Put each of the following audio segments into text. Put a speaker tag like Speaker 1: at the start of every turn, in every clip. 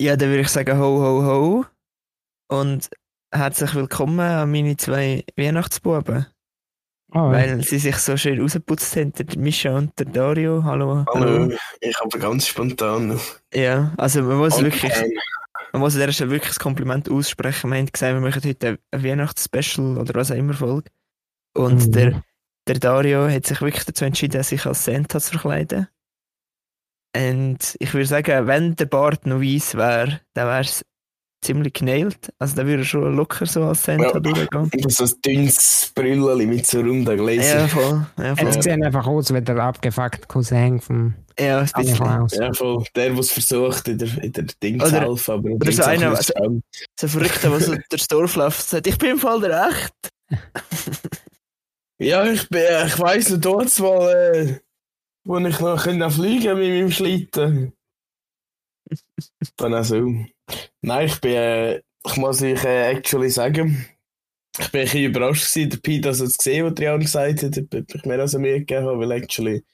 Speaker 1: Ja, dann würde ich sagen ho ho ho. Und herzlich willkommen an meine zwei Weihnachtsbuben.
Speaker 2: Ah,
Speaker 1: Weil sie sich so schön rausgeputzt haben, der Mischa und der Dario. Hallo.
Speaker 3: Hallo, ich habe ganz spontan.
Speaker 1: Ja, also man muss wirklich,
Speaker 3: Spontan.
Speaker 1: man muss an dieser Stelle wirklich ein Kompliment aussprechen. Wir haben gesagt, wir machen heute ein Weihnachtsspecial oder was auch immer Folge. Und
Speaker 2: Mhm.
Speaker 1: der, der Dario hat sich wirklich dazu entschieden, sich als Santa zu verkleiden. Und ich würde sagen, wenn der Bart noch weiß wäre, dann wäre es ziemlich genäht. Also dann würde er schon locker so als Santa
Speaker 3: Ja.
Speaker 1: durchgehen.
Speaker 3: Und so ein dünnes Brülleli mit so runden
Speaker 1: Ja,
Speaker 3: Gläsern.
Speaker 1: voll. Ja, voll.
Speaker 2: Jetzt sehen einfach aus wie der abgefuckte Cousin vom
Speaker 1: ja ein
Speaker 2: Santa
Speaker 1: bisschen.
Speaker 2: Claus.
Speaker 3: Ja. voll. Der, der es versucht, in der, in der Ding zu
Speaker 1: Oder-
Speaker 3: helfen. Aber
Speaker 1: oder so einer, was- So verrückt, was so durchs Dorf läuft und sagt, ich bin im Fall der Echt.
Speaker 3: Ja, ich, bin, äh, ich weiss noch dort mal, äh, wo ich noch können fliegen mit meinem Schlitten. Dann auch so. Nein, ich bin, äh, ich muss euch äh, actually sagen, ich bin ein bisschen überrascht gewesen, der Pi, dass er es gesehen hat, was Trian gesagt hat, ob ob ich mir also Mühe gegeben habe, weil actually,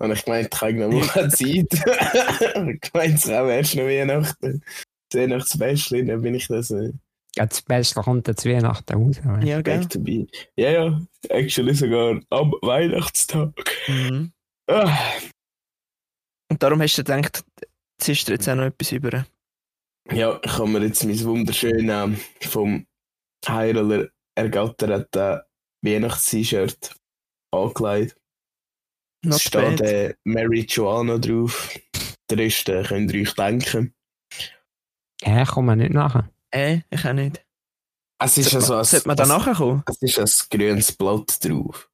Speaker 3: habe ich gemeint, ich habe noch eine Woche Zeit. ich meine, es kam erst noch Weihnachten. Sehr nach Special, dann bin ich das äh,
Speaker 2: Ja, das Beste kommt jetzt Weihnachten raus. weißt du.
Speaker 1: Ja, gell?
Speaker 3: back dabei. Ja, ja, actually sogar am Weihnachtstag.
Speaker 1: Mhm.
Speaker 3: Ah.
Speaker 1: Und darum hast du gedacht, ziehst du jetzt auch noch etwas über.
Speaker 3: Ja, ich habe mir jetzt mein wunderschönes ähm, vom Heireler ergatterten Weihnachts-T-Shirt angelegt.
Speaker 1: Not
Speaker 3: Es steht
Speaker 1: bad.
Speaker 3: äh, Mary Joanna drauf. Der Rest äh, könnt ihr euch denken.
Speaker 2: Ja, kommen wir nicht nachher.
Speaker 1: Äh, ich auch nicht.
Speaker 3: Es ist
Speaker 1: Sollte
Speaker 3: also
Speaker 1: man,
Speaker 3: ein,
Speaker 1: sollte man da
Speaker 3: ein,
Speaker 1: nachkommen?
Speaker 3: es ist ein grünes Blatt drauf.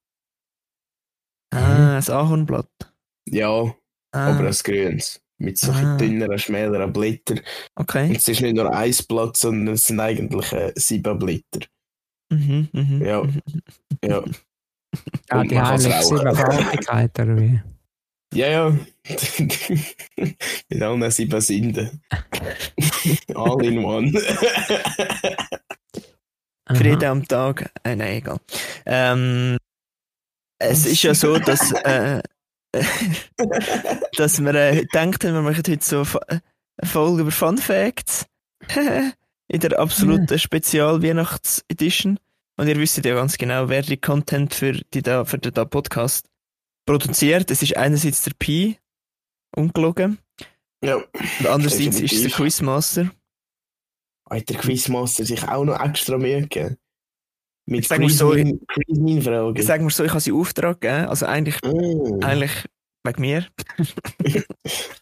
Speaker 1: Ah, das Ahornblatt.
Speaker 3: Ja,
Speaker 1: Ah,
Speaker 3: Mhm. aber ein grünes. Mit so
Speaker 1: Ah.
Speaker 3: ein dünneren, schmäleren Blätter. Und
Speaker 1: okay.
Speaker 3: es ist nicht nur ein Blatt, sondern es sind eigentlich äh, sieben Blätter.
Speaker 1: Mhm, mhm.
Speaker 3: Ja.
Speaker 1: mhm.
Speaker 3: Ja,
Speaker 2: Ja,
Speaker 3: Und
Speaker 2: die
Speaker 3: man kann's
Speaker 2: heilige
Speaker 3: rauchen.
Speaker 2: Siebenfaltigkeit oder wie?
Speaker 3: ja. ja. Genau, Mit allen sieben Sünden. All in one. Mhm.
Speaker 2: Aha.
Speaker 1: Frieden am Tag. Äh, nein, egal. Ähm, es ist ja so, dass, äh, dass wir äh, gedacht haben, wir machen heute so Fa- eine Folge über Fun Facts. In der absoluten Spezial-Weihnachts-Edition. Und ihr wisst ja ganz genau, wer die Content für, die da, für den da Podcast produziert. Es ist einerseits der Pi, ungelogen,
Speaker 3: Ja.
Speaker 1: und andererseits ist es der
Speaker 3: Definitiv.
Speaker 1: Quizmaster.
Speaker 3: Hat der Quizmaster sich auch noch extra Mühe gegeben? Mit
Speaker 1: Ich sag mal so, ich-
Speaker 3: Quizmin-Fragen. Ah.
Speaker 1: Sagen wir so, ich habe sie Auftrag gegeben. Also eigentlich, eigentlich wegen mir.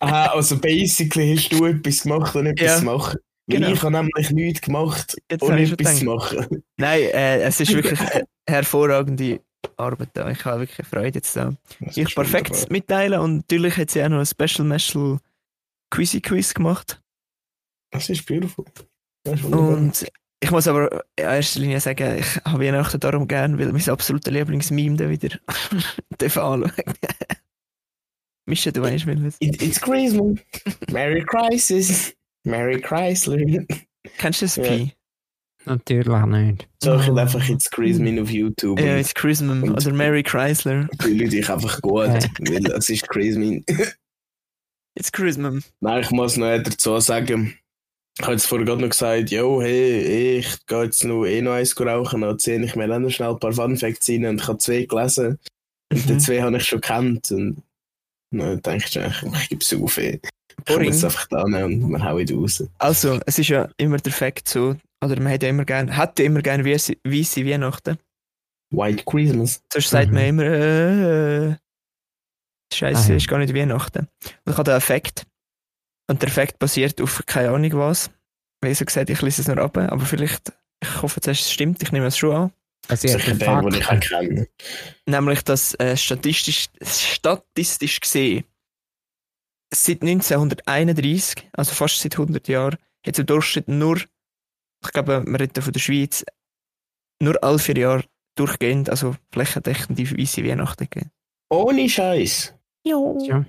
Speaker 3: Aha, also basically hast du etwas gemacht und etwas
Speaker 1: Ja,
Speaker 3: zu machen. Weil
Speaker 1: genau.
Speaker 3: ich habe nämlich nichts gemacht,
Speaker 1: Jetzt
Speaker 3: ohne
Speaker 1: habe ich schon
Speaker 3: etwas zu
Speaker 1: gedacht.
Speaker 3: machen.
Speaker 1: Nein, äh, es ist wirklich eine hervorragende Arbeit da. Ich habe wirklich Freude jetzt da.
Speaker 3: Das
Speaker 1: Ich
Speaker 3: ist
Speaker 1: perfekt
Speaker 3: wunderbar.
Speaker 1: mitteilen und natürlich hat sie auch noch ein Special Meshel Quizy Quiz gemacht.
Speaker 3: Das ist beautiful. Das ist wunderbar.
Speaker 1: Und ich muss aber in erster Linie sagen, ich habe Weihnachten darum gern, weil mein absoluter Lieblingsmeme da wieder darf anschauen. Mischa, du weißt, welches.
Speaker 3: It, it's Christmas. Merry Crisis. Merry Chrysler.
Speaker 1: Kennst du das
Speaker 3: Ja.
Speaker 1: Pi?
Speaker 2: Natürlich nicht.
Speaker 3: Suche halt einfach jetzt Chrismin auf YouTube
Speaker 1: Ja,
Speaker 3: und
Speaker 1: it's Christmas
Speaker 3: Und-
Speaker 1: oder Mary Chrysler.
Speaker 3: fühle dich einfach gut,
Speaker 2: Ja.
Speaker 3: weil es ist Chrismin.
Speaker 1: It's Christmas.
Speaker 3: Nein, ich muss noch dazu sagen, ich habe jetzt vorher gerade noch gesagt, jo, hey, ich gehe jetzt noch eh noch eins rauchen, dann ziehe ich mir dann noch schnell ein paar Funfacts rein und ich habe zwei gelesen und die
Speaker 1: Mhm.
Speaker 3: zwei habe ich schon kennt und dann denke ich, ach, ich gebe es auf, ey. ich kann
Speaker 1: Boring.
Speaker 3: es einfach da nehmen und wir hauen ihn raus.
Speaker 1: Also, es ist ja immer der Fakt so, oder man hat ja immer gern, hat ja immer gern weiße weisse Weihnachten.
Speaker 3: White Christmas.
Speaker 1: Sonst sagt man
Speaker 2: Mhm.
Speaker 1: immer, äh, Scheiße,
Speaker 2: Ah ja.
Speaker 1: ist gar nicht Weihnachten. Und ich habe da einen Fakt. Und der Fakt basiert auf keine Ahnung was. Wie so gesagt, ich lese es nur ab, aber vielleicht, ich hoffe zuerst, es stimmt, ich nehme es schon an.
Speaker 2: Das ist
Speaker 3: Sicher
Speaker 2: ein
Speaker 3: der, den ich auch
Speaker 2: Fakt.
Speaker 3: kenne.
Speaker 1: Nämlich, dass äh, statistisch, statistisch gesehen seit 1931, also fast seit 100 Jahren, hat es im Durchschnitt nur, ich glaube, wir reden von der Schweiz, nur alle vier Jahre durchgehend, also flächendeckend die weiße Weihnachten gegeben.
Speaker 3: Ohne Scheiß.
Speaker 1: Ja.
Speaker 2: Ja.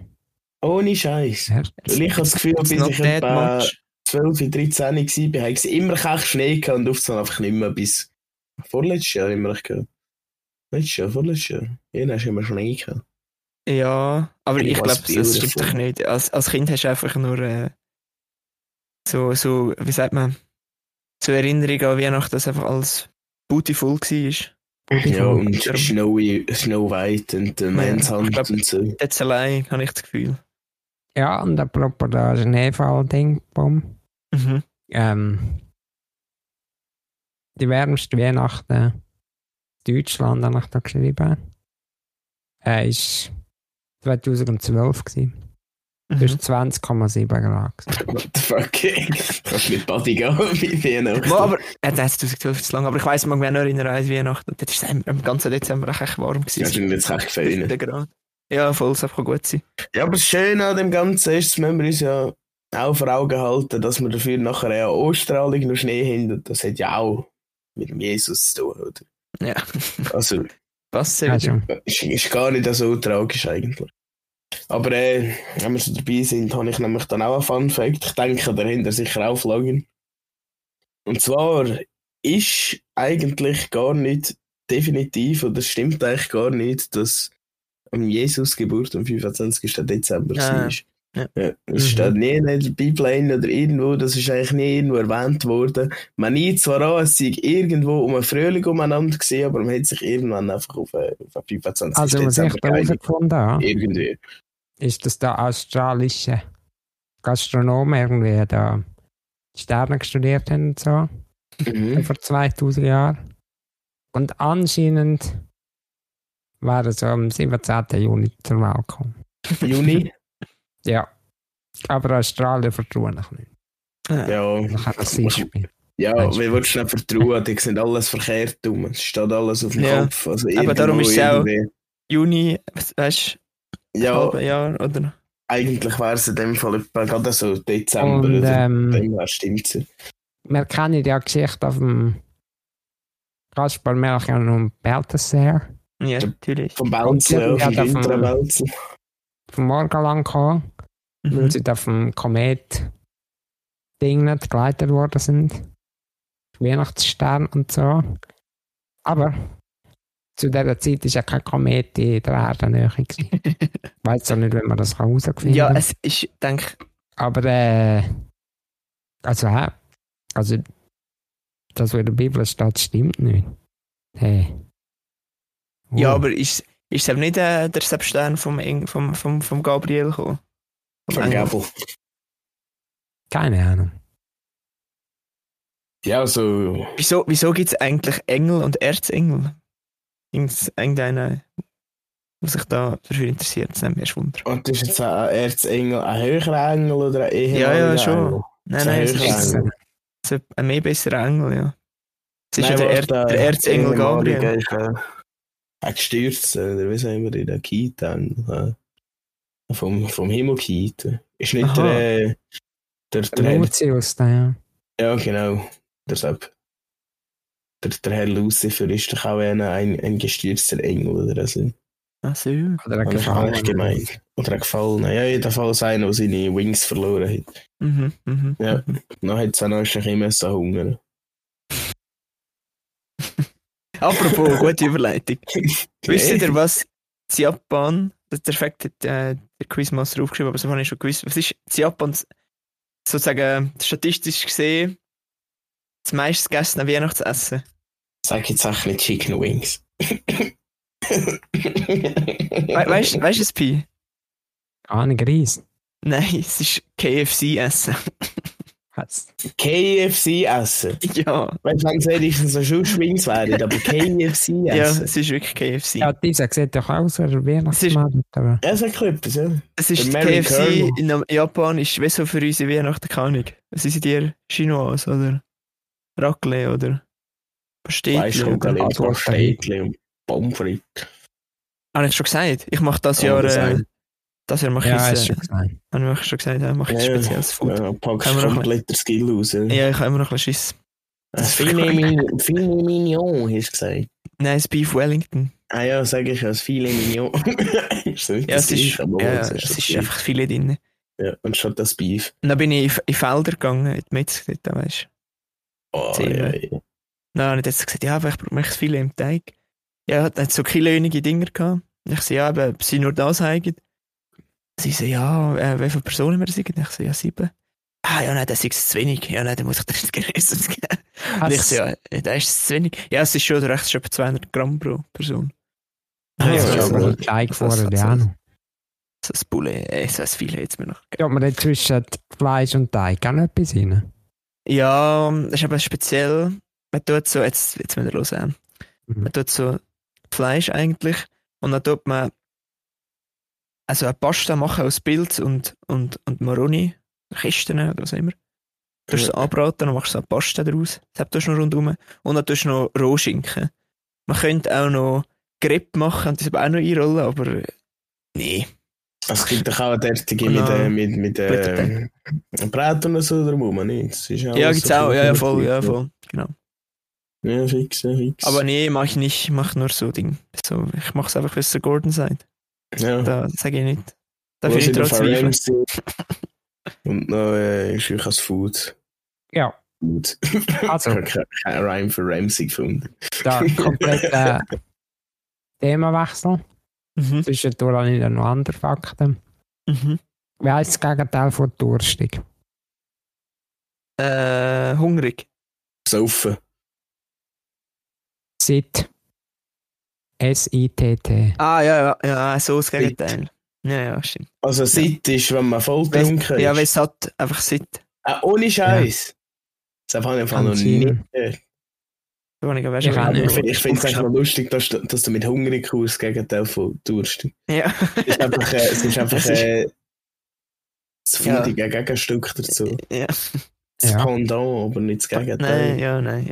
Speaker 3: Ohne Scheiß.
Speaker 2: Ja.
Speaker 3: Weil ich habe das Gefühl, bis
Speaker 1: It's not
Speaker 3: ich
Speaker 1: that
Speaker 3: etwa
Speaker 1: much.
Speaker 3: 12, 13 war, hatte ich immer keinen Schnee gehabt und oft einfach nicht mehr bis vorletztes Jahr immer gehabt. Letztes Jahr, vorletztes Jahr. Ja, dann hast du immer Schnee gehabt.
Speaker 1: Ja, aber
Speaker 3: Ich
Speaker 1: ich
Speaker 3: weiß
Speaker 1: glaube,
Speaker 3: Bilder
Speaker 1: das stimmt
Speaker 3: von-
Speaker 1: doch nicht. Als, als Kind hast du einfach nur äh, so, so, wie sagt man, so Erinnerung an Weihnachten, dass einfach alles beautiful war.
Speaker 3: Ja, und
Speaker 1: Darum-
Speaker 3: Snowy, Snow White und äh, Manhunt
Speaker 1: glaub-
Speaker 3: und so.
Speaker 1: Jetzt allein habe ich das Gefühl.
Speaker 2: Ja, und apropos da Schneefall-Ding, bumm.
Speaker 1: Mhm.
Speaker 2: Ähm, die wärmste Weihnachten Deutschland, habe ich da geschrieben. Äh, ist 2012 gewesen. Das
Speaker 1: Mhm.
Speaker 2: ist 20,7 Grad. gewesen.
Speaker 3: What the fuck? Kannst mit Buddy gehen bei Weihnachten?
Speaker 1: Ja, aber, äh, das ist 2012 ist zu lang, aber ich weiss, man kann mich auch noch erinnern an Weihnachten. Das war im- im ganzen Dezember auch echt warm.
Speaker 3: Ja, ich
Speaker 1: Gewesen.
Speaker 3: bin jetzt echt
Speaker 1: Ja,
Speaker 3: gefallen.
Speaker 1: Grad. ja, voll, es kann gut sein.
Speaker 3: Ja, aber das Schöne an dem Ganzen ist, dass wir uns ja auch vor Augen halten, dass wir dafür nachher ja Ausstrahlung noch Schnee haben. Und das hat ja auch mit dem Jesus zu tun, oder?
Speaker 1: Ja,
Speaker 3: Also,
Speaker 1: passt sehr gut.
Speaker 2: Also,
Speaker 3: ist, ist gar nicht so tragisch eigentlich. Aber äh, wenn wir so dabei sind, habe ich nämlich dann auch einen Fun Fact. Ich denke, dahinter sicher auch Flaggen. Und zwar ist eigentlich gar nicht definitiv oder stimmt eigentlich gar nicht, dass am Jesus Geburt am 25. Dezember
Speaker 1: Ah,
Speaker 3: war.
Speaker 1: ja.
Speaker 3: Ja, es
Speaker 2: Mhm.
Speaker 3: steht nie in der Bibel ein oder irgendwo, das ist eigentlich nie irgendwo erwähnt worden. Man nimmt zwar an, es sei irgendwo um einen Frühling umeinander gewesen, aber man hat sich irgendwann einfach auf, äh, auf den 25.
Speaker 2: also was ich
Speaker 3: Dezember
Speaker 2: da
Speaker 3: geeinigt.
Speaker 2: herausgefunden habe,
Speaker 3: Irgendwie.
Speaker 2: ist, dass der australische Gastronom irgendwie da Sterne studiert hat und so.
Speaker 3: Mhm.
Speaker 2: vor 2000 Jahren. Und anscheinend war er so am 17. Juni zur Wahl gekommen.
Speaker 3: Juni?
Speaker 2: Ja. Aber Australien vertrauen noch nicht.
Speaker 3: Ja.
Speaker 2: Noch ein Rassismus.
Speaker 3: Ja,
Speaker 2: Nein,
Speaker 3: wir willst du nicht vertrauen, die sehen alles verkehrt dumm. Es steht alles auf dem
Speaker 1: Ja.
Speaker 3: Kopf. Also
Speaker 1: Aber darum
Speaker 3: irgendwo,
Speaker 1: ist es auch-
Speaker 3: irgendwie.
Speaker 1: Juni, weißt du, ja.
Speaker 3: Ja,
Speaker 1: halbe Jahr, oder?
Speaker 3: eigentlich wäre es in dem Fall etwa gerade so Dezember.
Speaker 2: Und
Speaker 3: oder
Speaker 2: ähm,
Speaker 3: dem her stimmt's ja.
Speaker 2: wir kennen ja die Geschichte auf dem Kaspar Melchior und um Balthasar.
Speaker 1: Ja, natürlich.
Speaker 3: Vom Bälzle,
Speaker 2: Und
Speaker 3: ja,
Speaker 2: die
Speaker 3: vom
Speaker 2: hat auf dem-
Speaker 3: Winterbälzle.
Speaker 2: Vom Morgenland gekommen, weil
Speaker 1: Mhm.
Speaker 2: sie da vom Komet-Ding nicht geleitet worden sind. Weihnachtsstern und so. Aber zu dieser Zeit war ja kein Komet in der Erdennähe. gewesen. Ich weiß auch nicht, wenn man das herausgefunden
Speaker 1: Ja,
Speaker 2: hat.
Speaker 1: es ist, denke
Speaker 2: Aber äh, also, hä? also das, was in der Bibel steht, stimmt nicht. Hey.
Speaker 1: ja,
Speaker 2: Oh,
Speaker 1: aber ist, ist es eben nicht äh, der Selbststern vom, Eng- vom, vom, vom Gabriel gekommen?
Speaker 3: Vom
Speaker 1: Engel.
Speaker 3: Gäbel.
Speaker 2: Keine Ahnung.
Speaker 3: Ja, so.
Speaker 1: Wieso, wieso gibt es eigentlich Engel und Erzengel? Irgends- Irgendeiner, der sich da dafür interessiert, das nimmt mir erst Wunder.
Speaker 3: Und das ist jetzt ein Erzengel, ein höherer Engel oder ein
Speaker 1: Ja,
Speaker 3: ehemaliger
Speaker 1: ja, schon.
Speaker 3: Engel?
Speaker 1: Nein, nein, es
Speaker 3: Sehr
Speaker 1: ist
Speaker 2: schön.
Speaker 1: es ist ein mehr besserer Engel, ja. Es ist
Speaker 3: Nein,
Speaker 1: ja der,
Speaker 3: warte,
Speaker 1: er der
Speaker 3: äh,
Speaker 1: Erzengel
Speaker 3: ehemalige
Speaker 1: Gabriel.
Speaker 3: ist, äh, Ein gestürzt, oder wie sagen wir, in der Kita. äh, Vom, vom Himmel Kita. Ist nicht
Speaker 1: Aha.
Speaker 3: der. äh, Der, der, Herr,
Speaker 2: Lucius, da, ja.
Speaker 3: ja, genau. Dus Der, Sepp. der, der Herr Lucifer ist doch auch ein, ein, ein gestürzter Engel oder so.
Speaker 1: Ach so. Mhm,
Speaker 2: Oder ein
Speaker 3: Habe ich eigentlich
Speaker 2: Gefallener.
Speaker 3: gemeint. Oder ein Gefallener. nou Ja, jedenfalls einer, der seine Wings verloren Nou, hat.
Speaker 1: Mhm, mhm.
Speaker 3: Ja. Dann hat es auch noch ein bisschen immer so Hunger.
Speaker 1: Apropos, gute Überleitung. Wisst ihr, was in Japan, das der Fakt hat äh, der Quizmaster aufgeschrieben, aber so habe ich schon gewusst, was ist in Japan s- sozusagen statistisch gesehen das meist gegessene Weihnachtsessen?
Speaker 3: Sag jetzt auch nicht Chicken Wings.
Speaker 1: We weißt weißt du es, Pi?
Speaker 2: Ahnung, Ah, Gries.
Speaker 1: Nein, es ist KFC-Essen.
Speaker 2: Was?
Speaker 3: KFC essen.
Speaker 1: ja,
Speaker 3: Weißt du, wenn es wenigstens so Schuss Wings wären, aber KFC essen.
Speaker 1: ja,
Speaker 3: Ja,
Speaker 1: es ist wirklich KFC.
Speaker 2: Ja, dieser sieht doch aus wie ein Weihnachtsmann. aber-
Speaker 3: das ist etwas, ja.
Speaker 1: es ist
Speaker 3: der Mary
Speaker 1: KFC
Speaker 3: Colonel.
Speaker 1: in Japan ist wie so für unsere Weihnachten keine Ahnung. Was sind dir Chinois oder Raclette oder
Speaker 3: Weißt
Speaker 1: Pastetli?
Speaker 3: du,
Speaker 1: oder-
Speaker 3: ein
Speaker 2: Also,
Speaker 3: paar Städtchen und Pommes frites.
Speaker 1: Habe ich Ah, schon gesagt? Ich mache das
Speaker 3: Kann
Speaker 1: Jahr,
Speaker 3: das
Speaker 1: äh,
Speaker 3: sein?
Speaker 1: das Jahr mache ich
Speaker 2: Ja,
Speaker 1: es,
Speaker 2: hast
Speaker 1: äh,
Speaker 2: du gesagt.
Speaker 1: Habe ich schon gesagt, ja, mache ich
Speaker 3: Ja,
Speaker 1: spezielles Food.
Speaker 3: Ja, packst
Speaker 1: Können wir noch
Speaker 3: komplett den Skill aus. Ja.
Speaker 1: Ja, ich habe immer noch ein bisschen Schiss.
Speaker 3: Das Filet Mignon- Filet Mignon, hast du gesagt.
Speaker 1: Nein, das Beef Wellington.
Speaker 3: Ah ja, sag ich ja, das Filet Mignon. Ist nicht
Speaker 1: Ja,
Speaker 3: das
Speaker 1: es ist,
Speaker 3: Gleiche, aber
Speaker 1: ja,
Speaker 3: es
Speaker 1: es
Speaker 3: das
Speaker 1: ist
Speaker 3: Gleiche.
Speaker 1: einfach viele drin.
Speaker 3: Ja, und schon das Beef.
Speaker 1: Und dann bin ich in, in Felder gegangen, in die Metzger dort, weißt du.
Speaker 3: Oh,
Speaker 1: Zehn.
Speaker 3: ja, ja.
Speaker 1: Dann habe ich jetzt gesagt, ja, aber ich brauche mich viele im Teig. Ja, dann hat so kilönige Dinger gehabt. Und Ich so, ja, aber ob sie nur das haben. Sie so, ja, äh, wie viele Personen wir sind? Und Ich so, ja, sieben. ah ja, nein, das ist zu wenig. Ja, nein, dann muss ich dir das Gläser geben. Und ich
Speaker 2: Hat's-
Speaker 1: so, ja, das ist zu wenig. Ja, es ist schon recht, es ist etwa 200 Gramm pro Person.
Speaker 2: Ah, Ja,
Speaker 1: Ja,
Speaker 2: das ist
Speaker 1: ja,
Speaker 2: aber
Speaker 1: ja.
Speaker 2: nicht klein
Speaker 1: Das
Speaker 2: geworden,
Speaker 1: hat's
Speaker 2: ja.
Speaker 1: nicht. So ein Bulle, äh, so ein Filet jetzt mir noch gegeben.
Speaker 2: Tut man nicht zwischen Fleisch und Teig auch noch etwas rein?
Speaker 1: Ja, das ist aber speziell. Man tut so, jetzt, jetzt müssen wir hören.
Speaker 2: Mhm.
Speaker 1: Man tut so Fleisch eigentlich und dann tut man also eine Pasta machen aus Pilz und, und, und Maroni, Kisten oder was auch immer. Du tust es anbraten, dann machst du so eine Pasta daraus. Das tust du noch rundherum. Und dann tust du noch Rohschinken. Man könnte auch noch Crepe machen und das aber auch noch einrollen, aber äh, nee.
Speaker 3: Es gibt doch auch derartige mit,
Speaker 1: Genau.
Speaker 3: äh, mit, mit äh, Braten und so, da muss man nicht. Das ist
Speaker 1: Ja,
Speaker 3: alles
Speaker 1: gibt's
Speaker 3: so
Speaker 1: auch. Ja, ja, voll, ja,
Speaker 3: viel-
Speaker 1: voll. Genau.
Speaker 3: Ja, fix, ja, fix.
Speaker 1: Aber nee, mache ich nicht. Ich mache nur so Ding. So, ich mache es einfach, was der Gordon sagt.
Speaker 3: ja.
Speaker 1: Da sage ich nicht. Da
Speaker 3: Was
Speaker 1: will ich
Speaker 3: in der
Speaker 1: dran zweifeln.
Speaker 3: Ramsey. Und noch, äh, ich als Food.
Speaker 2: Ja.
Speaker 3: Food.
Speaker 2: Also.
Speaker 3: Ich habe keinen keinen Rhyme für Ramsey gefunden.
Speaker 2: Da komplett äh, Themawechsel.
Speaker 1: Mhm.
Speaker 2: Zwischendurch habe ich dann noch andere Fakten.
Speaker 1: Mhm.
Speaker 2: Wie heisst das Gegenteil von durstig?
Speaker 1: Äh, hungrig.
Speaker 3: Saufen.
Speaker 2: Sit. S-I-T-T.
Speaker 1: Ah, ja, ja, ja, so das Gegenteil. Ja, ja, stimmt.
Speaker 3: Also, Sitt ist, wenn man voll
Speaker 1: Weiss-
Speaker 3: trinken
Speaker 1: Ja, weil
Speaker 3: ist.
Speaker 1: es hat einfach Sitt.
Speaker 3: Äh, ohne Scheiß. Das habe ich einfach
Speaker 2: Kann
Speaker 3: noch
Speaker 2: sein.
Speaker 3: nie gehört.
Speaker 1: Wo ich weiss,
Speaker 2: Ich auch
Speaker 1: aber-
Speaker 2: nicht.
Speaker 3: Ich, find- ich finde es einfach lustig, dass, du- dass du mit hungrig kommst, das Gegenteil von durstig.
Speaker 1: Ja.
Speaker 3: Es ist einfach, äh, es ist einfach
Speaker 1: Es ist-
Speaker 3: äh, das
Speaker 1: Ja. Äh,
Speaker 3: fundige Gegenstück dazu.
Speaker 1: ja.
Speaker 3: Das
Speaker 2: Ja.
Speaker 3: Pendant, aber nicht das
Speaker 1: Nein,
Speaker 3: Gegenteil.
Speaker 1: ja, nein,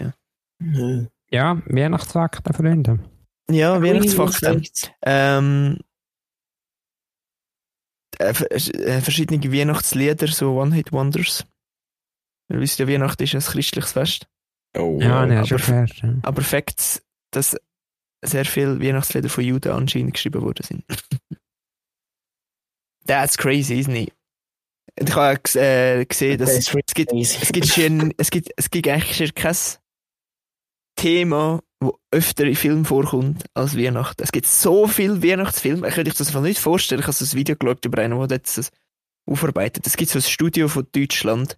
Speaker 1: ja.
Speaker 3: Ja.
Speaker 2: Ja, Weihnachtsfakten, Freunde.
Speaker 1: Ja, Weihnachtsfakten. Ähm, äh, ver- äh, verschiedene Weihnachtslieder, so One-Hit-Wonders. Ihr wisst ja, Weihnachten ist ein christliches Fest.
Speaker 3: Oh,
Speaker 2: Ja, ne, schon
Speaker 1: aber-
Speaker 2: gehört. ja.
Speaker 1: Aber Facts, dass sehr viele Weihnachtslieder von Juden anscheinend geschrieben worden sind. That's crazy, isn't it? Und Ich habe äh, gesehen, dass es
Speaker 3: Das ist
Speaker 1: gibt, es, gibt schier, es, gibt, es gibt eigentlich schier kein Thema, das öfter in Filmen vorkommt als Weihnachten. Es gibt so viele Weihnachtsfilme, ich könnte euch das einfach nicht vorstellen. Ich habe so ein Video geschaut über einen, der das aufarbeitet. Es gibt so ein Studio von Deutschland.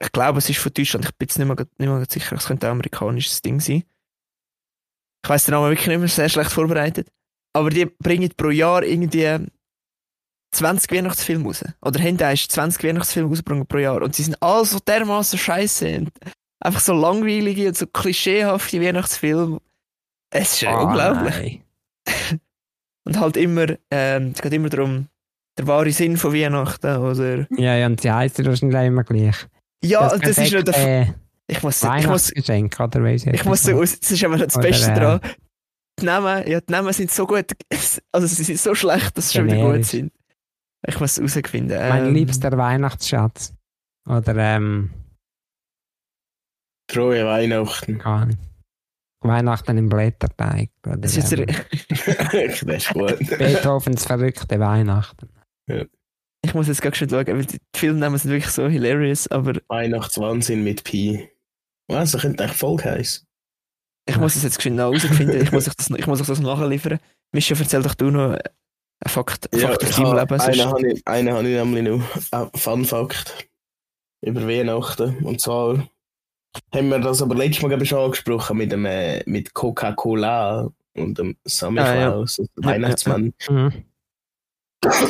Speaker 1: Ich glaube, es ist von Deutschland. Ich bin jetzt nicht mehr, nicht mehr ganz sicher. Es könnte ein amerikanisches Ding sein. Ich weiß den Namen wirklich nicht mehr. Sehr schlecht vorbereitet. Aber die bringen pro Jahr irgendwie 20 Weihnachtsfilme raus. Oder haben da 20 Weihnachtsfilme rausgebracht pro Jahr. Und sie sind alle so dermaßen scheiße. Und einfach so langweilige und so klischeehafte Weihnachtsfilme. Es ist
Speaker 2: Ah,
Speaker 1: unglaublich.
Speaker 2: nein.
Speaker 1: Und halt immer, ähm, es geht immer darum, der wahre Sinn von Weihnachten, oder?
Speaker 2: Ja, ja, und sie heißen wahrscheinlich immer gleich.
Speaker 1: Ja, das, ist äh, nicht der. F
Speaker 2: perfekte äh,
Speaker 1: ich muss, ich muss,
Speaker 2: Weihnachtsgeschenk, oder? Weiss
Speaker 1: ich muss so, aus- das ist aber noch das
Speaker 2: Oder,
Speaker 1: Beste
Speaker 2: äh,
Speaker 1: daran. Die Namen, ja, die Namen sind so gut, also sie sind so schlecht, dass sie schon wieder gut
Speaker 2: Generisch.
Speaker 1: sind. Ich muss es herausfinden.
Speaker 2: Mein
Speaker 1: ähm,
Speaker 2: liebster Weihnachtsschatz. Oder, ähm,
Speaker 3: Frohe Weihnachten.
Speaker 2: keine Ahnung. Weihnachten im Blätterteig. Oder,
Speaker 1: Das ist
Speaker 2: ähm,
Speaker 1: jetzt,
Speaker 3: das ist gut.
Speaker 2: Beethovens verrückte Weihnachten.
Speaker 1: ich muss jetzt gerade schon schauen, weil die die Filmnamen sind wirklich so hilarious, aber
Speaker 3: Weihnachtswahnsinn mit Pi. Was? Das könnte eigentlich voll heißen.
Speaker 1: ich muss es jetzt geschwind noch herausfinden. ich, muss euch das, ich muss euch das nachliefern. Michel, erzähl doch du noch einen Fakt, Fakt aus deinem Leben. sonst-
Speaker 3: Einen habe ich, einen habe ich nämlich noch. Äh, Fun Fact. Über Weihnachten. Und zwar haben wir das aber letztes Mal glaub ich, schon angesprochen mit, dem, äh, mit Coca-Cola und dem Sammy
Speaker 1: Ah, ja.
Speaker 3: Klaus, und dem
Speaker 1: Ja, ja,
Speaker 3: Weihnachtsmann.
Speaker 2: Mhm.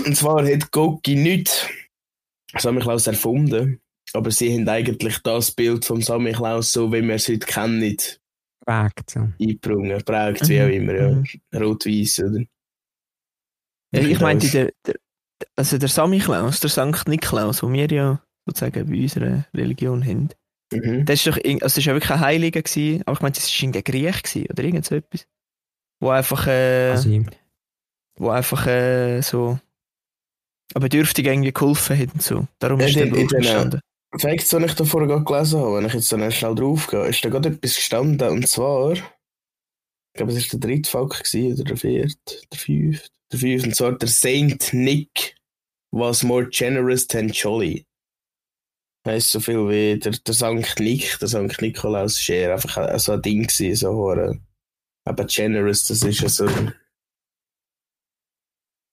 Speaker 3: Und zwar hat Goki nichts Sammy Klaus erfunden. Aber sie haben eigentlich das Bild vom Sammy Klaus, so wie wir es heute kennen,
Speaker 2: Weg so.
Speaker 3: eingebrungen, geprägt, wie
Speaker 1: Mhm,
Speaker 3: auch immer. Ja.
Speaker 1: mhm.
Speaker 3: Rot-Weiß, oder?
Speaker 1: Ja, ich
Speaker 3: Irgendwie
Speaker 1: meinte,
Speaker 3: das.
Speaker 1: der, der, also der Sammy Klaus, der Sankt Niklaus, den wir ja sozusagen bei unserer Religion haben,
Speaker 3: Mhm.
Speaker 1: das ist doch, irgend- also das ist ja wirklich ein Heiliger gewesen, aber ich meinte, es war irgendein Griech gewesen, oder irgend so etwas. Wo einfach, äh,
Speaker 2: Also,
Speaker 1: wo einfach äh, so ein Bedürftigen irgendwie geholfen hat und so. Darum
Speaker 3: Ja,
Speaker 1: ist
Speaker 3: die-
Speaker 1: der
Speaker 3: die-
Speaker 1: Brauch
Speaker 3: die-
Speaker 1: entstanden.
Speaker 3: Facts, die ich da vorher gerade gelesen habe, wenn ich jetzt dann schnell drauf gehe, ist da gerade etwas gestanden. Und zwar, ich glaube, es war der dritte Fakt gewesen, oder der vierte, der fünfte. Der fünfte, und zwar der Saint Nick was more generous than jolly. Heißt so viel wie der, der Sankt Nick, der Sankt Nikolaus ist eher einfach ein- so ein Ding gewesen, so hure. Aber generous, das ist ja so ein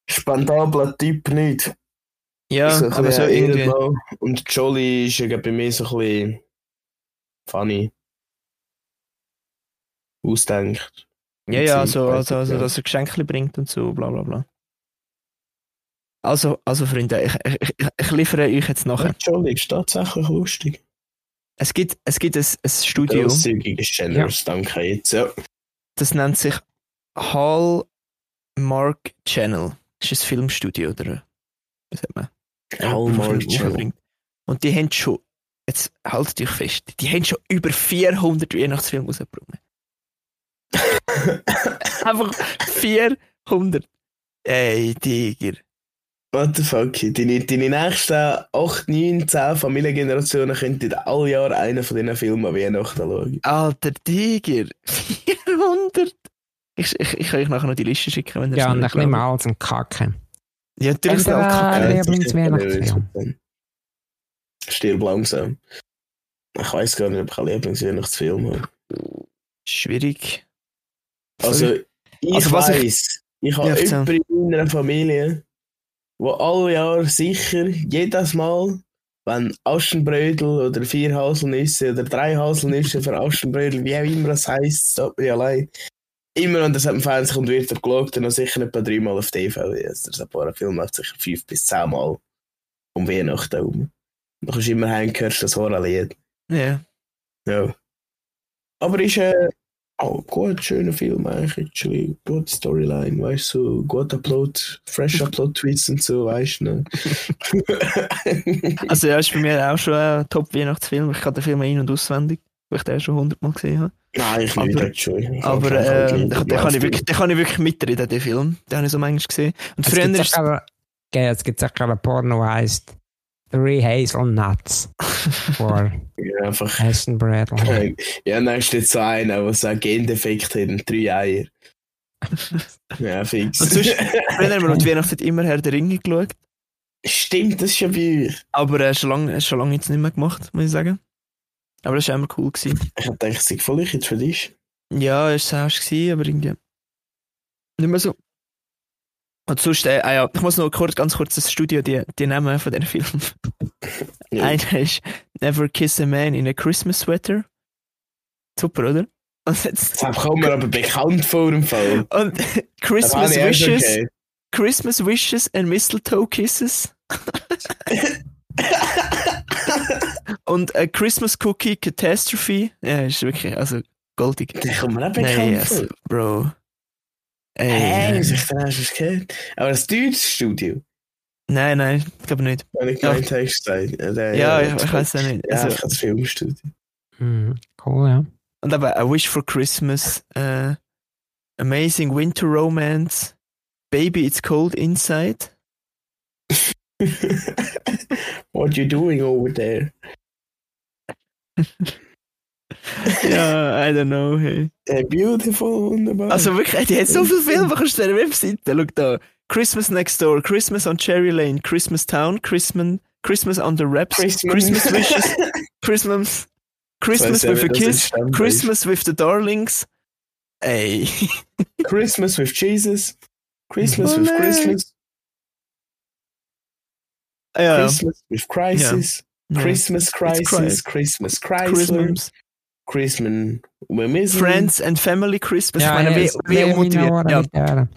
Speaker 3: spendabler Typ nicht.
Speaker 1: Ja,
Speaker 3: so ein
Speaker 1: aber so
Speaker 3: bisschen
Speaker 1: irgendwie.
Speaker 3: Ehrenblau. Und Jolie ist ja gerade bei mir so ein bisschen funny. Ausdenkt.
Speaker 1: Ja, ja, also,
Speaker 3: Zeit,
Speaker 1: also, also
Speaker 3: ja.
Speaker 1: dass er Geschenke bringt und so, bla bla bla. Also, also Freunde, ich, ich, ich, ich liefere euch jetzt nachher.
Speaker 3: Ja, Jolie ist tatsächlich lustig.
Speaker 1: Es gibt, es gibt ein, ein Studio,
Speaker 3: Grosszügig ist generous, danke jetzt. Ja.
Speaker 1: das nennt sich Hallmark Channel. Das ist ein Filmstudio, oder? Was hat man?
Speaker 3: Hallmark
Speaker 1: Film
Speaker 3: Channel.
Speaker 1: aufbringt. Und die haben schon, jetzt haltet euch fest, die haben schon über 400 Weihnachtsfilme rausgebracht. Einfach 400. Ey, Tiger.
Speaker 3: What the fuck? Deine, deine nächsten 8, 9, 10 Familiengenerationen könnten alle Jahr einen von diesen Filmen an Weihnachten schauen.
Speaker 1: Alter Tiger, 400! Ich, ich, ich kann euch nachher noch die Liste schicken, wenn ihr
Speaker 2: Ja,
Speaker 1: es
Speaker 2: und
Speaker 1: noch
Speaker 2: ein
Speaker 1: nicht glaubt.
Speaker 2: bisschen Malz und Kacke.
Speaker 1: Ja, natürlich ist
Speaker 2: Entweder-
Speaker 1: auch
Speaker 2: Mein
Speaker 3: Ja,
Speaker 1: kacke.
Speaker 3: das ist
Speaker 2: Lieblingsweihnachtsfilm.
Speaker 3: ein- Stirb langsam. Ich weiß gar nicht, ob ich einen Lieblingsweihnachtsfilm habe.
Speaker 1: Schwierig.
Speaker 3: Also, ich
Speaker 1: Also, was ich-
Speaker 3: weiss, ich, habe
Speaker 1: Ja, erzähl.
Speaker 3: jemanden in meiner Familie, wo alle Jahr sicher, jedes Mal, wenn Aschenbrödel oder vier Haselnüsse oder drei Haselnüsse für Aschenbrödel, wie auch immer das heisst, stop mich allein. Immer wenn das am Fernsehen kommt, wird er geschaut und dann sicher etwa dreimal auf TV. Also, das ein paar Film macht sicher fünf bis zehn Mal um Weihnachten herum. Dann kannst du immer heimgehört, das Horrorlied.
Speaker 1: Ja.
Speaker 3: Ja. Aber ist äh, auch gut, schöner Film eigentlich, actually. Gute Storyline, weißt du, so gut Upload, fresh Upload-Tweets und so, weißt du. Ne?
Speaker 1: Also, ja, ist bei mir auch schon ein Top-Weihnachtsfilm. Ich kann den Film ein- und auswendig, weil ich den schon 100 Mal gesehen habe.
Speaker 3: Nein, ich
Speaker 1: Aber-
Speaker 3: nicht, actually. Ich
Speaker 1: Aber
Speaker 3: hab keinen
Speaker 1: ähm,
Speaker 3: Fall
Speaker 1: den, kann ich
Speaker 3: gesehen.
Speaker 1: wirklich, den kann ich wirklich mitreden, den Film. Den habe ich so manchmal gesehen. Und früher
Speaker 2: es gibt
Speaker 1: ist.
Speaker 2: sicher, gell, es gibt sicher einen Porno, der heisst Three Hazelnuts for
Speaker 3: Ja, einfach.
Speaker 2: Aston Bradley.
Speaker 3: Ja, dann ist jetzt so einer, der so einen Gendefekt hat und drei Eier. Ja, fix.
Speaker 1: Und sonst- Früher haben wir um die Weihnachtszeit immer Herr der Ringe geschaut.
Speaker 3: Stimmt, das ist ja bei euch.
Speaker 1: Aber äh, schon lange, schon lange jetzt nicht mehr gemacht, muss ich sagen. Aber das war immer cool. Gewesen.
Speaker 3: Ich dachte, ich sei voll ich jetzt für dich.
Speaker 1: Ja, es war es, aber irgendwie. Nicht mehr so. Und sonst, äh, ah ja, ich muss noch kurz, ganz kurz das Studio, die, die Namen von den Filmen.
Speaker 3: Ja.
Speaker 1: Einer ist Never Kiss a Man in a Christmas Sweater. Super, oder? Und, jetzt,
Speaker 3: Das kommt mir aber bekannt vor im Fall.
Speaker 1: und
Speaker 3: Das habe
Speaker 1: Christmas
Speaker 3: ich auch schon
Speaker 1: Wishes.
Speaker 3: gehört.
Speaker 1: Christmas Wishes and Mistletoe Kisses. und a Christmas Cookie Catastrophe. Ja, ist wirklich, also, goldig.
Speaker 3: Der kommt mir auch bekannt
Speaker 1: Nein,
Speaker 3: vor.
Speaker 1: also, Bro. Ey,
Speaker 3: Hey,
Speaker 1: nein.
Speaker 3: ich dachte, hast du es gehört? Aber das deutsche Studio,
Speaker 1: Nein, nein, ich glaube nicht.
Speaker 3: wenn ich
Speaker 1: Ja.
Speaker 3: gemeint habe, ist das, äh, der-
Speaker 1: Ja,
Speaker 3: ja,
Speaker 1: ich, ich weiß es auch nicht.
Speaker 3: Ja,
Speaker 1: Also,
Speaker 3: ich habe das Filmstudio.
Speaker 2: Hm, cool, ja.
Speaker 1: und aber A Wish for Christmas, äh, Amazing Winter Romance, Baby It's Cold Inside,
Speaker 3: What you doing over there?
Speaker 1: ja, I don't know, hey.
Speaker 3: Äh, beautiful, wunderbar.
Speaker 1: Also wirklich, die hat so viele Filme, kannst du der Webseite, schau da. Christmas Next Door, Christmas on Cherry Lane, Christmas Town, Christmas, Christmas on the Wraps,
Speaker 3: Christmas.
Speaker 1: Christmas Wishes, Christmas, Christmas
Speaker 3: Ich weiss ja
Speaker 1: with a
Speaker 3: nicht, dass es
Speaker 1: Kiss,
Speaker 3: stammt,
Speaker 1: Christmas with the Darlings, ey.
Speaker 3: Christmas with Jesus. Christmas
Speaker 1: Oh
Speaker 3: with
Speaker 1: nein.
Speaker 3: Christmas.
Speaker 1: ja.
Speaker 3: Christmas with Crisis. Christmas Crisis.
Speaker 1: Christ-
Speaker 3: Christmas
Speaker 1: Ja.
Speaker 3: Chrysler.
Speaker 1: Christmas.
Speaker 3: Christmas Wimisen.
Speaker 1: Friends and Family Christmas. ich meine,
Speaker 2: es-
Speaker 1: wie, wie motiviert. Ja.
Speaker 2: Leonore Lehrer.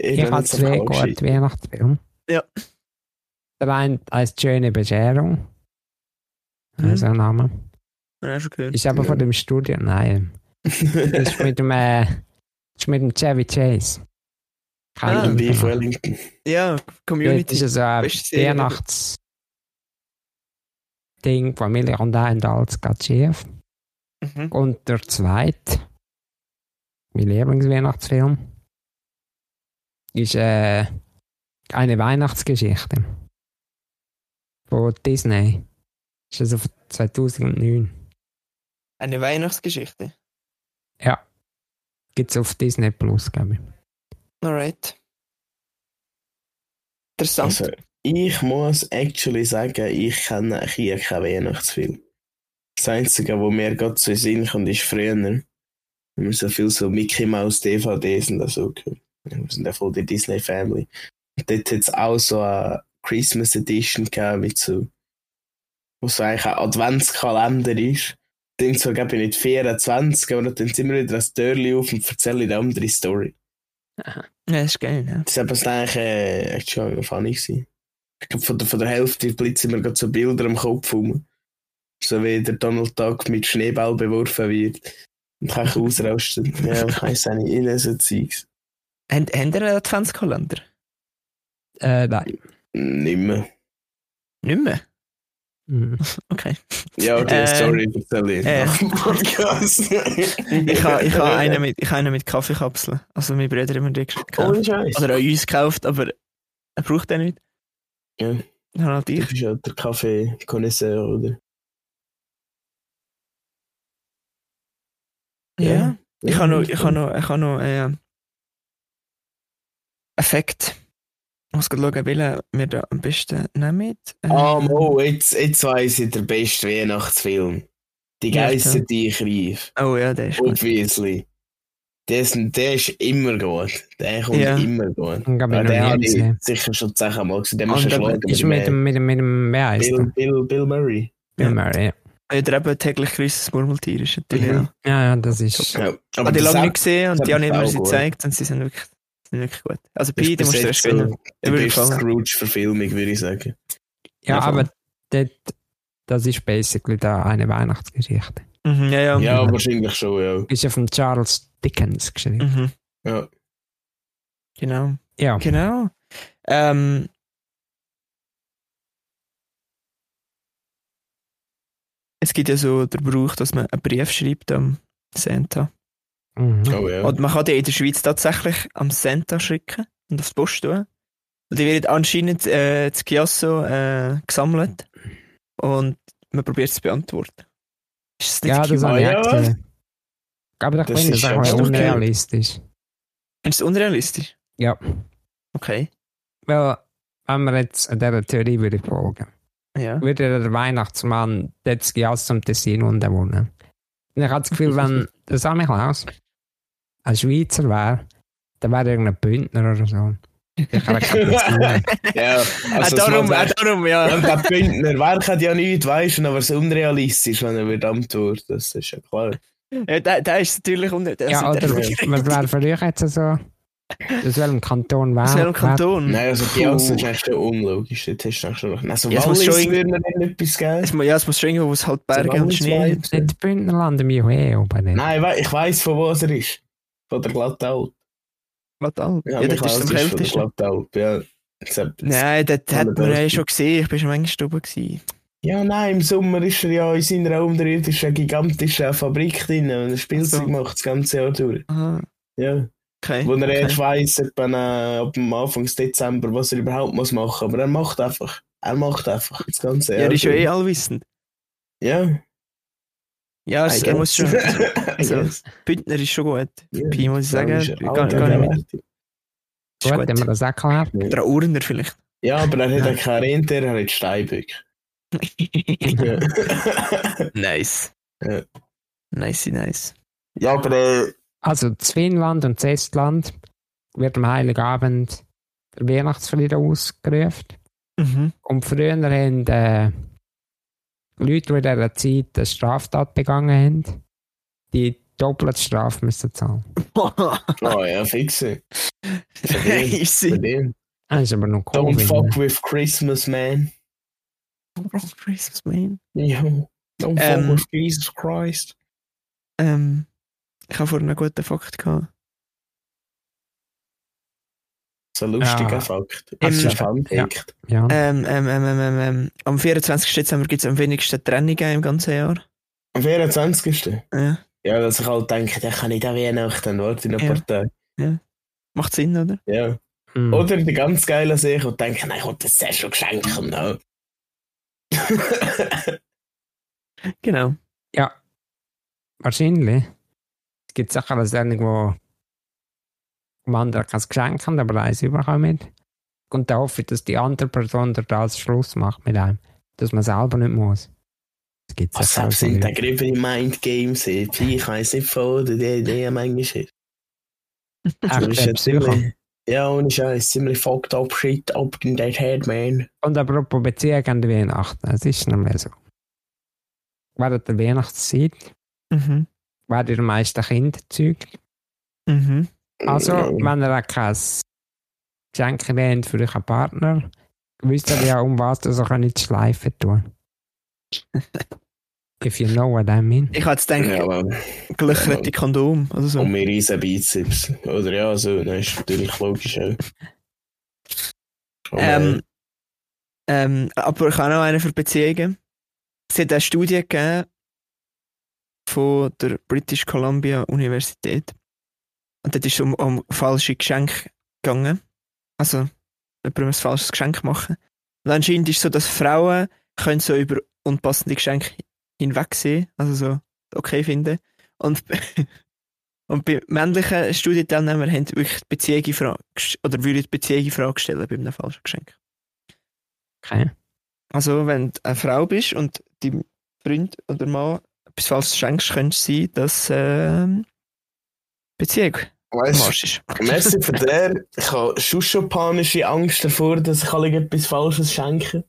Speaker 3: Ich
Speaker 2: Ich
Speaker 3: bin
Speaker 2: habe
Speaker 3: jetzt auf
Speaker 2: zwei
Speaker 3: Couch.
Speaker 2: gute Weihnachtsfilme.
Speaker 1: Ja.
Speaker 2: Der eine heißt Schöne Bescherung.
Speaker 1: Mhm.
Speaker 2: Also ein Name.
Speaker 1: Ja, schon gehört.
Speaker 2: Ist aber
Speaker 3: Ja.
Speaker 2: von dem Studio, nein. Ist mit dem, äh, ist mit dem Chevy Chase. Kein
Speaker 1: Ah.
Speaker 2: Internet.
Speaker 3: Beef Wellington.
Speaker 1: ja,
Speaker 2: Dort ist
Speaker 1: Community.
Speaker 2: es ein
Speaker 1: Beste Serie.
Speaker 2: Weihnachts-Ding, Familie und ein als geht schief.
Speaker 1: Mhm.
Speaker 2: Und der zweite, mein Lieblingsweihnachtsfilm, ist äh, eine Weihnachtsgeschichte von Disney. Ist also von 2009.
Speaker 1: Eine Weihnachtsgeschichte.
Speaker 2: Gibt es auf Disney Plus, glaube ich.
Speaker 1: Alright. Interessant.
Speaker 3: Also, ich muss actually sagen, ich kenne hier keinen Weihnachtsfilm. Das Einzige, was mir gerade so in den Sinn kommt, ist früher. Wir haben so viel so Mickey Mouse DVDs und das so gehört. Wir sind ja voll die Disney Family. Und dort hat es auch so eine Christmas Edition gegeben, mit so, wo so eigentlich ein Adventskalender ist. Dann so, glaube ich, nicht 24, aber dann sind wir wieder das Türchen auf und erzählen eine andere Story.
Speaker 1: Ja, das ist geil, ja.
Speaker 3: Das ist eigentlich äh, echt schon funny gewesen. Ich glaube, von der, von der Hälfte blitzen mir gerade so Bilder am Kopf rum. So wie der Donald Duck mit Schneeball beworfen wird. Und kann ich ausrasten. ja, ich weiss auch nicht, in so Zeugs.
Speaker 1: Habt habt ihr einen Adventskalender?
Speaker 2: Äh, nein.
Speaker 3: Nimmer.
Speaker 1: Nicht mehr?
Speaker 2: Mhm.
Speaker 1: Okay.
Speaker 3: Ja, okay,
Speaker 1: Äh,
Speaker 3: sorry, erzähle ich
Speaker 1: äh.
Speaker 3: nach dem Podcast.
Speaker 1: Ich habe ich ha einen, mit- ich ha einen mit Kaffeekapseln. Also meine Brüder haben mir die gekauft.
Speaker 3: Ohne Scheiß.
Speaker 1: Oder an uns gekauft, aber er braucht den nicht.
Speaker 3: Ja.
Speaker 1: Dann halt
Speaker 3: Du
Speaker 1: ich.
Speaker 3: bist ja der Kaffee-Connoisseur, oder?
Speaker 1: Ja.
Speaker 3: Ja.
Speaker 1: Ich habe noch, ich habe noch, ich habe noch äh, Effekt. Ich muss gerade schauen, welchen wir da am besten nehmen. Äh,
Speaker 3: Ah, Mo, jetzt, jetzt weiss ich, der beste Weihnachtsfilm. Die
Speaker 1: Ja,
Speaker 3: Geister,
Speaker 1: klar.
Speaker 3: die ich rief.
Speaker 1: Oh ja, der ist gut.
Speaker 3: Obviously. Der ist, der ist immer gut. Der kommt
Speaker 1: Ja.
Speaker 3: immer gut.
Speaker 2: Den hab ich noch
Speaker 3: Ja, den
Speaker 2: nie
Speaker 3: habe ich
Speaker 2: gesehen.
Speaker 3: sicher schon zehnmal gesehen. Den
Speaker 1: Und
Speaker 3: musst du
Speaker 1: der-
Speaker 3: schlagen.
Speaker 2: Ist mit dem, mit dem, mit dem, wer heißt
Speaker 3: Bill,
Speaker 2: der?
Speaker 3: Bill, Bill Murray.
Speaker 2: Bill Murray, ja.
Speaker 1: Oder eben täglich grüßes Murmeltier ist natürlich
Speaker 3: Mhm.
Speaker 1: auch.
Speaker 2: Ja, ja, das ist.
Speaker 3: Ja.
Speaker 1: Ich habe die
Speaker 3: das
Speaker 1: lange nicht
Speaker 3: ist
Speaker 1: gesehen und
Speaker 3: das
Speaker 1: die haben
Speaker 3: ist
Speaker 1: immer
Speaker 3: auch
Speaker 1: sie
Speaker 3: gut.
Speaker 1: gezeigt und sie sind wirklich, sind wirklich gut. Also Pi, du
Speaker 3: bis
Speaker 1: musst du
Speaker 3: jetzt
Speaker 1: erst gewinnen.
Speaker 3: so Die
Speaker 1: Würde ich
Speaker 3: beste
Speaker 1: sagen.
Speaker 3: Scrooge-Verfilmung, würde ich sagen.
Speaker 2: Ja,
Speaker 3: Also-
Speaker 2: aber dort, das ist basically da eine Weihnachtsgeschichte.
Speaker 1: Mhm, ja, ja.
Speaker 3: Ja, wahrscheinlich schon, ja.
Speaker 2: Ist ja von Charles Dickens geschrieben.
Speaker 1: Mhm.
Speaker 3: Ja.
Speaker 1: Genau.
Speaker 2: Ja,
Speaker 1: Genau. Ähm, es gibt ja so den Brauch, dass man einen Brief schreibt am Santa.
Speaker 2: mhm.
Speaker 3: Oh, ja.
Speaker 1: Und man kann den in der Schweiz tatsächlich am Santa schicken und auf die Post tun. Und die werden anscheinend äh, zu Chiasso äh, gesammelt und man probiert es zu beantworten. Ist es nicht
Speaker 2: ja das
Speaker 1: cute?
Speaker 2: habe ich
Speaker 3: Ja,
Speaker 2: auch gesehen. Aber ich
Speaker 3: Das
Speaker 2: finde das
Speaker 3: ist
Speaker 2: auch
Speaker 3: absolut
Speaker 2: unrealistisch.
Speaker 1: Findest du es unrealistisch?
Speaker 2: Ja,
Speaker 1: Okay.
Speaker 2: weil, wenn wir jetzt dieser Theorie würde folgen,
Speaker 1: Ja.
Speaker 2: würde der Weihnachtsmann das Jahr zum Tessin unterwohnen. Und ich habe das Gefühl, wenn der Sammy Klaus ein Schweizer wäre, dann wäre er irgendein Bündner oder so. Ich habe keine Ahnung.
Speaker 3: ja. Also,
Speaker 1: ah, darum,
Speaker 3: das
Speaker 1: ah, darum, ja.
Speaker 3: Und der Bündner, wer kann ja nichts, weißt du, aber es ist unrealistisch, wenn er wird antworten. Das ist ja klar.
Speaker 1: ja der, der ist natürlich unrealistisch.
Speaker 2: Ja, oh, oder was wäre für euch jetzt so? Aus welchem Kanton wäre
Speaker 1: Aus welchem Kanton?
Speaker 3: Nein, also die
Speaker 1: Puh.
Speaker 3: Aussen ist eigentlich schon unlogisch. Der Test ist schon noch. Also,
Speaker 1: Ja, es muss
Speaker 3: Wallis
Speaker 1: schon
Speaker 3: würde mir dann etwas
Speaker 1: Es
Speaker 3: geben.
Speaker 1: mu- ja, es muss schon irgendwo, wo es halt Berge
Speaker 3: So
Speaker 1: und Schnee
Speaker 3: Wallis-Vibes.
Speaker 1: gibt.
Speaker 2: Nicht das Bündnerland im Juhe oben. nicht.
Speaker 3: Nein, we ich weiss, von wo er ist. Von der Glattalp.
Speaker 1: Glattalp. Ja, das ist am
Speaker 3: Michael ist von
Speaker 1: kältesten.
Speaker 3: der Glattalp, ja. Das hat-
Speaker 1: Nein, das
Speaker 3: Kann
Speaker 1: hat
Speaker 3: man
Speaker 1: man
Speaker 3: das
Speaker 1: ja
Speaker 3: nicht.
Speaker 1: schon gesehen. Ich war schon manchmal oben. Gewesen.
Speaker 3: Ja, nein, im Sommer ist er ja in seiner unterirdischen, gigantischen Fabrik drin, wenn er Spielzeug
Speaker 1: Also.
Speaker 3: macht, das ganze Jahr durch.
Speaker 1: Aha,
Speaker 3: Ja.
Speaker 1: okay.
Speaker 3: Wo er erst
Speaker 1: okay.
Speaker 3: weiss, etwa äh, ab dem Anfang Dezember, was er überhaupt muss machen muss. Aber er macht einfach. Er macht einfach das ganze
Speaker 1: Ja, er ist ja eh
Speaker 3: durch.
Speaker 1: allwissend.
Speaker 3: Ja.
Speaker 1: Ah, Ja, es, er muss schon. Also, also,
Speaker 3: also,
Speaker 1: Bündner ist schon gut.
Speaker 3: Ja,
Speaker 1: Pi muss ich sagen.
Speaker 3: ist er
Speaker 1: Gar, gar nicht mit. Ist
Speaker 2: Gut, haben wir
Speaker 1: gut.
Speaker 2: das auch erklärt.
Speaker 1: Oder ein Urner vielleicht.
Speaker 3: ja, aber er hat
Speaker 1: Nein.
Speaker 3: ja keinen Rentier, er hat Steinböck. Ja.
Speaker 1: nice.
Speaker 3: Ja.
Speaker 1: Nice, nice.
Speaker 3: ja, aber äh,
Speaker 2: Also, das Finnland und das Estland wird am Heiligabend der Weihnachtsfrieden ausgerufen.
Speaker 1: Mhm.
Speaker 2: Und früher haben äh, Leute, die in dieser Zeit eine Straftat begangen haben, die doppelte Strafe müssen zahlen.
Speaker 3: oh ja, fixe. Verdient.
Speaker 1: Easy.
Speaker 3: Verdient.
Speaker 2: Das ist aber noch
Speaker 3: Don't
Speaker 2: Covid. ne?
Speaker 3: fuck with Christmas, man.
Speaker 1: Christmas, man.
Speaker 3: Ja. Don't
Speaker 1: Ähm.
Speaker 3: fuck with Jesus Christ.
Speaker 1: Ähm, ich habe vorhin einen guten Fakt gehabt.
Speaker 3: So ein lustiger
Speaker 2: Ja.
Speaker 3: Fakt.
Speaker 2: Im-
Speaker 3: Das ist ein Fun-Fact.
Speaker 2: ne? Ja.
Speaker 1: Ähm, ähm, ähm, ähm, ähm, ähm, am 24. Dezember gibt es am wenigsten Trennungen im ganzen Jahr.
Speaker 3: Am 24.
Speaker 1: Ja.
Speaker 3: Ja, dass ich halt denke, dann kann ich da Weihnachten, warte in ein
Speaker 1: Ja.
Speaker 3: paar Tagen.
Speaker 1: Macht Sinn, oder?
Speaker 3: Ja.
Speaker 2: Hm.
Speaker 3: Oder die ganz geile sehe und denke, nein, ich will das sehr schon geschenken. No.
Speaker 1: Genau.
Speaker 2: Wahrscheinlich. Es gibt sicher eine Sendung, wo dem anderen kein Geschenk haben, aber eins überkommt. Und da hoffe ich, dass die andere Person das Schluss macht mit einem. Dass man selber nicht muss. Das gibt es
Speaker 3: Was selbst sind da
Speaker 2: nicht.
Speaker 3: grübere Mind Games, ey. Pfui, ich weiß nicht von, wo die Idee manchmal eh. ist.
Speaker 2: Echt,
Speaker 3: Du bist ja
Speaker 2: der Psycho.
Speaker 3: ziemlich, Ja, ohne Scheiß, ziemlich fucked up shit up in that head, man.
Speaker 2: Und apropos Beziehung an die Weihnachten, es ist nicht mehr so. Während der Weihnachtszeit
Speaker 1: Mhm.
Speaker 2: werden die meisten Kinder gezeugt.
Speaker 1: Mhm.
Speaker 2: Also,
Speaker 3: Mm, Ja.
Speaker 2: wenn ihr auch kein Geschenk wählt für euren Partner, wisst ihr ja, um was ihr euch nicht schleifen tun. If you know what I mean.
Speaker 1: Ich hätte gedacht,
Speaker 3: Ja, aber
Speaker 1: gelöcherte Kondom oder so.
Speaker 3: und mir riesen Bizeps. Oder ja, so, ne, ist natürlich logisch auch. Aber,
Speaker 1: Ähm, ähm, aber ich habe noch einen für Beziehungen. Es hat eine Studie gegeben von der British Columbia Universität. Und dort ist es um, um falsche Geschenke gegangen. Also, jemand muss ein falsches Geschenk machen. Und anscheinend ist es so, dass Frauen können so über unpassende Geschenke hinwegsehen, also so okay finden. Und, und bei männlichen Studienteilnehmern haben wirklich die Beziehung in Frage, gest- oder würden die Beziehung in Frage stellen bei einem falschen Geschenk.
Speaker 2: Okay.
Speaker 1: Also, wenn du eine Frau bist und deinem Freund oder Mann etwas Falsches schenkst, könnte es sein, dass ähm, Beziehung am
Speaker 3: weißt
Speaker 1: Arsch ist.
Speaker 3: du, Messi von der, ich habe schon schon panische Angst davor, dass ich alle etwas Falsches schenke.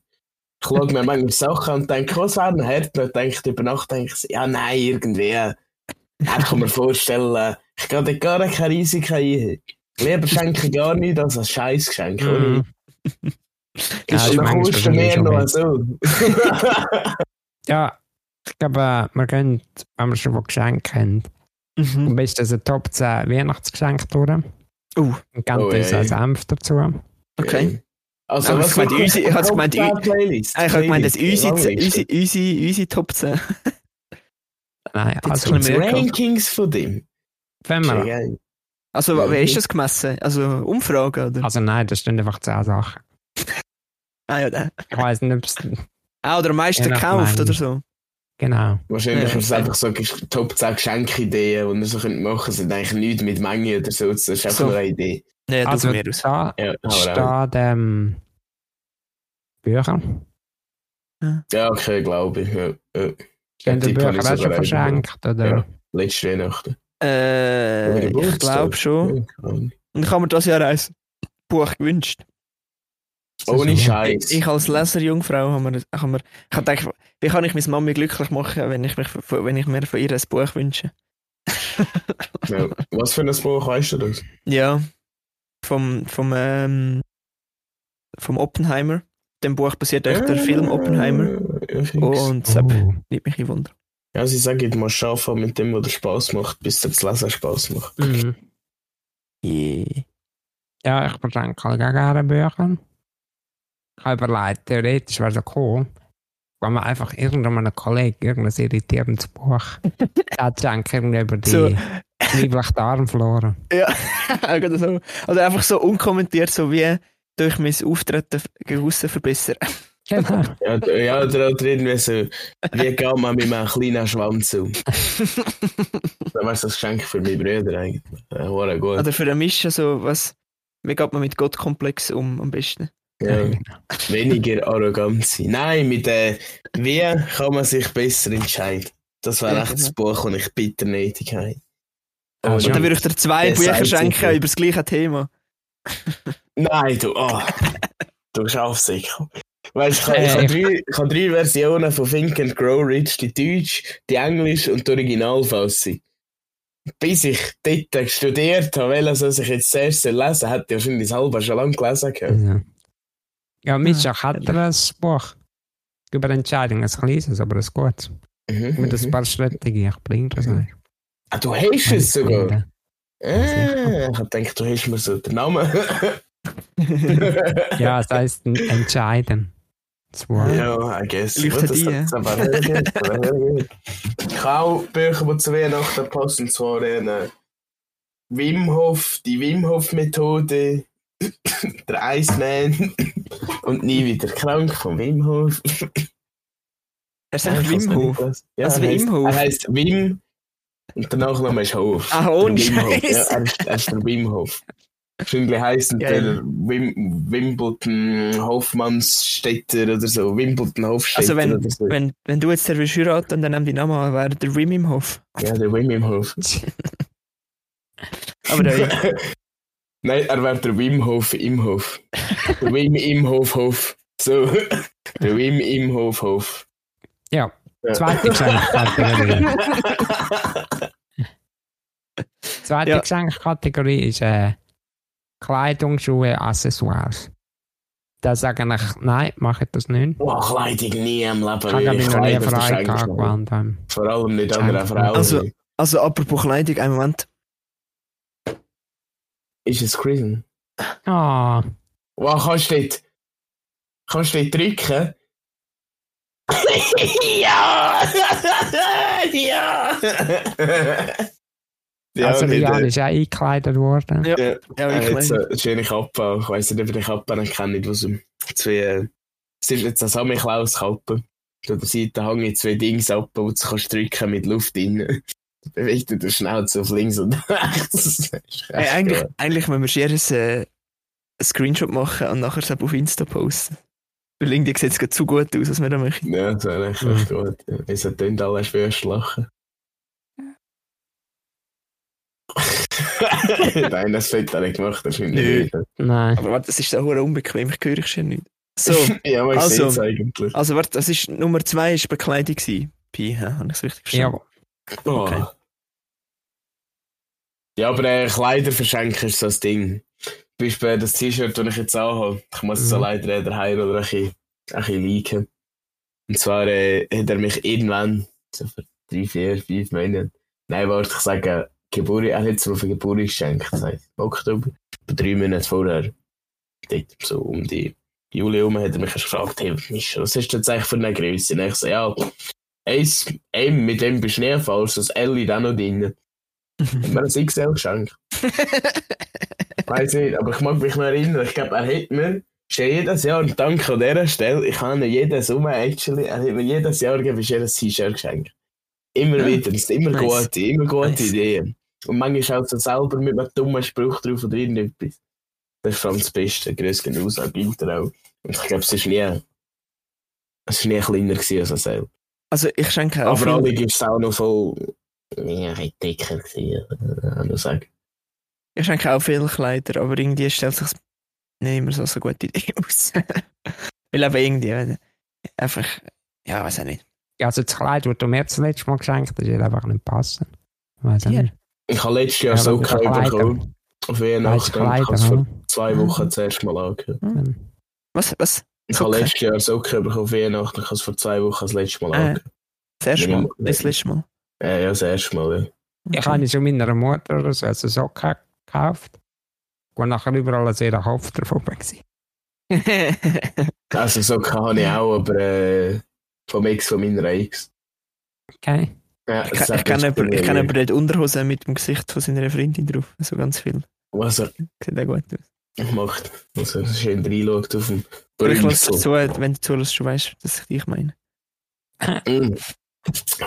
Speaker 3: Ich schaue mir manchmal Sachen an und denke, was wäre ein Herd? Und denke ich über Nacht, denke ich, ja, nein, irgendwie. äh, Ich kann mir vorstellen, ich gehe da gar keine Risiken ein. Lieber schenke gar nicht als ein Scheiß Geschenk.
Speaker 2: Mhm. Ja,
Speaker 1: ist
Speaker 2: das ist
Speaker 3: Also,
Speaker 1: schon
Speaker 3: dann
Speaker 2: manchmal
Speaker 3: kommst du
Speaker 2: wahrscheinlich
Speaker 3: mehr
Speaker 2: schon
Speaker 3: noch
Speaker 2: besser.
Speaker 3: so.
Speaker 2: Ja, ich glaube, wir können, wenn wir schon was geschenkt haben, am
Speaker 1: Mhm.
Speaker 2: besten so Top 10 Weihnachtsgeschenke durch.
Speaker 1: Uh.
Speaker 2: Und geben
Speaker 3: Oh,
Speaker 2: uns
Speaker 3: ey.
Speaker 2: als Ämpf dazu.
Speaker 1: Okay.
Speaker 3: Ähm, Also,
Speaker 1: Aber
Speaker 3: was
Speaker 1: ich meine,
Speaker 3: kommt
Speaker 1: unsere-
Speaker 3: auf
Speaker 1: ich hab's
Speaker 3: die
Speaker 1: gemeint,
Speaker 3: Top
Speaker 1: ü-
Speaker 3: 10 Playlist?
Speaker 1: Ah, Ich habe gemeint, dass
Speaker 3: Playlist,
Speaker 1: unsere, unsere,
Speaker 3: Rangliste.
Speaker 1: unsere, unsere Top 10.
Speaker 2: Nein,
Speaker 1: Jetzt
Speaker 2: also,
Speaker 1: können wir-
Speaker 3: Das Rankings von dem.
Speaker 2: wenn wir,
Speaker 3: Okay,
Speaker 1: Also,
Speaker 3: Ja,
Speaker 1: wer
Speaker 3: mhm.
Speaker 1: ist das gemessen? Also, Umfrage, oder?
Speaker 2: also nein, das stehen einfach 10 Sachen.
Speaker 1: Ah, ja, der.
Speaker 2: Ich weiß nicht, ob es,
Speaker 1: Ah, oder am meisten
Speaker 2: Ja, nach
Speaker 1: gekauft
Speaker 2: meinem.
Speaker 1: oder so.
Speaker 2: genau.
Speaker 3: Wahrscheinlich
Speaker 1: Ja.
Speaker 3: ist es einfach so gesch- Top 10 Geschenkideen, die ihr so könnt machen könnt. sind eigentlich nichts mit Menge oder so. Das ist einfach
Speaker 1: So.
Speaker 3: nur eine Idee.
Speaker 1: Nein, das
Speaker 2: Also,
Speaker 1: also, mir aus.
Speaker 2: da
Speaker 3: Ja, aber auch.
Speaker 2: steht ähm, Bücher.
Speaker 3: ja okay, glaube ich. Ja, ja.
Speaker 2: Stehen die
Speaker 3: die kann
Speaker 2: Bücher
Speaker 3: ich
Speaker 2: auch schon
Speaker 3: sogar einbauen.
Speaker 2: verschenkt? Oder?
Speaker 3: Ja. Letzte Weihnachten.
Speaker 1: Äh,
Speaker 3: Oder
Speaker 1: ich
Speaker 3: Geburtstag.
Speaker 1: glaube schon.
Speaker 3: Ja, keine Ahnung.
Speaker 1: Und ich habe mir das Jahr ein Buch gewünscht.
Speaker 3: Ohne
Speaker 2: so.
Speaker 3: Scheiß.
Speaker 1: Ich als Leserjungfrau habe mir, habe mir ich habe gedacht, wie kann ich meine Mami glücklich machen, wenn ich, mich, von- wenn ich mir von ihr ein Buch wünsche?
Speaker 3: Ja. Was für ein Buch weißt du das?
Speaker 1: Ja, vom, vom, ähm, vom Oppenheimer. Dem Buch basiert auch der Film Oppenheimer.
Speaker 3: Ja, fix.
Speaker 1: Und das
Speaker 2: Oh.
Speaker 1: nimmt mich in Wunder.
Speaker 3: Ja, sie sagen, man muss arbeiten mit dem, was dir Spass macht, bis dir das Lesen Spass macht.
Speaker 2: Mhm.
Speaker 1: Yeah.
Speaker 2: Ja, ich verschenke halt auch gerne Bücher. Ich habe überlegt, theoretisch wäre es cool, wenn man einfach irgendeinem Kollegen irgendein irritierendes Buch der schenkt, irgendwie über die
Speaker 1: So.
Speaker 2: weibliche Darmflora.
Speaker 1: Ja, gerade so. Also einfach so unkommentiert, so wie durch mein Auftreten gerissen verbessern.
Speaker 2: Genau.
Speaker 3: Ja, d- ja da drin wäre so, wie geht man mit einem kleinen Schwanz um? Das wäre das Geschenk für meine Brüder eigentlich. Ja, war gut.
Speaker 1: Oder für eine Mische, so was, wie geht man mit Gottkomplex um am besten?
Speaker 3: Ja, weniger arrogant sein. Nein, mit äh, wie kann man sich besser entscheiden? Das wäre
Speaker 1: Ja,
Speaker 3: echt
Speaker 1: genau.
Speaker 3: das Buch, das ich bitter nötig habe.
Speaker 2: Ah,
Speaker 3: Oh,
Speaker 1: Und dann würde ich dir zwei
Speaker 3: Das
Speaker 1: Bücher
Speaker 3: sagt sie
Speaker 1: schenken
Speaker 3: nicht.
Speaker 1: über das gleiche Thema.
Speaker 3: Nein, du, ah, du bist aufsicher. Weißt du, ich,
Speaker 2: Äh,
Speaker 3: habe drei, ich habe drei Versionen von Think and Grow Rich, die Deutsch, die Englisch und die Originalfassung. Bis ich dort studiert habe, welches was ich jetzt zuerst soll lesen soll, hätte ich wahrscheinlich das halbe schon lange gelesen gehabt.
Speaker 2: Ja, Also. ja Mitschach hat er ein Buch über Entscheidungen, ein kleines, aber ein gutes.
Speaker 3: Mhm.
Speaker 2: Mit ein paar Strategien, ich bringe das nicht.
Speaker 3: Ah, du hast es sogar. Äh, ich habe gedacht, du hast mir so den Namen.
Speaker 2: Ja, es heisst en- entscheiden. Das Wort.
Speaker 3: Ja, I guess.
Speaker 1: Leuchtet
Speaker 3: das
Speaker 1: ein,
Speaker 3: hat's aber sehr gut, aber sehr gut. Ich habe auch Bücher, die zu Weihnachten passen, und zwar äh, Wim Hof, die Wim Hof Methode, der Iceman und nie wieder krank von Wim Hof.
Speaker 1: Er sagt
Speaker 3: Ich hab's
Speaker 1: Wim
Speaker 3: noch
Speaker 1: Hof.
Speaker 3: nicht gelesen. Ja,
Speaker 1: Also
Speaker 3: er
Speaker 1: Wim
Speaker 3: heisst-
Speaker 1: Hof.
Speaker 3: Er heißt Wim und der Nachname ist Hof.
Speaker 1: Ah, ohne
Speaker 3: Der Wim Hof.
Speaker 1: Scheiß.
Speaker 3: Ja, er, ist, er ist der Wim Hof. Wahrscheinlich heisst
Speaker 1: Geil.
Speaker 3: der Wim, Wimbledon Hofmannsstädter oder so. Wimbledon Hofstädter
Speaker 1: Also wenn,
Speaker 3: oder so.
Speaker 1: wenn, wenn du jetzt der willst heiraten und dann nimm deinen Namen an, wäre der Wim im Hof.
Speaker 3: Ja, der Wim im Hof.
Speaker 1: Aber der,
Speaker 3: Nein, er wäre der Wim Hof im Hof. Der Wim im Hof Hof. So. Der Wim im Hof Hof.
Speaker 2: Ja.
Speaker 3: Ja.
Speaker 2: Zweite Geschenkkategorie. Zweite
Speaker 1: Ja.
Speaker 2: Geschenkkategorie ist äh, Kleidung, Schuhe, Accessoires. Da sagen ich, nein, mache das nicht.
Speaker 3: Boah, Oh, Kleidung nie im Leben.
Speaker 2: Ich habe
Speaker 3: weil
Speaker 2: mich noch nie
Speaker 3: Kleider
Speaker 2: für einen
Speaker 3: verschenke ich
Speaker 2: Tag
Speaker 3: nicht.
Speaker 2: gewandt. haben.
Speaker 3: Vor allem nicht an einer Frau.
Speaker 1: Also- Also, apropos Kleidung, einen Moment.
Speaker 3: ist es Crimson?
Speaker 2: Ah,
Speaker 3: Wow, kannst du dort... Kannst du dort drücken? ja! ja! ja,
Speaker 2: also
Speaker 3: nicht,
Speaker 2: Lian
Speaker 3: äh,
Speaker 2: ist auch eingekleidet worden.
Speaker 1: Ja.
Speaker 3: Ja,
Speaker 1: Ja,
Speaker 3: ich jetzt
Speaker 1: ich
Speaker 3: äh, schön ich Kappe. Ich weiß nicht, ob ich Kappe kenne, was um zwei. äh, Es ist jetzt eine Sammy Klaus Kappe. An der Seite hängen zwei Dings ab, wo du kannst drücken mit Luft rein. Bewegt du den Schnauze auf links und rechts.
Speaker 1: Ey,
Speaker 3: äh,
Speaker 1: eigentlich, eigentlich müssen wir schier ein, äh, ein Screenshot machen und nachher es eben auf Insta posten. Weil irgendwie sieht es gerade zu gut aus, was wir da machen.
Speaker 3: Ja, das wäre echt echt eh, gut. Es tönt alle schwerst lachen. Nein, das wird er nicht gemacht, das finde
Speaker 1: Nö.
Speaker 3: ich nicht.
Speaker 2: Nein.
Speaker 1: Aber warte, das ist so hure unbequem, ich höre ich schon nicht. So,
Speaker 3: Ja, man
Speaker 1: Also-
Speaker 3: also, sieht es eigentlich.
Speaker 1: also warte, das ist Nummer 2 ist Bekleidung gewesen. Pi, hä? habe ich es richtig verstanden?
Speaker 2: Ja.
Speaker 3: Oh.
Speaker 1: Okay.
Speaker 3: Ja, aber äh, Kleider verschenken ist so das Ding. Zum Beispiel das T-Shirt, das ich jetzt anhabe, ich muss es
Speaker 2: Mhm.
Speaker 3: alleine leider daheim oder ein bisschen, ein bisschen liken. Und zwar äh, hat er mich irgendwann, so vor drei, vier, fünf Monaten, nein, warte, ich sage, Geburt, er hat es mir auf eine Geburt geschenkt, das heisst, im Oktober, aber drei Monate vorher, dort so um die Juli herum, hat er mich erst gefragt, hey, Mischa, was ist das eigentlich für eine Größe? Und ich so, ja, eins M, mit dem bist du nervt, also das L ist auch noch drin. Hat mir ein XL geschenkt. Weiß nicht, aber ich mag mich noch erinnern, ich glaube, er hat mir schon jedes Jahr, und danke an dieser Stelle, ich habe ihn jedes Sommer actually, er hat mir jedes Jahr gegeben, ist jedes T-Shirt geschenkt. Immer
Speaker 1: Ja.
Speaker 3: wieder, es sind immer
Speaker 1: Nice.
Speaker 3: gute, immer gute
Speaker 1: Nice.
Speaker 3: Ideen. Und manchmal auch so selber mit einem dummen Spruch drauf oder irgendetwas. Das ist vor allem das Beste, grüß gehen raus, an Bilder auch. Und ich glaube, es ist nie, es ist nie kleiner gewesen als er selbst.
Speaker 1: Also ich schenke
Speaker 3: Aber
Speaker 1: auch viel,
Speaker 3: Abradung ist auch noch voll. Ja, ich dicker gewesen, kann ich sagen.
Speaker 1: ich schenke auch viel Kleider, aber irgendwie stellt sich nicht immer so, so gute Idee aus. Weil eben irgendwie äh, einfach, ja, weiß auch nicht.
Speaker 2: Also das Kleid, das du mir das letzte Mal geschenkt hast, wird einfach nicht passen. Weiß
Speaker 1: Ja.
Speaker 2: nicht.
Speaker 3: Ich habe letztes Jahr so
Speaker 2: aber
Speaker 3: keinen bekommen.
Speaker 2: Kleider. Weiss
Speaker 3: Auf Weihnachten. Ich habe
Speaker 2: Kleider,
Speaker 3: es vor
Speaker 2: oder?
Speaker 3: zwei Wochen das erste Mal angehört.
Speaker 2: Dann-
Speaker 1: Was, was?
Speaker 3: Ich habe
Speaker 1: Okay.
Speaker 3: letztes Jahr so keinen bekommen auf Weihnachten. Ich habe es vor zwei Wochen das letzte Mal
Speaker 1: Ah.
Speaker 3: angehört.
Speaker 1: Das erste Mal?
Speaker 3: Ja.
Speaker 1: Nicht das letzte Mal?
Speaker 3: Äh, ja, das erste Mal. Ja.
Speaker 2: Ich habe schon meiner Mutter oder so also Socken gekauft. Wo nachher überall ein sehr Kopf davon war.
Speaker 3: Also so kann ich auch, aber äh, vom Ex von meiner Ex.
Speaker 2: Okay.
Speaker 3: Ja,
Speaker 1: Ich, ich,
Speaker 3: das
Speaker 1: ich
Speaker 3: hat
Speaker 1: kenne
Speaker 3: echt
Speaker 1: jemanden, ich
Speaker 3: irgendwie-
Speaker 1: kenne jemanden, der hat Unterhosen mit dem Gesicht von seiner Freundin drauf. So ganz viel.
Speaker 3: Was er
Speaker 1: Sieht auch gut aus.
Speaker 3: macht. Also schön reinschaut auf dem
Speaker 1: Aber ich lasse
Speaker 3: Brüssel.
Speaker 1: zu, wenn du zuhörst, schon weißt, dass ich dich meine.
Speaker 3: Mm.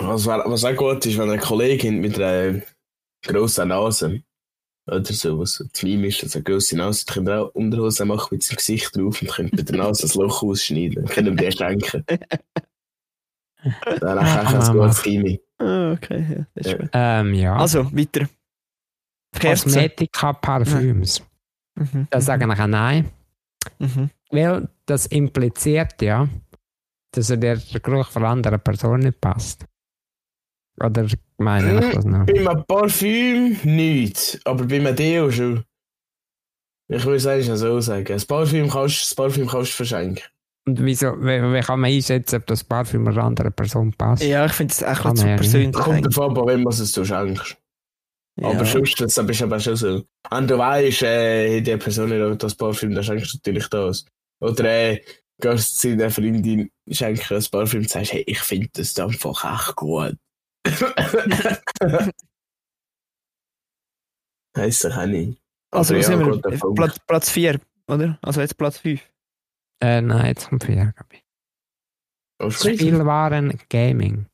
Speaker 3: Was, wär, was auch gut ist, wenn eine Kollegin mit einer grossen Nase oder so, was so klein ist, also eine grosse Nase, die können auch Unterhosen machen mit dem Gesicht drauf und können mit der Nase ein Loch ausschneiden. Können wir dir schenken. Das wäre auch echt ein gutes Gimmick.
Speaker 1: Ah, okay. Ja, das ist
Speaker 3: Ja.
Speaker 1: gut.
Speaker 2: Ähm, ja.
Speaker 1: Also, weiter. Kerzen.
Speaker 2: Kosmetika, Parfüms.
Speaker 1: Mhm.
Speaker 2: Da sagen ich auch nein.
Speaker 1: Mhm.
Speaker 2: Weil das impliziert ja, dass er der Geruch von anderen Personen nicht passt. Oder meine ich das noch?
Speaker 3: Bei einem Parfüm nicht, aber bei einem Deo schon. Ich würde es eigentlich so sagen. Ein Parfüm kannst, das Parfüm kannst du verschenken.
Speaker 2: Und wieso, wie, wie kann man einschätzen, ob das Parfüm einer anderen Person passt?
Speaker 1: Ja, ich finde es echt
Speaker 2: Kann man
Speaker 1: zu
Speaker 2: ja nicht.
Speaker 1: persönlich.
Speaker 3: Kommt
Speaker 1: eigentlich.
Speaker 3: davon, an wem du es dir schenkst.
Speaker 1: Ja.
Speaker 3: Aber sonst, das bist du aber schon so. Und du weißt, äh, die Person hat das Parfüm, dann schenkst du natürlich das. Oder äh, gehst zu deiner Freundin, schenkst du ein Parfüm und sagst, hey, ich finde das einfach echt gut. Heißt doch auch nicht.
Speaker 1: Also,
Speaker 3: Aber
Speaker 1: was
Speaker 3: ja,
Speaker 1: nehmen
Speaker 3: guter
Speaker 1: wir?
Speaker 3: Punkt.
Speaker 1: Platz, Platz 4, oder? Also jetzt Platz 5.
Speaker 2: Äh, nein, jetzt kommt vier, glaube ich. Spielwaren, Gaming.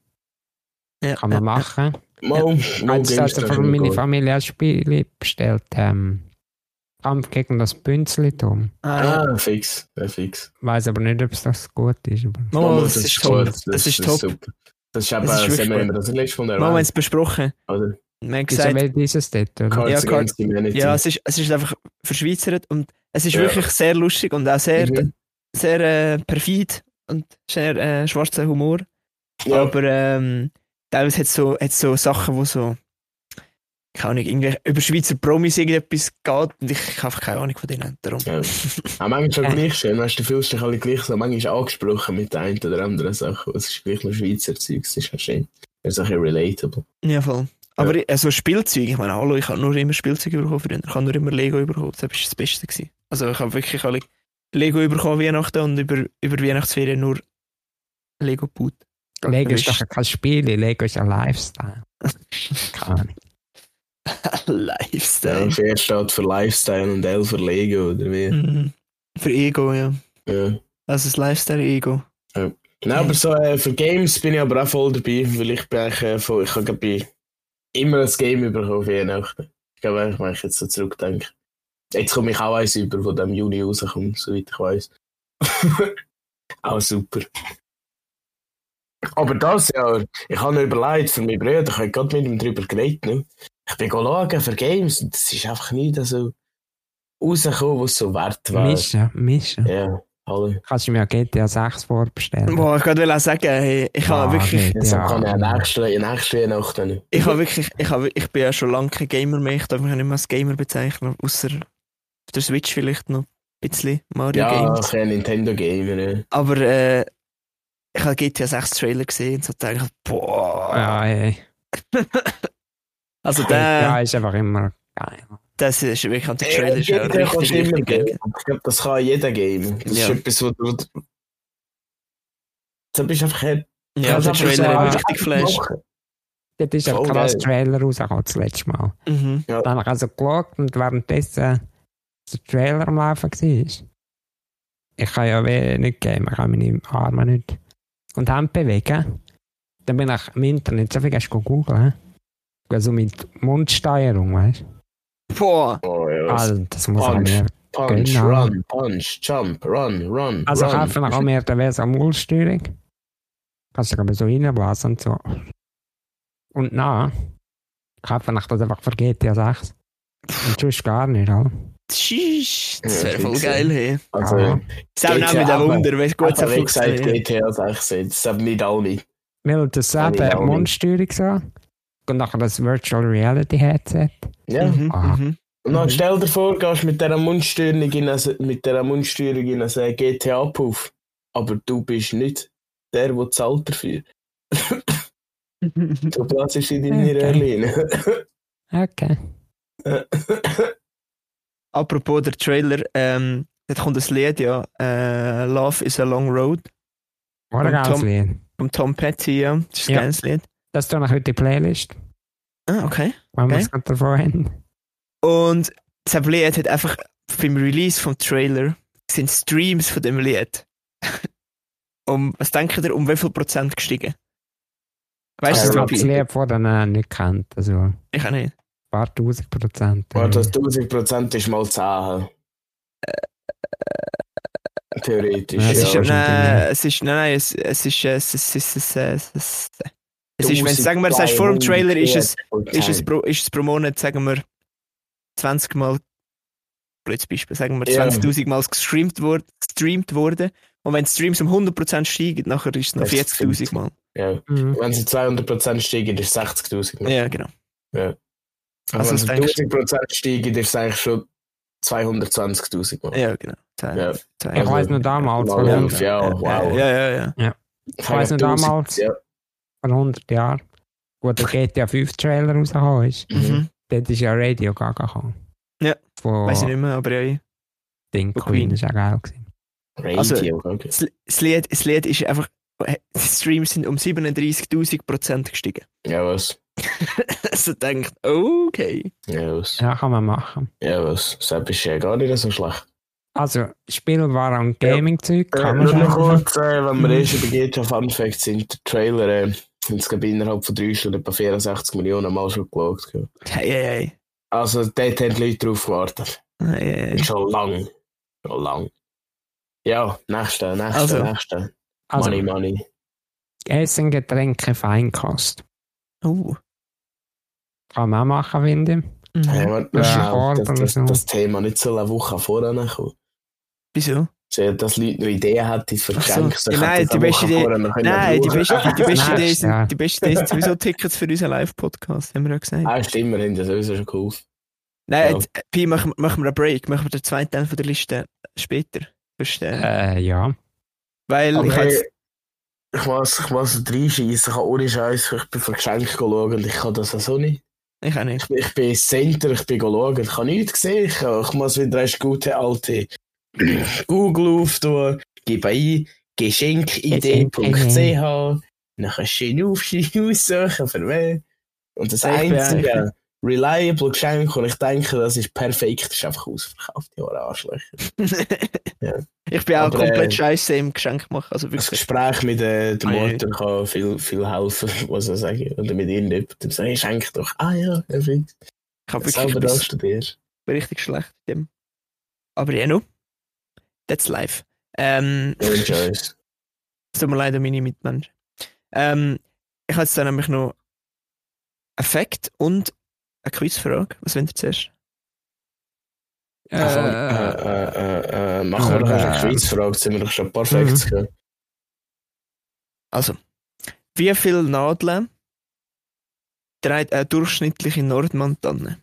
Speaker 1: Ja.
Speaker 2: Kann man machen.
Speaker 3: Mal, mal
Speaker 1: also
Speaker 2: Eins, das
Speaker 3: Gamestag
Speaker 2: von meiner
Speaker 3: gut.
Speaker 2: Familie auch Spiele bestellt. Ähm, Kampf gegen das Bünzlitum.
Speaker 1: Ah, ja.
Speaker 3: Ah, fix. Ja, fix.
Speaker 2: Weiß aber nicht, ob das gut ist. Aber
Speaker 1: Mama, das, ist top.
Speaker 3: gut.
Speaker 1: Das, ist
Speaker 3: ist
Speaker 1: top.
Speaker 3: super. Das ist
Speaker 1: Das ist
Speaker 3: aber, das
Speaker 1: wirklich
Speaker 3: haben wir
Speaker 1: gut.
Speaker 3: das letzte
Speaker 1: Mama,
Speaker 3: Mal
Speaker 1: wir haben
Speaker 3: erwähnt,
Speaker 1: es besprochen.
Speaker 3: oder?
Speaker 1: Wir haben
Speaker 2: Wieso
Speaker 1: gesagt,
Speaker 2: will dieses dort? oder?
Speaker 1: Ja, Card-
Speaker 3: Cards Against Humanity.
Speaker 1: ja, es ist, es ist einfach verschweizert und es ist
Speaker 3: Ja.
Speaker 1: wirklich sehr lustig und auch sehr,
Speaker 3: Mhm.
Speaker 1: sehr äh, perfid und sehr äh, schwarzer Humor.
Speaker 3: Ja.
Speaker 1: Aber ähm, teilweise hat es so, hat's so Sachen, wo so, keine Ahnung, irgendwie über Schweizer Promis irgendetwas geht und ich habe einfach keine Ahnung von denen. Darum.
Speaker 3: Ja. Auch manchmal ist es auch gleich schön, weißt du, du fühlst dich alle gleich so, manchmal ist angesprochen mit der einen oder anderen Sache, es ist gleich nur Schweizer Zeug, es ist auch schön. Es ist auch ein bisschen relatable.
Speaker 1: Ja, voll. Aber ich- also Spielzeug, ich meine, hallo, ich habe nur immer Spielzeug bekommen früher. Ich habe nur immer Lego bekommen. Das war das Beste. Gewesen. Also ich habe wirklich alle Lego bekommen Weihnachten und über, über Weihnachtsferien nur Lego Boot.
Speaker 2: Lego ist
Speaker 1: Erwischt.
Speaker 2: doch kein Spiel, Lego ist ein Lifestyle. Keine Ahnung.
Speaker 1: Lifestyle.
Speaker 3: Ja, Fair steht für Lifestyle und L für Lego oder wie.
Speaker 1: Mhm. Für Ego, ja.
Speaker 3: Ja.
Speaker 1: Also das Lifestyle-Ego.
Speaker 3: Nein, aber so äh, für Games bin ich aber auch voll dabei, weil ich bin eigentlich äh, voll, ich habe bei immer ein Game bekommen für Weihnachten. Ich glaube, eigentlich, wenn ich jetzt so zurückdenke. Jetzt komme ich auch eins über, wo dem Juni rauskommt, soweit ich weiß. auch super. Aber das Jahr, ich habe noch überlegt für meinen Bruder, ich habe gerade mit ihm darüber geredet. Ne? Ich bin schauen für Games und es ist einfach nie so rausgekommen, was so wert war.
Speaker 2: Mischen, mischen.
Speaker 3: Ja, alle.
Speaker 2: Kannst du mir auch GTA 6 vorbestellen?
Speaker 1: Boah, ich wollte auch sagen, hey, ich habe
Speaker 2: Ah,
Speaker 1: wirklich...
Speaker 2: nee.
Speaker 3: Deshalb
Speaker 2: Ja.
Speaker 3: kann ich auch nächste, nächste Weihnachten ne? nicht.
Speaker 1: Ich, habe wirklich, ich, habe, ich bin ja schon lange kein Gamer mehr. Ich darf mich ja nicht mehr als Gamer bezeichnen. Außer auf der Switch vielleicht noch ein bisschen Mario
Speaker 3: Ja,
Speaker 1: Games.
Speaker 3: ich bin ein Nintendo Gamer. Ja.
Speaker 1: Aber äh, ich habe GTA 6 Trailer gesehen und so gedacht, boah.
Speaker 2: Ja, ey.
Speaker 1: Also
Speaker 2: Ja,
Speaker 1: der,
Speaker 2: ist einfach immer geil.
Speaker 1: das ist wirklich, und der
Speaker 3: Ey,
Speaker 1: Trailer ist ja
Speaker 3: GTA kannst
Speaker 1: richtig,
Speaker 3: du immer
Speaker 1: richtig geil.
Speaker 3: geben. Ich glaube, das kann jeder Game. Das
Speaker 1: Ja.
Speaker 3: ist etwas, wo du. Da bist du einfach her.
Speaker 1: Ja,
Speaker 3: Kannst
Speaker 1: der
Speaker 3: einfach
Speaker 1: Trailer
Speaker 2: so-
Speaker 1: hat mich richtig geflasht.
Speaker 3: machen.
Speaker 2: Dort ist ein
Speaker 3: Voll
Speaker 2: krasser
Speaker 3: geil.
Speaker 2: Trailer rausgekommen, das letzte Mal.
Speaker 1: Mhm.
Speaker 2: Dann habe ich also geschaut und währenddessen der Trailer am Laufen war. Ich kann ja weh nicht gehen, ich kann meine Arme nicht und die Hände bewegen. Dann bin ich im Internet so viel gehst du googeln. Also mit Mundsteuerung, weißt du?
Speaker 1: Boah.
Speaker 3: Oh, ja, was.
Speaker 2: Alter, das muss auch
Speaker 3: Punch.
Speaker 2: mehr.
Speaker 3: Punch,
Speaker 2: Also, genau.
Speaker 3: run, punch, jump, run, run.
Speaker 2: Also
Speaker 3: run.
Speaker 2: kaufen wir auch mehr diverse Mulsteuerung. Kannst du aber so reinblasen und so. Und na, kaufen wir das einfach für GTA 6. Und sonst gar nicht, oder?
Speaker 1: Tschüss. Das
Speaker 3: Ja,
Speaker 1: wäre voll
Speaker 3: fix, ja.
Speaker 1: geil, hey.
Speaker 3: Also,
Speaker 2: Ja.
Speaker 1: Ist auch
Speaker 3: Geht's
Speaker 1: nicht
Speaker 3: ja
Speaker 1: mit dem
Speaker 3: aber-
Speaker 1: Wunder, weißt du,
Speaker 3: gut,
Speaker 1: gut,
Speaker 3: also, wie
Speaker 1: es
Speaker 3: gesagt,
Speaker 1: funktioniert.
Speaker 3: GTA 6 jetzt. Das haben nicht alle.
Speaker 2: Wir wollten das
Speaker 3: Kann ich auch
Speaker 2: eben
Speaker 3: nicht.
Speaker 2: Mundsteuerung so. Und nachher das Virtual Reality Headset.
Speaker 3: Ja.
Speaker 1: Mhm,
Speaker 2: Ah.
Speaker 1: mhm.
Speaker 3: Und dann
Speaker 1: Mhm.
Speaker 3: stell dir vor, gehst mit dieser Mundsteuerung in ein, mit dieser Mundsteuerung in ein GTA-Puff. Aber du bist nicht der, der zahlt dafür. Du Platz ist in deiner
Speaker 2: Okay.
Speaker 3: Erline.
Speaker 2: Okay.
Speaker 1: Apropos der Trailer, ähm, dort kommt das Lied, ja. Äh, Love is a Long Road
Speaker 2: Oder
Speaker 1: Und
Speaker 2: ganz
Speaker 1: Tom-
Speaker 2: wie.
Speaker 1: von Tom Petty, ja. Das ist ein
Speaker 2: Ja.
Speaker 1: geiles Lied.
Speaker 2: Das tun wir heute in die Playlist,
Speaker 1: Ah, okay.
Speaker 2: wenn wir
Speaker 1: Okay.
Speaker 2: es gerade davon haben.
Speaker 1: Und das Lied hat einfach beim Release vom Trailer sind Streams von dem Lied. um, was denkt ihr, um wie viel Prozent gestiegen? Weißt
Speaker 2: Also,
Speaker 1: du, das
Speaker 2: ich
Speaker 3: Äh,
Speaker 2: habe das
Speaker 1: Tobi?
Speaker 2: Lied von denen nicht kennt. Also ein
Speaker 1: Ich auch nicht.
Speaker 2: paar tausend Prozent.
Speaker 3: Warte, das 1000% ist mal 10. Theoretisch.
Speaker 2: Ja,
Speaker 1: Es ist,
Speaker 2: wahrscheinlich
Speaker 1: nein,
Speaker 2: nicht.
Speaker 1: es ist, nein, nein, es, es ist, äh, es ist, es ist, äh, es ist, äh, es ist, wenn,
Speaker 3: 1200
Speaker 1: sagen wir, es ist vor dem Trailer, ist es, ist es,
Speaker 3: Prozent.
Speaker 1: pro, ist es pro Monat, sagen wir, 20 Mal, blödes Beispiel, sagen wir,
Speaker 3: Ja.
Speaker 1: 20.000 Mal gestreamt worden, gestreamt worden. Und wenn die Streams um 100% steigen, nachher ist es noch
Speaker 3: Das stimmt.
Speaker 1: 40.000 Mal.
Speaker 3: Ja.
Speaker 2: Mhm.
Speaker 3: Wenn sie 200% steigen, ist es 60.000.
Speaker 1: Ja, genau.
Speaker 3: Aber
Speaker 1: also
Speaker 3: wenn
Speaker 1: was
Speaker 3: sie
Speaker 1: denkst
Speaker 3: 1000% steigen, ist es eigentlich schon 220.000. Mal.
Speaker 1: Ja, genau. Zwei,
Speaker 3: Ja.
Speaker 1: zwei.
Speaker 2: Ich
Speaker 3: Also,
Speaker 2: weiß nur damals,
Speaker 3: Mal
Speaker 2: von
Speaker 1: ja.
Speaker 3: elf, ja, wow.
Speaker 1: Ja, ja, ja.
Speaker 2: Ich weiss noch damals.
Speaker 3: Ja.
Speaker 2: vor 100 Jahren, wo der GTA 5 Trailer rausgekommen ist,
Speaker 3: Mhm.
Speaker 1: Mhm.
Speaker 2: dort ist ja Radio Gaga gekommen.
Speaker 1: Ja.
Speaker 2: Von
Speaker 1: Weiß ich nicht mehr, aber ja.
Speaker 2: Ding
Speaker 1: Von
Speaker 2: Queen,
Speaker 1: Queen.
Speaker 2: ist auch geil gewesen.
Speaker 3: Radio,
Speaker 1: Also-
Speaker 3: okay.
Speaker 1: Das, das, Lied, das Lied ist einfach, äh, die Streams sind um 37.000% gestiegen.
Speaker 3: Ja, was?
Speaker 1: Also denkt, okay.
Speaker 3: Ja, was?
Speaker 2: Ja, kann man machen.
Speaker 3: Ja, was? Das ist ja gar nicht so schlecht.
Speaker 2: Also, Spielwaren und Gaming-Zeug
Speaker 3: Äh,
Speaker 2: kann man
Speaker 3: nur noch
Speaker 2: schon.
Speaker 3: kurz, äh, wenn
Speaker 1: Hm.
Speaker 3: wir erst über GTA Fun Facts sind, der Trailer, äh, jetzt glaube ich, innerhalb von drei Stunden etwa 64 Millionen Mal schon geschaut. gell.
Speaker 1: Hey, hey, hey.
Speaker 3: Also dort haben die Leute drauf gewartet.
Speaker 1: hey, hey, hey.
Speaker 3: Schon lang. Schon lang. Ja, nächste, nächste,
Speaker 1: Also.
Speaker 3: nächste.
Speaker 2: Also,
Speaker 3: money, money.
Speaker 2: Essen, Getränke, Feinkost.
Speaker 1: Oh.
Speaker 2: Kann man auch machen, finde ich.
Speaker 3: Hey,
Speaker 1: Mhm.
Speaker 3: warte, das,
Speaker 2: Ja,
Speaker 3: schnell,
Speaker 2: Ort
Speaker 3: das,
Speaker 2: oder
Speaker 3: das,
Speaker 2: so.
Speaker 3: das Thema nicht so eine Woche vorher kommen.
Speaker 1: Wieso?
Speaker 3: Sie- Dass Leute noch Ideen haben, die es
Speaker 1: Ach so.
Speaker 3: verschenkt.
Speaker 1: Ja, nein, die beste Idee- Nein, die beste, die, beste Idee sind,
Speaker 2: Ja.
Speaker 1: die beste Idee sind sowieso Tickets für unseren Live-Podcast, haben wir ja gesagt.
Speaker 3: Ah, stimmt, wir haben ja sowieso schon geholfen.
Speaker 1: Nein,
Speaker 3: ja.
Speaker 1: jetzt, äh, Pi, machen, machen wir einen Break, machen wir den zweiten Teil von der Liste später. Sonst, äh,
Speaker 2: Äh, ja.
Speaker 1: weil ich
Speaker 3: Aber
Speaker 1: habe
Speaker 3: hey,
Speaker 1: jetzt-
Speaker 3: ich muss, ich muss reinschießen, ich kann ohne Scheiß, ich bin für Geschenke schauen und ich kann das auch so nicht.
Speaker 1: ich auch nicht.
Speaker 3: Ich, bin- ich bin ins Center, ich bin schauen, ich habe nichts gesehen, ich, ich muss wieder eine gute alte Google auftun, gebe ein geschenkidee.ch, dann kannst du schön aufschreiben, aussuchen, für wen. Und das
Speaker 1: Ich bin
Speaker 3: einzige reliable Geschenk, und ich denke, das ist perfekt, ist einfach ausverkauft, ja, Arschlöcher.
Speaker 1: ich bin auch
Speaker 3: Aber,
Speaker 1: komplett
Speaker 3: äh,
Speaker 1: scheiße im Geschenk machen. Also
Speaker 3: Das
Speaker 1: wirklich.
Speaker 3: Gespräch mit äh, dem
Speaker 1: Ah, ja.
Speaker 3: Morten kann viel, viel helfen, muss ich sagen. Oder mit irgendjemandem sagen, schenk doch. Ah ja, er findet
Speaker 1: Ich habe wirklich
Speaker 3: selber
Speaker 1: ich bin
Speaker 3: das studiert.
Speaker 1: richtig schlecht mit dem. Aber ja, no. That's life. Ähm,
Speaker 3: No choice.
Speaker 1: Es tut mir leid an meine Mitmenschen. Ähm, ich habe jetzt da nämlich noch einen Fact und eine Quizfrage. Was wollt ihr zuerst?
Speaker 3: Also, äh,
Speaker 2: Äh,
Speaker 3: äh, äh, äh, machen wir doch einfach
Speaker 2: äh,
Speaker 3: eine Quizfrage, sind wir doch schon perfekt.
Speaker 2: Mhm.
Speaker 3: gell?
Speaker 1: Also, wie viele Nadeln trägt eine durchschnittliche Nordmantanne?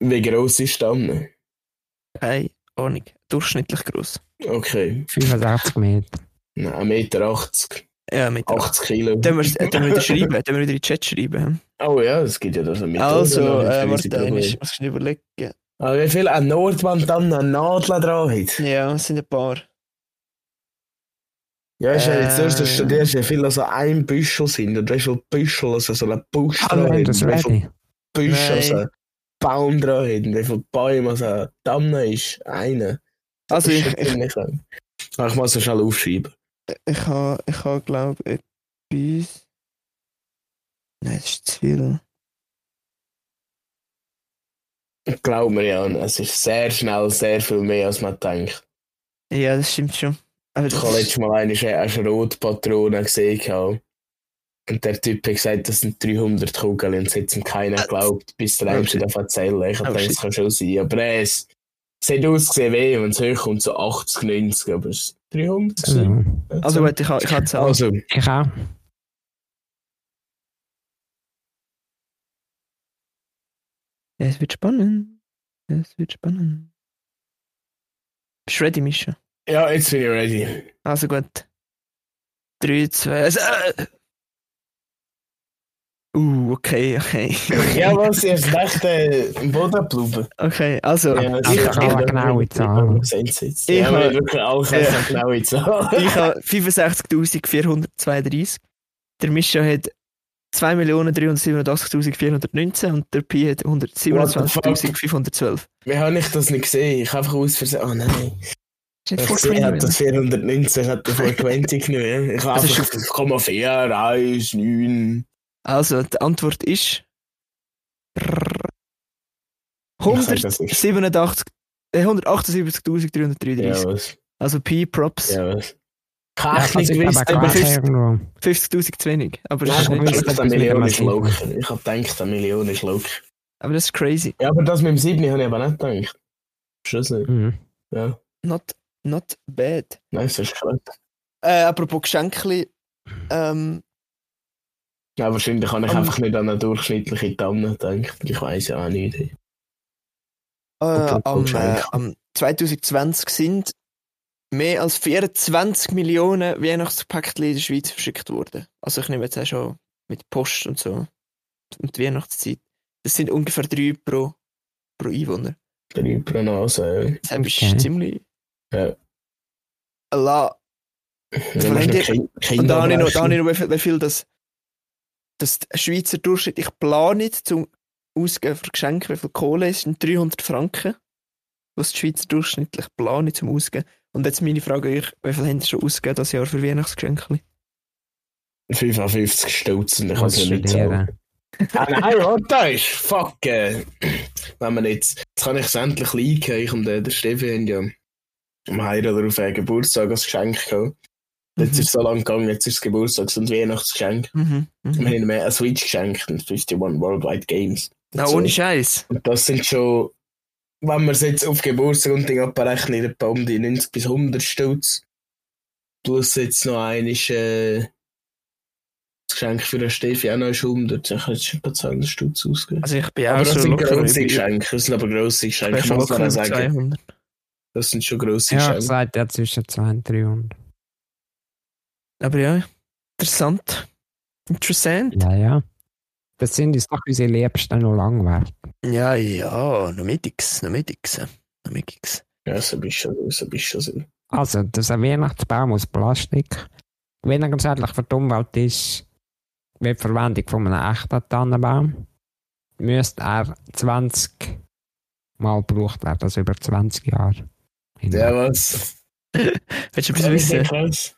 Speaker 3: Wie gross ist dann?
Speaker 1: Keine Ahnung. Durchschnittlich groß.
Speaker 3: Okay,
Speaker 2: 65 Meter.
Speaker 3: Nein, 1,80 Meter, 80,
Speaker 1: Ja, mit
Speaker 3: 80 Kilo.
Speaker 1: Dann wir es- äh, dann wir wieder schreiben, dann wir wieder in den Chat schreiben. hm?
Speaker 3: Oh ja, es gibt ja da so Methoden.
Speaker 1: Also,
Speaker 3: nachher für
Speaker 1: äh,
Speaker 3: unsere
Speaker 1: warte, einmal,
Speaker 3: Probleme.
Speaker 1: ich muss schnell überlegen.
Speaker 3: Ah, wie viel eine Nordwand dann eine Nadel dran hat?
Speaker 1: Ja, es sind ein paar.
Speaker 3: Ja, ist ja jetzt
Speaker 1: Äh.
Speaker 3: zuerst, du studierst, wie viel also ein Büschel sind und wie viel Büschel, also so ein Busch
Speaker 2: Ah, wir haben das
Speaker 3: wie viel
Speaker 2: ready.
Speaker 3: Büsche,
Speaker 1: Nein.
Speaker 3: also ein Baum dran hat und wie viele Bäume, also ein Damm ist, einer. Das
Speaker 1: Also,
Speaker 3: ist
Speaker 1: ich,
Speaker 3: schon
Speaker 1: ich,
Speaker 3: ziemlich lang. Ah, Ich muss es schnell aufschreiben.
Speaker 1: ich habe, ich ha, glaube etwas. Nein, das ist zu viel.
Speaker 3: Glaub mir, Jan, es ist sehr schnell, sehr viel mehr, als man denkt.
Speaker 1: Ja, das stimmt schon. Aber
Speaker 3: Ich
Speaker 1: das
Speaker 3: habe letztes Mal eine, eine Rotpatrone gesehen. gehabt. Und der Typ hat gesagt, das sind 300 Kugeln und es hat ihm keiner geglaubt, bis der
Speaker 1: Oh,
Speaker 3: Einste
Speaker 1: shit.
Speaker 3: davon zählen. Ich
Speaker 1: Oh,
Speaker 3: habe gedacht,
Speaker 1: shit.
Speaker 3: das kann schon sein. Aber äh, es, es hat ausgesehen weh, wenn es hochkommt, so 80, 90, aber es 300. gewesen.
Speaker 2: Also,
Speaker 1: also gut, ich habe ich ha Zahlen.
Speaker 3: also,
Speaker 2: ich auch.
Speaker 1: Ja, es wird spannend. Ja, es wird spannend. Bist du ready, Mischa?
Speaker 3: ja, jetzt bin ich ready.
Speaker 1: Also gut. 3, 2, äh. Uh, okay, okay.
Speaker 3: Ja, was? Ich dachte, äh, Bodenblumen.
Speaker 1: Okay, also.
Speaker 3: Ja,
Speaker 1: ich
Speaker 2: ist-
Speaker 1: ich,
Speaker 2: aber genaue Zahl.
Speaker 3: Ich
Speaker 1: Ich
Speaker 3: ja,
Speaker 1: habe-
Speaker 3: habe wirklich alle
Speaker 1: Ja.
Speaker 3: keine genaue Zahl.
Speaker 1: ich habe 65.432. Der Mischa hat 2.387.419 und der Pi hat
Speaker 3: What the
Speaker 1: 127.512.
Speaker 3: Wie habe ich das nicht gesehen? Ich habe einfach aus Versehen. Oh nein.
Speaker 1: Ist
Speaker 3: Ich
Speaker 1: nicht
Speaker 3: sehe, Äh, hat
Speaker 1: vorgeschrieben.
Speaker 3: das 419 hat der 420 genommen. Ich habe
Speaker 1: Das ist
Speaker 3: einfach 5,4, 1, 9.
Speaker 1: Also, die Antwort ist.
Speaker 3: sag das nicht.
Speaker 1: 187 äh, 178.333.
Speaker 3: Ja, was?
Speaker 1: Also Pi Props.
Speaker 3: Ja, was? Ich
Speaker 2: Ja,
Speaker 3: habe echt
Speaker 2: also,
Speaker 3: nicht
Speaker 2: ich
Speaker 3: gewusst,
Speaker 2: glaube,
Speaker 3: aber
Speaker 1: aber
Speaker 2: gerade
Speaker 1: fünfzig-
Speaker 2: irgendwo.
Speaker 1: 50.000 zu wenig. Aber
Speaker 3: ich
Speaker 1: das, ist
Speaker 3: habe
Speaker 1: nicht
Speaker 2: gewusst,
Speaker 3: gewusst,
Speaker 1: schlecht.
Speaker 3: dass
Speaker 2: dass
Speaker 3: eine
Speaker 2: das mit
Speaker 3: Million
Speaker 2: dem
Speaker 3: ist
Speaker 2: Massiv-
Speaker 3: locker. Ich habe gedacht, eine Million ist locker.
Speaker 1: aber das ist crazy.
Speaker 3: Ja, aber das mit dem 7 habe ich aber nicht gedacht. Scheiße.
Speaker 2: Mhm.
Speaker 3: Ja,
Speaker 1: Not, not bad.
Speaker 3: nein, das ist krass.
Speaker 1: Äh, apropos Geschenkli. Ähm,
Speaker 3: Ja, wahrscheinlich habe ich
Speaker 1: Ähm.
Speaker 3: einfach nicht an eine durchschnittliche Tanne gedacht. Ich weiß ja auch nicht.
Speaker 1: äh,
Speaker 3: Apropos
Speaker 1: am, äh,
Speaker 3: Geschenk.
Speaker 1: am 2020 sind mehr als 24 Millionen Weihnachtspäckchen in der Schweiz verschickt worden. Also ich nehme jetzt auch schon mit Post und so. Und die Weihnachtszeit. Das sind ungefähr drei pro, pro Einwohner.
Speaker 3: Drei pro Nase.
Speaker 1: Das ist
Speaker 2: Okay.
Speaker 1: ziemlich...
Speaker 3: Ja.
Speaker 1: Allah.
Speaker 3: ja.
Speaker 1: Vor
Speaker 3: Ja,
Speaker 1: allem die-
Speaker 3: Kind-
Speaker 1: Und da habe ich noch, da habe
Speaker 3: Kinderabrechnung.
Speaker 1: ich noch wie viel, wie viel das, das Schweizer Durchschnitt, ich plane nicht zum Ausgeben für Geschenke, wie viel Kohle ist, sind 300 Franken, was die Schweizer durchschnittlich planen zum Ausgeben. Und jetzt meine Frage an euch, wie viel habt ihr schon ausgegeben das Jahr für Weihnachtsgeschenke?
Speaker 3: 55 Stutz und ich kann
Speaker 2: Muss
Speaker 3: es ja nicht zahlen.
Speaker 2: studieren.
Speaker 3: Ah, nein, warte, ist fuck. Äh, wenn man jetzt, jetzt kann ich es endlich um liken. Ich und der, der Steffi haben ja am Heirat oder auf einen Geburtstag als Geschenk gehabt. Jetzt ist es so lang gegangen, jetzt ist es Geburtstags- und Weihnachtsgeschenk.
Speaker 1: Mhm.
Speaker 3: Wir
Speaker 1: Mhm.
Speaker 3: haben mir eine Switch geschenkt und 51 Worldwide Games.
Speaker 1: Na, ohne Scheiß.
Speaker 3: Und das sind schon, wenn man es jetzt auf Geburtstag und Ding abrechnet, etwa um die 90 bis 100 Stutz. Plus jetzt noch eines, äh, das Geschenk für den Steffi auch noch ist 100. Ich hätte jetzt etwa 200 Stutz ausgegeben.
Speaker 1: Also ich bin
Speaker 3: Aber
Speaker 1: auch
Speaker 3: das
Speaker 1: schon
Speaker 3: sind
Speaker 1: locker
Speaker 3: grosse
Speaker 1: über,
Speaker 3: Geschenke, das sind aber grosse
Speaker 1: ich bin
Speaker 3: Geschenke,
Speaker 1: schon
Speaker 3: muss
Speaker 1: locker
Speaker 3: man auch
Speaker 1: über
Speaker 3: sagen.
Speaker 1: 200.
Speaker 3: Das sind schon grosse
Speaker 2: Ja,
Speaker 3: Geschenke.
Speaker 2: gesagt, ja zwischen 200 und 300.
Speaker 1: Aber ja, interessant. Interessant.
Speaker 2: Ja, ja. Das sind uns doch unsere Liebsten noch lang wert.
Speaker 1: Ja, ja, noch mit X, noch mit X. Noch mit X.
Speaker 3: Ja, so bist du schon, so bist du schon.
Speaker 2: Also, dass ein Weihnachtsbaum aus Plastik weniger schädlich für die Umwelt ist, wie die Verwendung von einem echten Tannenbaum, müsste er 20 Mal gebraucht werden, also über 20 Jahre.
Speaker 3: Ja, was?
Speaker 1: Willst du etwas wissen?
Speaker 3: krass.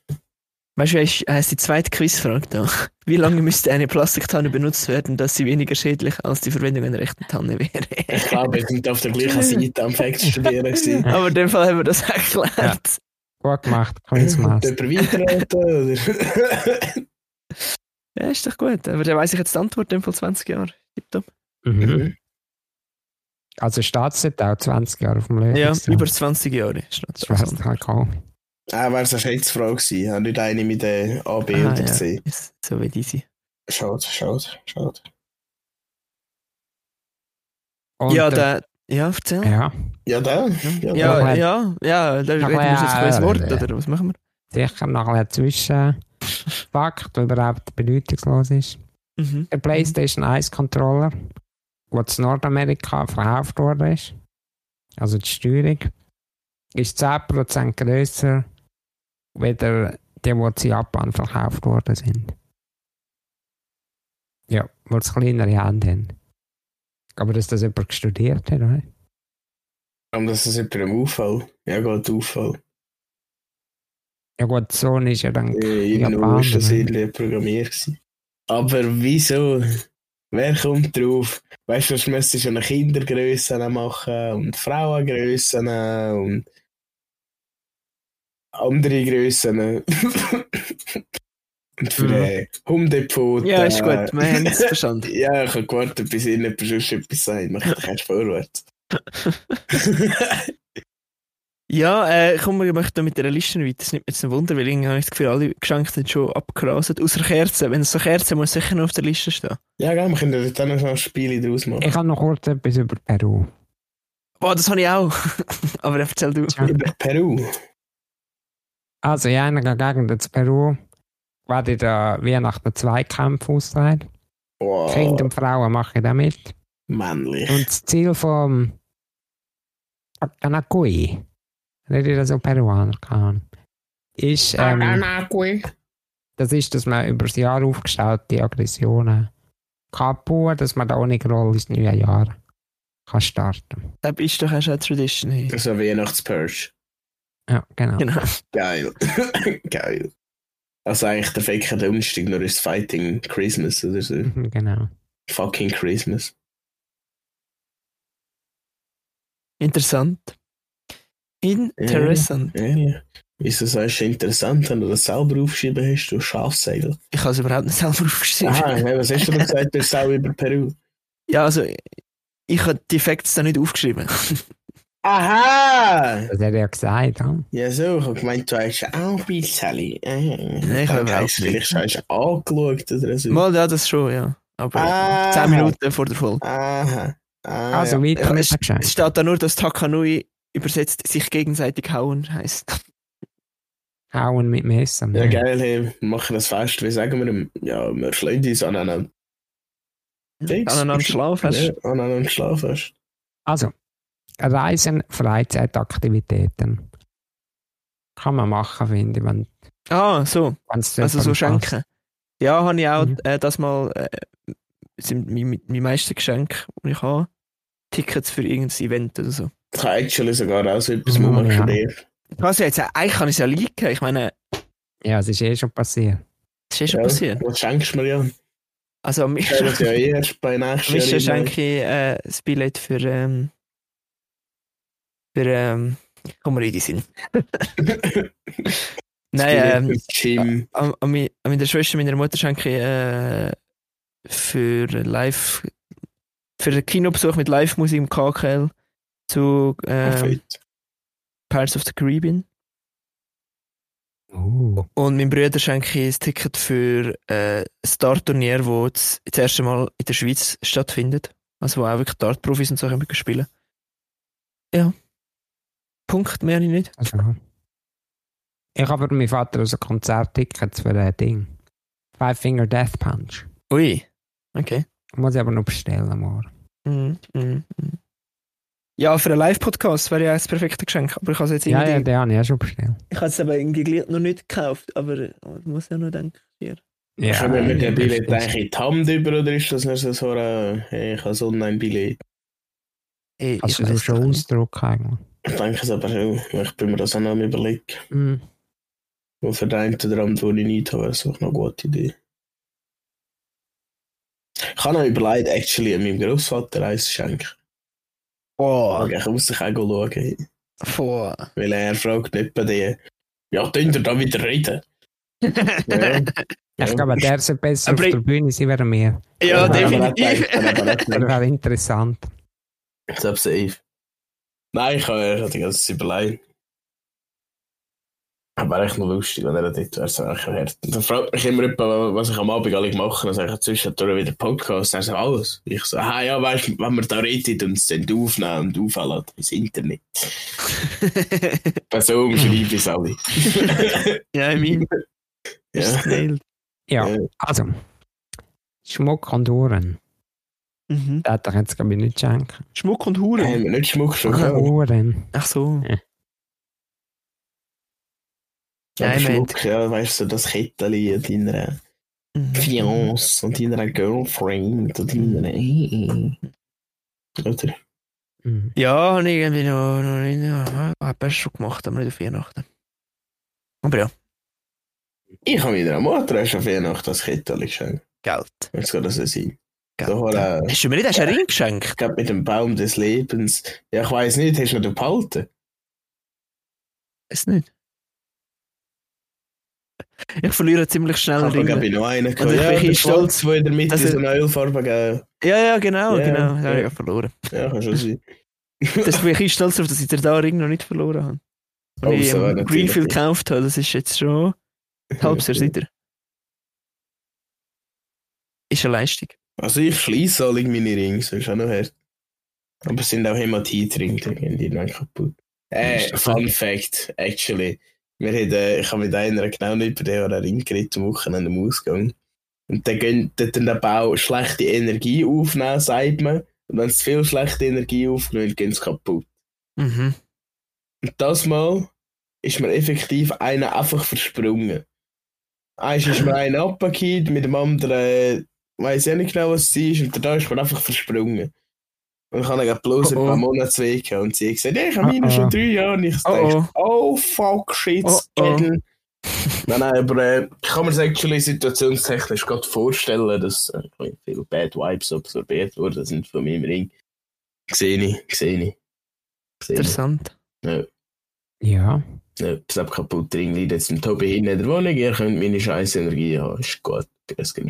Speaker 1: Weißt du, wie heisst die zweite Quizfrage da? Wie lange müsste eine Plastiktanne benutzt werden, dass sie weniger schädlich als die Verwendung einer echten Tanne wäre?
Speaker 3: Ich glaube, ich bin auf der gleichen Seite am Fact studieren. gewesen.
Speaker 1: Aber in dem Fall haben wir das erklärt.
Speaker 2: Gut gemacht,
Speaker 3: Und
Speaker 2: Quizmaster.
Speaker 3: jemand weiterreden, oder?
Speaker 1: Ja. ist doch gut. Aber dann weiss ich jetzt die Antwort in dem Fall 20 Jahre. Tipptopp.
Speaker 2: Mhm. Also steht es dort auch 20 Jahre auf dem Leben.
Speaker 1: Ja, über 20 Jahre. Ist noch
Speaker 2: Ich weiß
Speaker 1: interessant.
Speaker 2: nicht, kaum.
Speaker 3: Ah, wäre es eine Schätzfrage gewesen. Ja, nicht eine mit der A, B
Speaker 1: Ah,
Speaker 3: oder
Speaker 1: ja.
Speaker 3: C.
Speaker 1: Ist So wie diese.
Speaker 3: Schade, schade, schade.
Speaker 2: Und
Speaker 1: Ja, der.
Speaker 2: der-
Speaker 1: äh, Ja, erzähl.
Speaker 2: Ja,
Speaker 3: Ja, da. Ja, da.
Speaker 1: Ja,
Speaker 2: Nachher-
Speaker 1: ja, ja, da reden wir
Speaker 2: Nachher-
Speaker 1: jetzt über ein Wort, oder was machen
Speaker 2: sicher noch ein bisschen Zwischenfakt, der überhaupt bedeutungslos ist.
Speaker 1: wir? Mhm.
Speaker 2: Der PlayStation 1 Controller, der in Nordamerika verkauft worden ist, also die Steuerung, ist 10% grösser als die, die in Japan verkauft worden sind. Ja, weil sie kleinere Hände haben. Aber dass das jemand studiert hat, oder?
Speaker 3: Warum das ist jemand im Auffall? Ja, geht Auffall.
Speaker 2: Ja gut, Sohn ist ja dann...
Speaker 3: Äh,
Speaker 2: Ja,
Speaker 3: In der
Speaker 2: Bahn,
Speaker 3: Osten
Speaker 1: ne?
Speaker 2: oder?
Speaker 3: sind die programmiert. gewesen. Aber wieso? Wer kommt drauf? Weißt du, du müsstest schon Kindergrössen machen und Frauengrössen und andere Grössen. und für
Speaker 2: Mhm.
Speaker 3: äh, Hundepfoten.
Speaker 1: Ja, ist gut, wir haben es verstanden.
Speaker 3: Ja, ich habe gewartet, bis ich nicht sonst etwas sagt. Mach dich erst vorwärts.
Speaker 1: Ja, äh, komm, wir möchten mit der Liste weiter. Das nimmt mir jetzt ein Wunder, weil irgendwie habe ich das Gefühl, alle Geschenke sind schon abgerastet. Außer Kerzen. Wenn es so Kerzen muss sicher noch auf der Liste stehen.
Speaker 3: ja, gell, wir können dann noch ein Spiel draus machen.
Speaker 2: Ich habe noch kurz etwas über Peru.
Speaker 1: Boah, das habe ich auch. Aber dann erzähl du.
Speaker 2: Tja.
Speaker 3: Über Peru.
Speaker 2: Also in einer Gegend in Peru werden da Weihnachten Zweikämpfe ausgetragen.
Speaker 3: Wow,
Speaker 2: Kinder und Frauen machen da mit.
Speaker 3: männlich.
Speaker 2: Und das Ziel vom Akanakui, rede ich das auch Peruaner, keine Ahnung, ist, ähm, das ist, dass man über das Jahr aufgestellte Aggressionen kaputt, dass man da ohne Groll ins neue Jahr kann starten.
Speaker 1: Das ist doch auch schon eine Tradition. Hey.
Speaker 3: Das ist ein Weihnachtspurge.
Speaker 2: Ja, genau.
Speaker 1: Genau.
Speaker 3: Geil. Geil. Also eigentlich der fake Umstieg, nur ist Fighting Christmas oder so.
Speaker 2: Mhm, genau.
Speaker 3: Fucking Christmas.
Speaker 1: Interessant. Interessant.
Speaker 3: Ja, ja. Wieso sagst du interessant, wenn du das selber aufgeschrieben hast, du Schafsegel?
Speaker 1: Ich habe es überhaupt nicht selber aufgeschrieben.
Speaker 3: Ah, ja, was hast du denn gesagt, du Sau über Peru?
Speaker 1: Ja, also, ich habe die Facts da nicht aufgeschrieben.
Speaker 3: Aha!
Speaker 2: Das hat er ja gesagt, ja.
Speaker 3: Ja, so, ich habe gemeint, du hast auch ein bisschen. äh, Nein,
Speaker 1: ich habe auch nicht.
Speaker 3: Vielleicht hast du angeschaut oder so.
Speaker 1: Mal, ja, das schon, ja. Aber
Speaker 3: Ah.
Speaker 1: 10 Minuten vor der Folge.
Speaker 3: Aha. Ah,
Speaker 2: Also
Speaker 3: ja.
Speaker 2: weiter
Speaker 1: Ja,
Speaker 2: mit dem Geschenk.
Speaker 1: Es steht da nur, dass Takanui übersetzt sich gegenseitig hauen heißt.
Speaker 2: Hauen mit Messern.
Speaker 3: ja,
Speaker 2: ne?
Speaker 3: geil, hey, wir machen das fest. Wie sagen wir, dem? ja, wir schlagen uns aneinander. Fix.
Speaker 1: Aneinander schlafen hast.
Speaker 3: Ja, aneinander schlafen hast.
Speaker 2: Also, Reisen, Freizeitaktivitäten. Kann man machen, finde ich, wenn
Speaker 1: Ah, so.
Speaker 2: es
Speaker 1: Also so schenken. Ja, habe ich auch
Speaker 2: Mhm.
Speaker 1: äh, das mal äh, sind mein, mein meiste Geschenk, das ich habe. Tickets für irgendein Event oder so.
Speaker 3: Ich habe actually sogar auch so etwas
Speaker 2: Mhm,
Speaker 3: machen
Speaker 2: ja.
Speaker 3: für dich.
Speaker 1: Was ja jetzt äh, eigentlich kann ich es ja liken. Ich meine,
Speaker 2: Ja, es ist eh schon passiert.
Speaker 1: das ist eh schon
Speaker 3: Ja.
Speaker 1: passiert.
Speaker 3: Was schenkst du mir ja?
Speaker 1: Also am
Speaker 3: Ich das ja eh erst bei nächstes
Speaker 1: Mischen
Speaker 3: Jahr.
Speaker 1: schenke ich äh, das Billett für ähm, für ähm, komm mal in die Sinn. Nein, ähm,
Speaker 3: Gym.
Speaker 1: an, an, mi- an meiner Schwester, meiner Mutter schenke ich äh, für live für den Kinobesuch mit Live-Musik im KKL zu äh,
Speaker 3: Fit.
Speaker 1: Pirates of the Caribbean.
Speaker 2: Oh.
Speaker 1: Und meinem Bruder schenke ich ein Ticket für äh, das Dart-Turnier, das das erste Mal in der Schweiz stattfindet. Also wo auch wirklich Dart-Profis und so können spielen Ja. Punkt, mehr habe ich nicht.
Speaker 2: Also. Ich habe für meinen Vater also Konzerttickets für ein Ding. Five Finger Death Punch.
Speaker 1: Ui. Okay.
Speaker 2: Muss ich aber noch bestellen morgen.
Speaker 1: Mhm. Mhm. mhm. Ja, für einen Live-Podcast wäre ja das perfekte Geschenk. Aber ich habe es jetzt
Speaker 2: Ja,
Speaker 1: irgendwie,
Speaker 2: ja, den habe ich ja schon bestellt.
Speaker 1: ich habe es aber irgendwie gleich noch nicht gekauft. Aber ich muss ja noch denken.
Speaker 2: Ja,
Speaker 3: Kommen wir mit dem
Speaker 2: das
Speaker 3: Billett
Speaker 2: ist-
Speaker 3: eigentlich in die Hand über oder ist das nicht so, so ein, hey, ich habe so ein Billett?
Speaker 1: Ich,
Speaker 2: Hast
Speaker 1: ich
Speaker 2: du
Speaker 1: weiss
Speaker 2: Also, schon
Speaker 1: doch nicht.
Speaker 2: Ausdruck eigentlich?
Speaker 3: Ich denke es aber schon. Ich bin mir das auch noch am überlegen.
Speaker 2: Mhm.
Speaker 3: Und für den einen oder anderen, den ich nicht habe, wäre es auch noch eine gute Idee. Ich habe noch überlegt, actually, meinem Großvater eins zu schenken.
Speaker 1: Boah.
Speaker 3: Aber Ich muss dich auch schauen.
Speaker 1: Boah.
Speaker 3: Weil er fragt nicht bei dir, ja, könnt ihr da wieder reden? Ja.
Speaker 2: Ich glaube, der ist besser auf
Speaker 1: Aber ich-
Speaker 2: der Bühne, sie wäre mehr.
Speaker 1: ja, definitiv.
Speaker 2: Das
Speaker 3: definitiv.
Speaker 2: wäre interessant.
Speaker 3: Ich glaube, safe. Nein, ich habe er hat die ganze Zeit überlegt. Aber wäre echt noch lustig, wenn er dort wäre. So echt hart. Dann fragt mich immer jemand, was ich am Abend alle mache. Dann sage ich zwischendurch wieder Podcast. Dann sagt er, alles. Ich so, ah ja, weißt du, wenn wir da reden und es dann aufnehmen und aufladen ins Internet. Person schreibe ich alle.
Speaker 1: ja, ich meine, ist
Speaker 3: ja.
Speaker 1: es nailed.
Speaker 2: Ja,
Speaker 3: Ja.
Speaker 2: also. Schmuck und Uhren.
Speaker 1: Mhm.
Speaker 2: Das hätte ich jetzt, glaube ich, nicht schenken.
Speaker 1: Schmuck und Huren.
Speaker 3: Haben wir nicht Schmuck schon gehabt?
Speaker 2: Uhren.
Speaker 1: Ach so.
Speaker 3: Aber
Speaker 1: Nein,
Speaker 3: Schmuck, ja, weißt du, das Kettchen an deiner
Speaker 1: Mhm.
Speaker 3: Fiance und deiner Girlfriend und deiner. Oder?
Speaker 2: Mhm.
Speaker 1: Ja, habe ich irgendwie noch, noch nicht. Ja, hab ich schon gemacht, aber nicht auf Weihnachten. Aber ja,
Speaker 3: Ich habe meiner Mutter erst auf Weihnachten das Kettchen geschenkt.
Speaker 1: Geld.
Speaker 3: Jetzt kann das ja sein.
Speaker 1: Geld.
Speaker 3: So, äh,
Speaker 1: Hast du mir nicht hast du einen Ring geschenkt?
Speaker 3: ich glaube, mit dem Baum des Lebens. Ja, ich weiß nicht, hast du noch behalten?
Speaker 1: Ist nicht. Ich verliere ziemlich schnell
Speaker 3: Ich
Speaker 1: Ringe.
Speaker 3: glaube, ich noch einen
Speaker 1: Und
Speaker 3: gehabt.
Speaker 1: ich
Speaker 3: Ja,
Speaker 1: bin
Speaker 3: der
Speaker 1: stolz, Also
Speaker 3: Schwarz, der in der Mitte
Speaker 1: dass
Speaker 3: so
Speaker 1: ich-
Speaker 3: eine Ölfarbe gegeben
Speaker 1: Ja, ja, genau,
Speaker 3: Ja,
Speaker 1: genau. Ja,
Speaker 3: ja.
Speaker 1: ich habe verloren.
Speaker 3: Ja, kann schon sein.
Speaker 1: Das bin ich ein bisschen stolz darauf, dass ich den da Ring noch nicht verloren habe. Und
Speaker 3: Oh,
Speaker 1: ich
Speaker 3: so,
Speaker 1: ähm,
Speaker 3: natürlich.
Speaker 1: Greenfield gekauft habe, das ist jetzt schon ein halbes Jahr weiter. Ist eine Leistung.
Speaker 3: Also, ich schließe alle meine Ringe, das ist auch noch hart. Aber es sind auch Hämatitringe, die gehen irgendwann kaputt. Äh, Fun Fact, actually. Wir haben, äh, ich habe mit einer genau nicht über den Ring geredet am Wochenende am Ausgang. Und dann gehen dort dann der Bau schlechte Energie aufnehmen, sagt man. Und wenn es zu viel schlechte Energie aufgenommen wird, gehen sie kaputt.
Speaker 1: Mhm.
Speaker 3: Und das Mal ist mir effektiv einer einfach versprungen. Eins ist mir einer abgekippt, mit dem anderen äh, weiß ich auch nicht genau, was es ist. Und der da ist mir einfach versprungen. Und ich habe dann bloß
Speaker 1: Oh,
Speaker 3: ein
Speaker 1: oh.
Speaker 3: paar Monate weg gehabt. und sie hat gesagt, ja, ich habe
Speaker 2: Oh,
Speaker 3: meine schon
Speaker 2: oh.
Speaker 3: drei Jahre. Und ich
Speaker 1: Oh,
Speaker 3: dachte, oh, fuck, shit,
Speaker 1: Oh, oh.
Speaker 3: Schädel. Nein, nein, aber äh, ich kann mir das actually situationstechnisch gerade vorstellen, dass äh, viele Bad Vibes absorbiert worden sind von meinem Ring. Sehe ich, sehe ich. Sehe ich.
Speaker 1: Interessant.
Speaker 2: Ja.
Speaker 3: Ja, das ist Äh, kaputt drin, liegt jetzt im Tobi hinten in der Wohnung, ihr könnt meine scheiß Energie haben, ist gut, das geht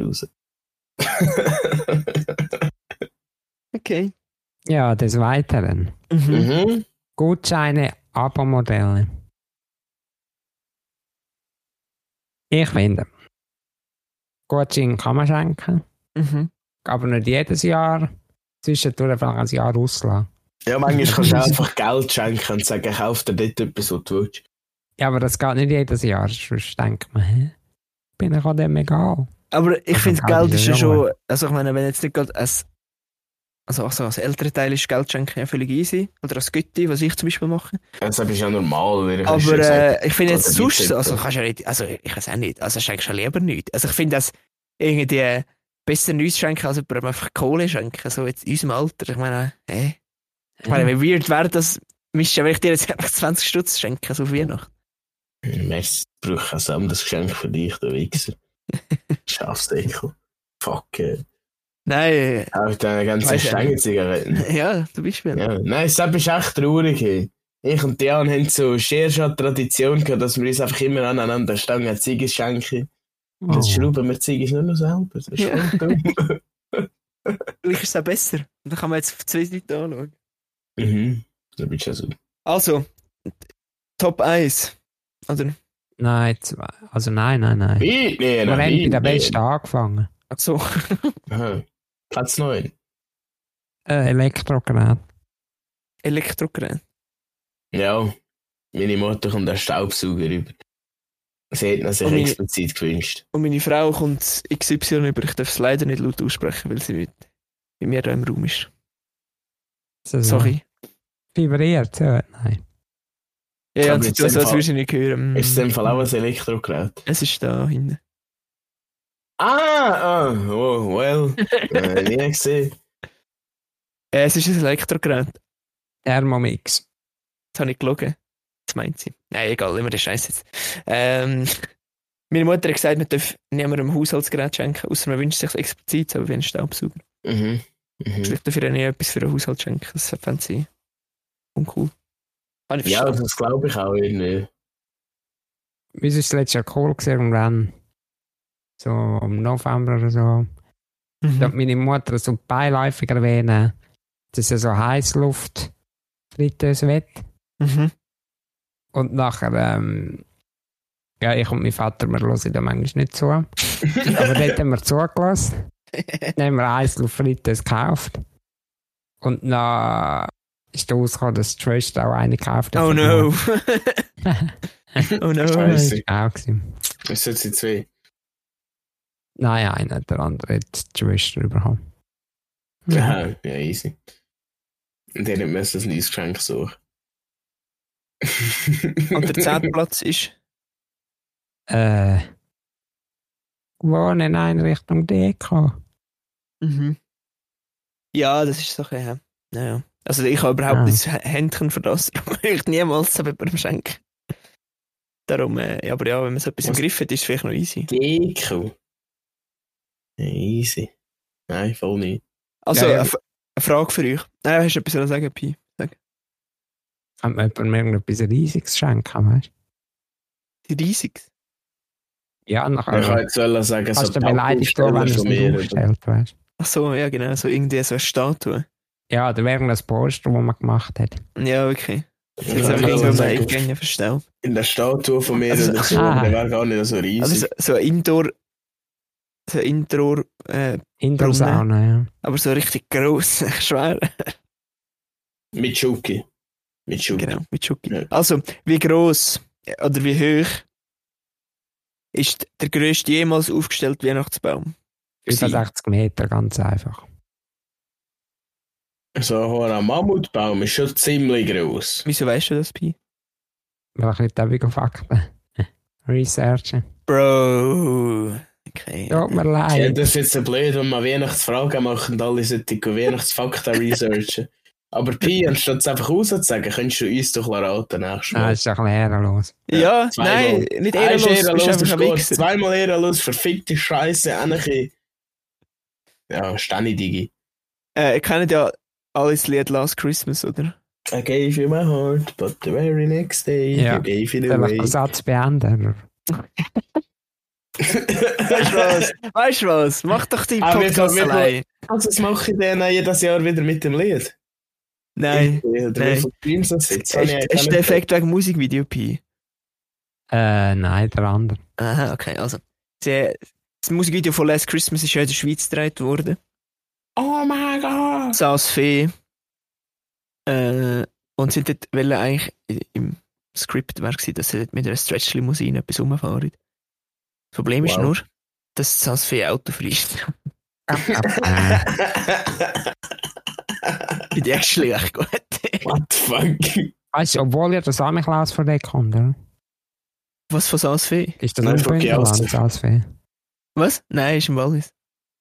Speaker 3: raus.
Speaker 1: Okay.
Speaker 2: Ja, des Weiteren.
Speaker 1: Mhm.
Speaker 3: mhm.
Speaker 2: Gutscheine, Abo-Modelle. Ich finde, Gutscheine kann man schenken,
Speaker 1: Mhm.
Speaker 2: aber nicht jedes Jahr. Zwischendurch vielleicht ein Jahr auslassen.
Speaker 3: Ja, manchmal kannst du auch einfach Geld schenken und sagen, kauf dir dort etwas, was du willst.
Speaker 2: Ja, aber das geht nicht jedes Jahr, sonst denkt man, hä? Bin ich auch dem egal?
Speaker 1: Aber ich
Speaker 2: Das
Speaker 1: finde,
Speaker 2: kann man
Speaker 1: Also, Geld ist ja
Speaker 2: ja
Speaker 1: schon. Also, ich meine, wenn jetzt nicht gerade ein. Also, also als ältere Teil ist Geld schenken ja völlig easy. Oder als Götti, was ich zum Beispiel mache.
Speaker 3: Das ist ja normal, weil ich hast ja
Speaker 1: Aber
Speaker 3: gesagt,
Speaker 1: äh, ich finde jetzt
Speaker 3: das
Speaker 1: sonst.
Speaker 3: gibt's
Speaker 1: Also,
Speaker 3: nicht.
Speaker 1: kannst ja nicht. Also, ich weiß auch nicht. Also, schenkst du ja lieber nichts. Also, ich finde das irgendwie besser nichts schenken, als jemandem einfach Kohle schenken. So jetzt in unserem Alter. Ich meine, hä? Ich meine,
Speaker 3: Mhm.
Speaker 1: wie weird wäre das, Mischa, wenn ich dir jetzt einfach 20 Stutz schenke, so auf Weihnachten.
Speaker 3: Merci, ich brauche ein anderes Geschenk für dich, du Wichser. Schafsdeckel. Fuck, äh.
Speaker 1: Nein, äh,
Speaker 3: Auch deine ganzen
Speaker 1: Weiss ich
Speaker 3: Stängel-Zigaretten.
Speaker 1: ja, zum Beispiel.
Speaker 3: Ja. Nein, das ist echt traurig, ey. Ich und Dian haben so schier schon Tradition gehabt, dass wir uns einfach immer aneinander Stangen Ziegen schenken.
Speaker 2: Oh.
Speaker 3: Jetzt schrauben wir die Ziegen nur noch selber. Das ist
Speaker 1: Ja.
Speaker 3: voll dumm.
Speaker 1: Vielleicht ist es auch besser. Und dann kann man jetzt auf zwei Seiten anschauen.
Speaker 3: mhm. Da bist du ja so.
Speaker 1: Also, Top 1. Oder?
Speaker 2: Nein, zwei. Also nein, nein, nein.
Speaker 3: Weit näher,
Speaker 2: Wir haben bei
Speaker 3: weit
Speaker 2: der
Speaker 3: näher.
Speaker 2: Besten angefangen.
Speaker 1: Ach so.
Speaker 3: Aha. Platz 9.
Speaker 2: Äh, Elektrogerät.
Speaker 1: Elektrogerät.
Speaker 3: Ja. Meine Mutter kommt einen Staubsauger über. Sie hat ihn sich
Speaker 1: Und meine-
Speaker 3: explizit gewünscht.
Speaker 1: Und meine Frau kommt XY über. Ich darf es leider nicht laut aussprechen, weil sie mit, mit mir da im Raum ist.
Speaker 2: Ist das so?
Speaker 1: Sorry.
Speaker 2: Also Vibriert, ja, nein.
Speaker 1: Ja, ja,
Speaker 3: Aber
Speaker 1: und sie
Speaker 3: jetzt
Speaker 1: tut so,
Speaker 3: im
Speaker 1: als
Speaker 3: Fall-
Speaker 1: würdest du nicht
Speaker 2: Mhm.
Speaker 1: hören. Mm.
Speaker 3: Ist es in dem Fall auch ein Elektrogerät?
Speaker 1: Es ist da hinten.
Speaker 3: Ah! ah oh, well. äh, nie gesehen.
Speaker 1: Äh, es ist ein Elektrogerät.
Speaker 2: Thermomix.
Speaker 1: Das habe ich gelogen. Das meint sie. Nein, egal, immer der Scheiß jetzt. Ähm, meine Mutter hat gesagt, man darf niemandem Haushaltsgerät schenken, außer man wünscht sich explizit, aber wie ein Staubsauger.
Speaker 3: Mhm. Mhm.
Speaker 1: Vielleicht darf ich ihr nie etwas für einen Haushalt schenken, das fände sie uncool. Habe ich
Speaker 3: Ja,
Speaker 1: verstanden.
Speaker 3: das glaube ich auch irgendwie.
Speaker 2: Wie ist es letztes Jahr cool gewesen, irgendwann? So im November oder so.
Speaker 3: also,
Speaker 2: Da hat
Speaker 1: Mhm.
Speaker 2: meine Mutter so beiläufig erwähnt, dass er so Heißluft fritteuse will.
Speaker 1: Mhm.
Speaker 2: Und nachher, ähm, ja, ich und mein Vater, wir hören da manchmal nicht zu. Aber dort haben wir zugelassen. Dann haben wir Heißluftfritteuse gekauft. Und dann ist rausgekommen, dass Trish da auch eine gekauft hat.
Speaker 1: Oh no! oh no!
Speaker 2: Das
Speaker 3: Scheiße.
Speaker 2: war auch. Gewesen.
Speaker 3: Es sind sie zwei.
Speaker 2: Nein, einer, der andere hat die Schwester überhaupt.
Speaker 3: Aha, Genau, ja, easy. Und dann müssen wir ein neues Geschenk suchen.
Speaker 1: Und der zehnte Platz ist.
Speaker 2: Äh, Wohnen in Einrichtung Deko.
Speaker 1: Mhm. Ja, das ist so ein bisschen, ja. Naja. Also ich habe überhaupt
Speaker 2: Ah.
Speaker 1: nicht das Händchen für das, darum würde ich niemals so jemandem schenken. Darum, äh, ja, aber ja, wenn man so etwas im
Speaker 3: Was-
Speaker 1: Griff hat, ist es vielleicht noch easy.
Speaker 3: Deko. Ja, easy. Nein, voll nicht.
Speaker 1: Also,
Speaker 2: Ja, ja.
Speaker 1: Eine, F- eine Frage für euch. Nein, hast du etwas zu sagen, Pi?
Speaker 2: Kann man jemandem irgendetwas Riesiges schenken, weißt du?
Speaker 1: Die Riesiges.
Speaker 2: Ja,
Speaker 3: Ich also
Speaker 2: nachher
Speaker 3: kann jetzt wollen sagen, so
Speaker 2: Also, kannst du beleidigt werden, wenn
Speaker 3: Taubensteller
Speaker 2: du es
Speaker 3: von
Speaker 2: nicht
Speaker 3: mir.
Speaker 2: aufgestellt weißt
Speaker 1: Ach so, ja, genau, so irgendwie so eine Statue.
Speaker 2: Ja, oder irgendein Poster, das man gemacht hat.
Speaker 1: Ja, okay.
Speaker 3: Ich
Speaker 1: Das ist
Speaker 3: kann
Speaker 1: einfach
Speaker 2: Ja,
Speaker 1: irgendwo
Speaker 3: jetzt
Speaker 1: mal
Speaker 3: sagen,
Speaker 1: eingegangen, verstaubt.
Speaker 3: In der Statue von mir
Speaker 1: Also-
Speaker 3: oder so,
Speaker 2: Ah.
Speaker 3: der war gar nicht so riesig.
Speaker 1: Also so, so ein Indoor. So ein Indoor. Äh,
Speaker 2: In der
Speaker 1: Brunnen.
Speaker 2: Sauna, ja.
Speaker 1: aber so richtig gross, schwer.
Speaker 3: mit Schuki. Mit Schuki.
Speaker 1: Genau, mit Schoki.
Speaker 3: Ja.
Speaker 1: Also, wie gross äh, oder wie hoch ist der grösste jemals aufgestellte Weihnachtsbaum?
Speaker 2: Über
Speaker 1: Sie.
Speaker 2: 60 Meter, ganz einfach.
Speaker 3: So ein Mammutbaum ist schon ziemlich gross.
Speaker 1: Wieso weißt du das, Pi?
Speaker 2: Weil ich nicht ewig auf Fakten researchen.
Speaker 1: Bro. Okay.
Speaker 2: Tut mir
Speaker 1: Ah,
Speaker 3: Ja,
Speaker 2: leid.
Speaker 3: das ist jetzt so blöd, wenn man Weihnachtsfragen macht und alle sollten Weihnachtsfakten researchen. Aber Pi, anstatt es einfach rauszusagen, könntest du uns doch raten nächstes
Speaker 2: Nein,
Speaker 3: Mal.
Speaker 2: Ah, ist doch ehrenlos.
Speaker 1: Ja,
Speaker 3: zweimal.
Speaker 1: nein, nicht
Speaker 3: Nein,
Speaker 1: Ah, ehrenlos,
Speaker 3: ist
Speaker 1: du bist
Speaker 3: ehrenlos,
Speaker 1: einfach
Speaker 3: ist
Speaker 1: ein
Speaker 3: gut.
Speaker 1: Wichser.
Speaker 3: Zweimal ehrenlos, verfickte Scheiße, Anarchie. Ja, Stani Digi.
Speaker 1: Äh, ihr kennt ja alles Lied Last Christmas, oder?
Speaker 3: I gave you my heart, but the very next day
Speaker 2: Ja.
Speaker 3: you gave
Speaker 2: Soll
Speaker 3: it
Speaker 2: ich
Speaker 3: away.
Speaker 2: den Satz beenden?
Speaker 1: Weißt du was? Weißt du was? Mach doch deinen
Speaker 3: Ah, wir-
Speaker 1: Podcast
Speaker 3: wir-
Speaker 1: allein.
Speaker 3: Also, das mache ich dann auch jedes Jahr wieder mit dem Lied.
Speaker 1: Nein. nein.
Speaker 3: Nein. Streams das jetzt?
Speaker 1: Ist,
Speaker 3: Habe ich eigentlich auch
Speaker 1: ist
Speaker 3: nicht
Speaker 1: der Effekt wegen Musikvideo, Pi?
Speaker 2: Äh, nein, der andere.
Speaker 1: Aha, okay, also. Sie, das Musikvideo von Last Christmas ist ja in der Schweiz gedreht worden.
Speaker 3: Oh mein Gott!
Speaker 1: Saas Fee. Äh, und sind dort wollen eigentlich i- im Skript war gewesen, dass sie dort mit einer Stretchlimosine etwas rumfahren. Das Problem ist
Speaker 3: Wow.
Speaker 1: nur, dass die Saas Fee Auto frisst.
Speaker 2: Äh,
Speaker 1: Bin ich actually echt gut.
Speaker 3: What the fuck?
Speaker 2: weißt du, obwohl ja der Samichlaus von dir kommt, oder?
Speaker 1: Was von Saas Fee?
Speaker 2: Ist das
Speaker 3: Nein,
Speaker 2: ein
Speaker 3: von
Speaker 2: Bündnerland
Speaker 3: Kielce.
Speaker 2: als Fee?
Speaker 1: Was? Nein, ist im Wallis.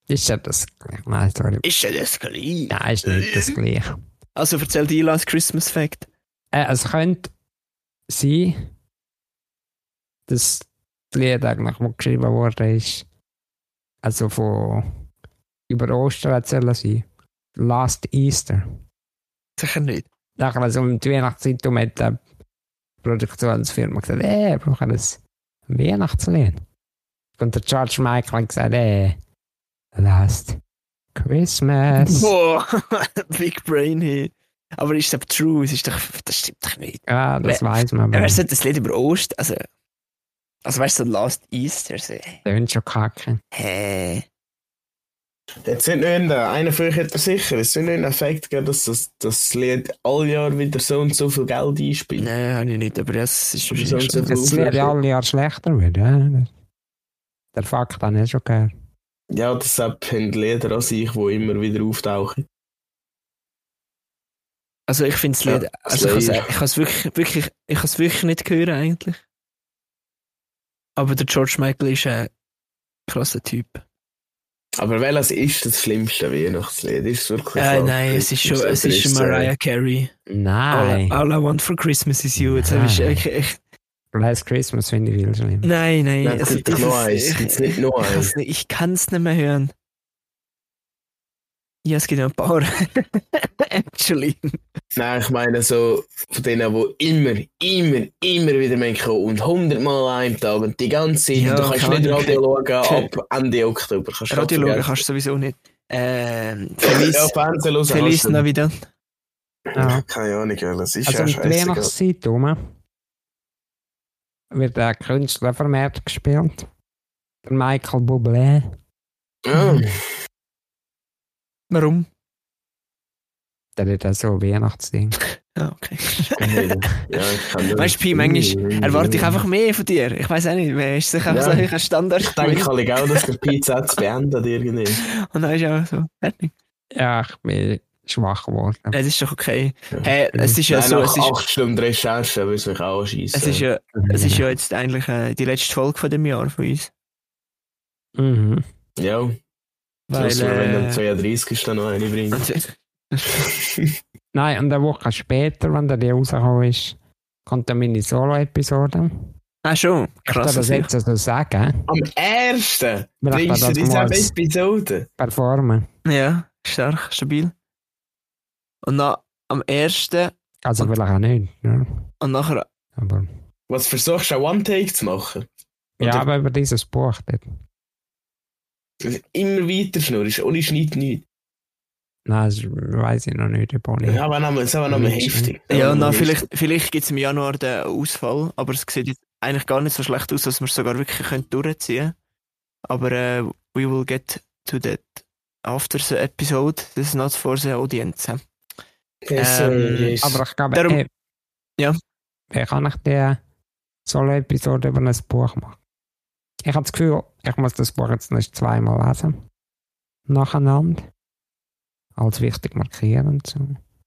Speaker 2: Ist ja das. Nein, sorry.
Speaker 1: Ist ja das gleich.
Speaker 2: Nein, ist nicht das gleiche.
Speaker 1: Also erzähl dir Last Christmas Fact.
Speaker 2: Äh, es könnte sein, dass das Lied eigentlich, das geschrieben wurde, ist, also von über Ostern hätte es sollen sein. Last Easter.
Speaker 1: Sicher nicht.
Speaker 2: nachher so um die Weihnachtszeit um hat die Produktionsfirma gesagt, ey, wir brauchen ein Weihnachtslied. Und der George Michael hat gesagt, ey, last Christmas.
Speaker 1: Boah, Big Brain hier. Aber ist das true? Es ist doch, das stimmt doch nicht.
Speaker 2: Ja, das weiß man.
Speaker 1: Ja,
Speaker 2: aber
Speaker 1: weißt du, das Lied über Ost, also, also weißt du, so Last Easter, so, hä?
Speaker 2: Das ist schon kacke.
Speaker 1: Hey.
Speaker 3: Jetzt sind nicht einer von euch hat er sicher, es sind nicht ein Effekt, gell, dass das, das Lied alle Jahr wieder so und so viel Geld einspielt.
Speaker 1: Nein, habe ich nicht, aber das ist
Speaker 3: Aber
Speaker 1: wahrscheinlich
Speaker 3: sonst
Speaker 1: schon.
Speaker 3: so-
Speaker 2: Das wird ja alle Jahre schlechter werden. Ja. Der Fakt habe ich schon gehört.
Speaker 3: Ja, deshalb haben die Lieder an sich, die immer wieder auftauchen.
Speaker 1: Also ich finde das Lied,
Speaker 3: Ja,
Speaker 1: also ich
Speaker 3: Slayer.
Speaker 1: kann es wirklich, wirklich, ich kann es wirklich nicht hören eigentlich. Aber der George Michael ist ein krasser Typ.
Speaker 3: Aber welches ist das schlimmste Weihnachtslied? Ist es wirklich
Speaker 1: Äh,
Speaker 3: Last
Speaker 1: nein, es ist schon, es
Speaker 3: Christmas oder
Speaker 1: ist
Speaker 3: äh,
Speaker 1: Mariah Carey.
Speaker 2: Nein.
Speaker 1: All, all I want for Christmas is you. Jetzt habe ich,
Speaker 2: Nein.
Speaker 1: ich, ich,
Speaker 2: Last Christmas finde ich viel schlimm.
Speaker 1: nein, nein.
Speaker 3: Nein, es gibt doch noch eins.
Speaker 1: ich-
Speaker 3: Gibt's nicht noch
Speaker 1: ich kann's
Speaker 3: eins?
Speaker 1: nicht- Ich kann es nicht mehr hören. Ja, es gibt noch ein paar. Actually.
Speaker 3: Nein, ich meine so von denen, die immer, immer, immer wieder mehr kommen und hundertmal am Tag und die ganze Zeit.
Speaker 1: Ja,
Speaker 3: und du kannst
Speaker 1: klar,
Speaker 3: nicht
Speaker 1: du-
Speaker 3: Radio schauen
Speaker 1: Okay.
Speaker 3: ab Ende Oktober. Kannst
Speaker 1: Radiologen
Speaker 3: vergessen.
Speaker 1: kannst du sowieso nicht. Ähm,
Speaker 3: Ja,
Speaker 1: Feliz,
Speaker 3: Fernsehen hören
Speaker 1: Feliz
Speaker 3: kannst du.
Speaker 1: Navidad.
Speaker 2: Ja.
Speaker 3: Keine Ahnung, das ist
Speaker 2: Also um die
Speaker 3: ja scheißegal.
Speaker 2: Weihnachtszeit herum wird der Künstler vermehrt gespielt. Der Michael Bublé.
Speaker 3: Ja.
Speaker 1: Warum?
Speaker 2: Der hat ja so ein Weihnachtsding.
Speaker 1: Ah, okay.
Speaker 3: ja, ich kann
Speaker 1: Weißt du, Pi, manchmal erwarte ich einfach mehr von dir. Ich weiß auch nicht, man ist sich einfach
Speaker 3: Ja.
Speaker 1: so ein Standard.
Speaker 3: Ich denke halt egal, dass der Pizza jetzt beendet irgendwie.
Speaker 1: Und dann ist auch so, fertig.
Speaker 2: Ja, ich bin schwach geworden.
Speaker 1: Es ist doch okay.
Speaker 3: Ja. äh,
Speaker 1: Hey, es ist ja
Speaker 3: Nein,
Speaker 1: so,
Speaker 3: nach
Speaker 1: es ist,
Speaker 3: acht Stunden Recherche würde es mich auch
Speaker 1: es ist
Speaker 3: schießen.
Speaker 1: ja, es ist ja jetzt eigentlich äh, die letzte Folge von dem Jahr von uns.
Speaker 2: Mhm.
Speaker 3: Ja,
Speaker 1: Weil,
Speaker 3: sonst nur, wenn
Speaker 1: äh,
Speaker 3: du 32 ist, dann noch eine bringt.
Speaker 2: Nein, und eine Woche später, wenn der die rausgekommen ist, kommt dann meine Solo-Episode.
Speaker 1: ah, schon.
Speaker 2: Ich darf
Speaker 1: Krass.
Speaker 2: das jetzt also sagen.
Speaker 3: Am ersten
Speaker 2: Vielleicht
Speaker 3: bringst du
Speaker 2: war das
Speaker 3: diese
Speaker 2: mal-
Speaker 3: Episode.
Speaker 2: Performen.
Speaker 1: Ja, stark, stabil. Und dann am 1.
Speaker 2: Also vielleicht auch nicht. Ne?
Speaker 1: und nachher.
Speaker 2: Aber,
Speaker 3: Was versuchst du, einen One-Take zu machen?
Speaker 2: ja,
Speaker 3: Oder-
Speaker 2: aber über dieses Buch. Dort.
Speaker 3: Immer weiter schnurrst, ohne Schnitt nichts.
Speaker 2: Nein, das weiß ich noch nicht. Über
Speaker 3: Das ist aber nochmal noch mal heftig.
Speaker 1: Ja, und
Speaker 3: noch
Speaker 1: dann vielleicht, vielleicht gibt es im Januar den Ausfall, aber es sieht jetzt eigentlich gar nicht so schlecht aus, dass wir es sogar wirklich können durchziehen können. Aber äh, we will get to that after the episode. This is not for the audience. hä?
Speaker 3: Yes,
Speaker 1: Ähm,
Speaker 3: yes.
Speaker 2: Aber ich glaube,
Speaker 1: Darum-
Speaker 2: ey,
Speaker 1: Ja.
Speaker 2: wer kann ich die Solo-Episode über ein Buch machen? Ich habe das Gefühl, ich muss das Buch jetzt nicht zweimal lesen. Nacheinander. Als wichtig markieren und so.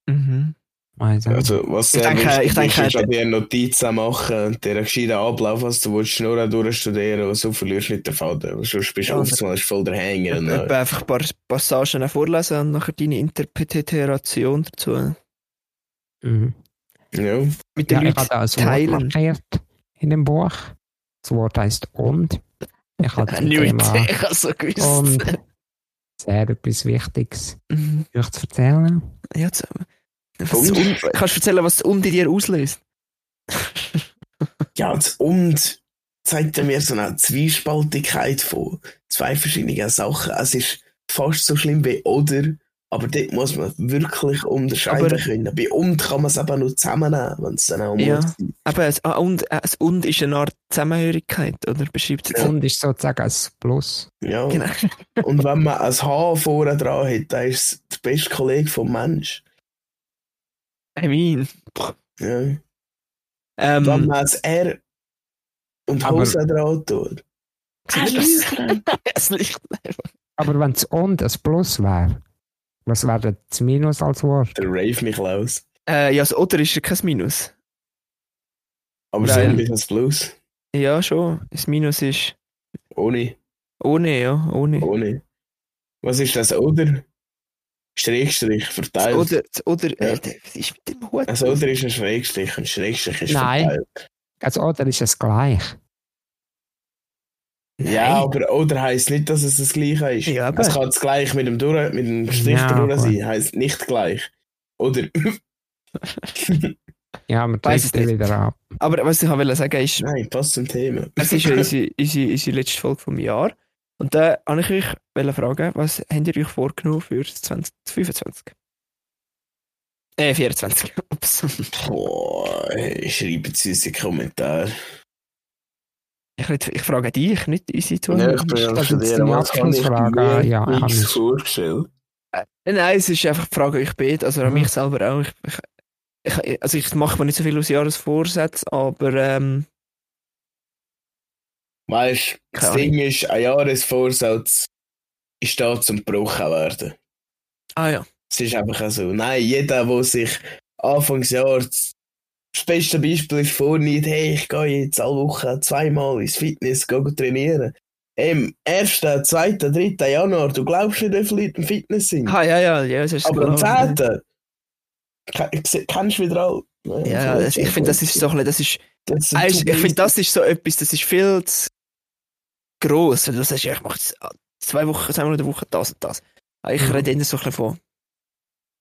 Speaker 1: Mhm.
Speaker 2: Weiss auch nicht.
Speaker 3: Also, was
Speaker 1: Ich
Speaker 3: sehr
Speaker 1: denke-
Speaker 3: wichtig
Speaker 1: ich denke-
Speaker 3: ist, ist an dir Notizen machen und dir einen gescheiten Ablauf, was du willst, nur durchstudieren und so verlierst du nicht den Faden. Weil Sonst bist du
Speaker 1: Ja,
Speaker 3: oftmals voll der Hänger. und
Speaker 1: Etwa
Speaker 3: dann-
Speaker 1: einfach ein paar Passagen vorlesen und nachher deine Interpretation dazu
Speaker 2: Mhm.
Speaker 3: Ja,
Speaker 1: mit
Speaker 2: Ja,
Speaker 1: den
Speaker 2: ich
Speaker 1: Leuten
Speaker 2: habe da ein Wort
Speaker 1: teilen.
Speaker 2: markiert in dem Buch. Das Wort heisst und. Ich habe zum
Speaker 1: Nicht.
Speaker 2: Thema
Speaker 1: Ich habe so gewusst.
Speaker 2: und sehr etwas Wichtiges
Speaker 1: Mhm.
Speaker 2: euch zu erzählen.
Speaker 1: Ja, jetzt, was
Speaker 3: Und?
Speaker 1: das Un- kannst du erzählen, was das Und in dir auslöst?
Speaker 3: ja das und zeigt er mir so eine Zwiespaltigkeit von zwei verschiedenen Sachen. Es ist fast so schlimm wie oder, aber dort muss man wirklich unterscheiden
Speaker 1: Aber-
Speaker 3: können. Bei und kann man es aber nur zusammennehmen, wenn es dann auch
Speaker 1: Ja.
Speaker 3: muss.
Speaker 1: Aber es, ah, und, äh, das Und ist eine Art Zusammenhörigkeit, oder? Beschreibt es
Speaker 2: Und ist sozusagen ein Plus.
Speaker 3: Ja.
Speaker 1: Genau.
Speaker 3: Und wenn man ein Haar vorne dran hat, dann ist es der beste Kollege vom Mensch.
Speaker 1: I mean.
Speaker 3: Ja. Wenn
Speaker 1: Ähm,
Speaker 3: man das R und
Speaker 2: Aber-
Speaker 3: Hose dran tut.
Speaker 1: das, das Licht.
Speaker 2: Aber wenn das und ein Plus wäre, was wäre denn das Minus als Wort?
Speaker 3: Der Rave mich aus.
Speaker 1: Äh, ja, das Oder ist ja kein Minus.
Speaker 3: Aber so
Speaker 1: Nein.
Speaker 3: ein bisschen das Plus.
Speaker 1: Ja, schon. Das Minus ist
Speaker 3: Ohne,
Speaker 1: ohne, ja, ohne.
Speaker 3: ohne. Was ist das Oder? Schrägstrich verteilt.
Speaker 1: Das Oder, das Oder,
Speaker 3: Ja.
Speaker 1: äh, was ist mit dem Hut?
Speaker 3: Ein Oder ist ein Schrägstrich und Schrägstrich ist
Speaker 2: Nein.
Speaker 3: verteilt.
Speaker 2: Also oder ist es gleich?
Speaker 3: Ja, aber Oder heisst nicht, dass es das Gleiche ist.
Speaker 1: Ja,
Speaker 3: Es
Speaker 1: aber.
Speaker 3: kann das gleich mit dem, Dur mit dem Strich
Speaker 2: Ja,
Speaker 3: drüber
Speaker 2: gut.
Speaker 3: sein, heisst nicht gleich. Oder
Speaker 2: Ja, wir
Speaker 1: Weiss ich
Speaker 2: driften
Speaker 1: nicht.
Speaker 2: wieder ab.
Speaker 1: Aber was ich auch will sagen ist,
Speaker 3: Nein, passt zum Thema.
Speaker 2: Also
Speaker 1: es ist ja unsere, unsere, unsere letzte Folge vom Jahr. Und da wollte ich euch fragen, was habt ihr euch vorgenommen für 2025? Äh, 24. Ups.
Speaker 3: Boah, hey, schreibt es uns in die Kommentare.
Speaker 1: Ich, red- ich frage dich, nicht unsere
Speaker 3: Ja,
Speaker 1: Zuhörer.
Speaker 3: ich bin ja am
Speaker 2: das jetzt
Speaker 3: Studieren,
Speaker 2: deine
Speaker 3: was kann ich
Speaker 2: Abschlussfrage?
Speaker 3: mir
Speaker 2: Ja,
Speaker 3: nichts
Speaker 2: Hannes.
Speaker 3: vorstellen.
Speaker 1: Nein, Äh, Nein, es ist einfach die Frage, ich bete, also an
Speaker 2: Mhm.
Speaker 1: mich selber auch. Ich, ich, ich, also ich mache mir nicht so viel aus Jahresvorsätzen, aber ähm,
Speaker 3: Weißt du, das
Speaker 1: Keine Ahnung.
Speaker 3: Ding ist, ein Jahresvorsatz ist da zum Bruchen werden.
Speaker 1: ah ja,
Speaker 3: Es ist einfach auch so. Nein, jeder, der sich Anfangsjahr das das beste Beispiel ist vornimmt, hey, ich gehe jetzt alle Woche zweimal ins Fitness gehe trainieren. Im 1., 2., 3. Januar, du glaubst nicht, wie viele Leute im Fitness sind.
Speaker 1: ah, ja, ja, ja, es ist genau.
Speaker 3: Aber am
Speaker 1: klar.
Speaker 3: 10. ke- se- kennst du wieder alle.
Speaker 1: Ja, das, ich finde, das ist so ein bisschen, das ist,
Speaker 3: Das sind
Speaker 1: Weisst,
Speaker 3: zu
Speaker 1: ich finde, das ist so etwas, das ist viel zu gross, wenn du sagst, ja, ich mache zwei Wochen, zweimal in der Woche das und das. Aber Ich
Speaker 2: Mhm.
Speaker 1: rede eher so ein bisschen von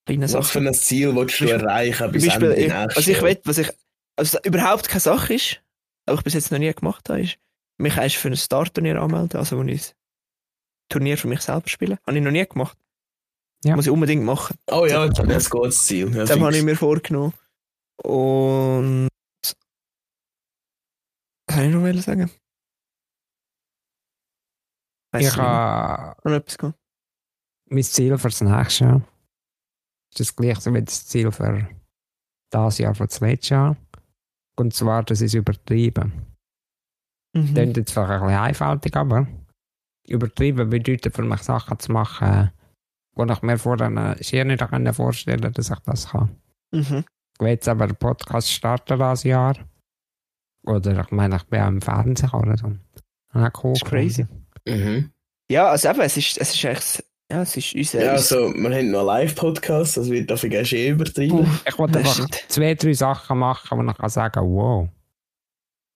Speaker 1: kleinen
Speaker 3: Was
Speaker 1: Sachen.
Speaker 3: für ein Ziel willst du
Speaker 1: Zum
Speaker 3: erreichen bis
Speaker 1: Zum Beispiel,
Speaker 3: Ende
Speaker 1: ich,
Speaker 3: nächstes
Speaker 1: was ich
Speaker 3: Jahr?
Speaker 1: will, was ich, also überhaupt keine Sache ist, aber ich bis jetzt noch nie gemacht habe, ist, mich erst für ein Startturnier anmelden, also wo ich ein Turnier für mich selber spiele. Habe ich noch nie gemacht.
Speaker 2: Ja.
Speaker 1: Muss ich unbedingt machen.
Speaker 3: Oh ja, das ist ein gutes Ziel. Ja,
Speaker 1: Das habe ich
Speaker 3: fix.
Speaker 1: mir vorgenommen. Und. Was kann ich noch wollen sagen? Weiss
Speaker 2: Ich
Speaker 1: nicht mehr.
Speaker 2: habe
Speaker 1: Noch etwas gehabt?
Speaker 2: mein Ziel für das nächste Jahr. Ist das gleich so wie das Ziel für das Jahr, für das letzte Jahr. Und zwar, das ist übertrieben.
Speaker 1: Mhm.
Speaker 2: Klingt jetzt vielleicht ein bisschen einfältig, aber übertrieben bedeutet für mich Sachen zu machen, wo ich mir vorher schier nicht können vorstellen konnte, dass ich das kann.
Speaker 1: Mhm.
Speaker 2: Ich will jetzt aber einen Podcast starten das Jahr. Oder ich meine, ich bin auch im Fernsehen oder so. Auch cool
Speaker 1: Das ist crazy.
Speaker 2: gefunden.
Speaker 3: Mhm.
Speaker 1: Ja, also eben, es ist, es ist echt. s- Ja, es ist unser.
Speaker 3: Ja, also, wir haben noch einen Live-Podcast, das wird dafür gehst eh übertrieben.
Speaker 2: Ich wollte
Speaker 1: Das
Speaker 2: einfach
Speaker 1: stimmt.
Speaker 2: zwei, drei Sachen machen, wo ich kann sagen wow.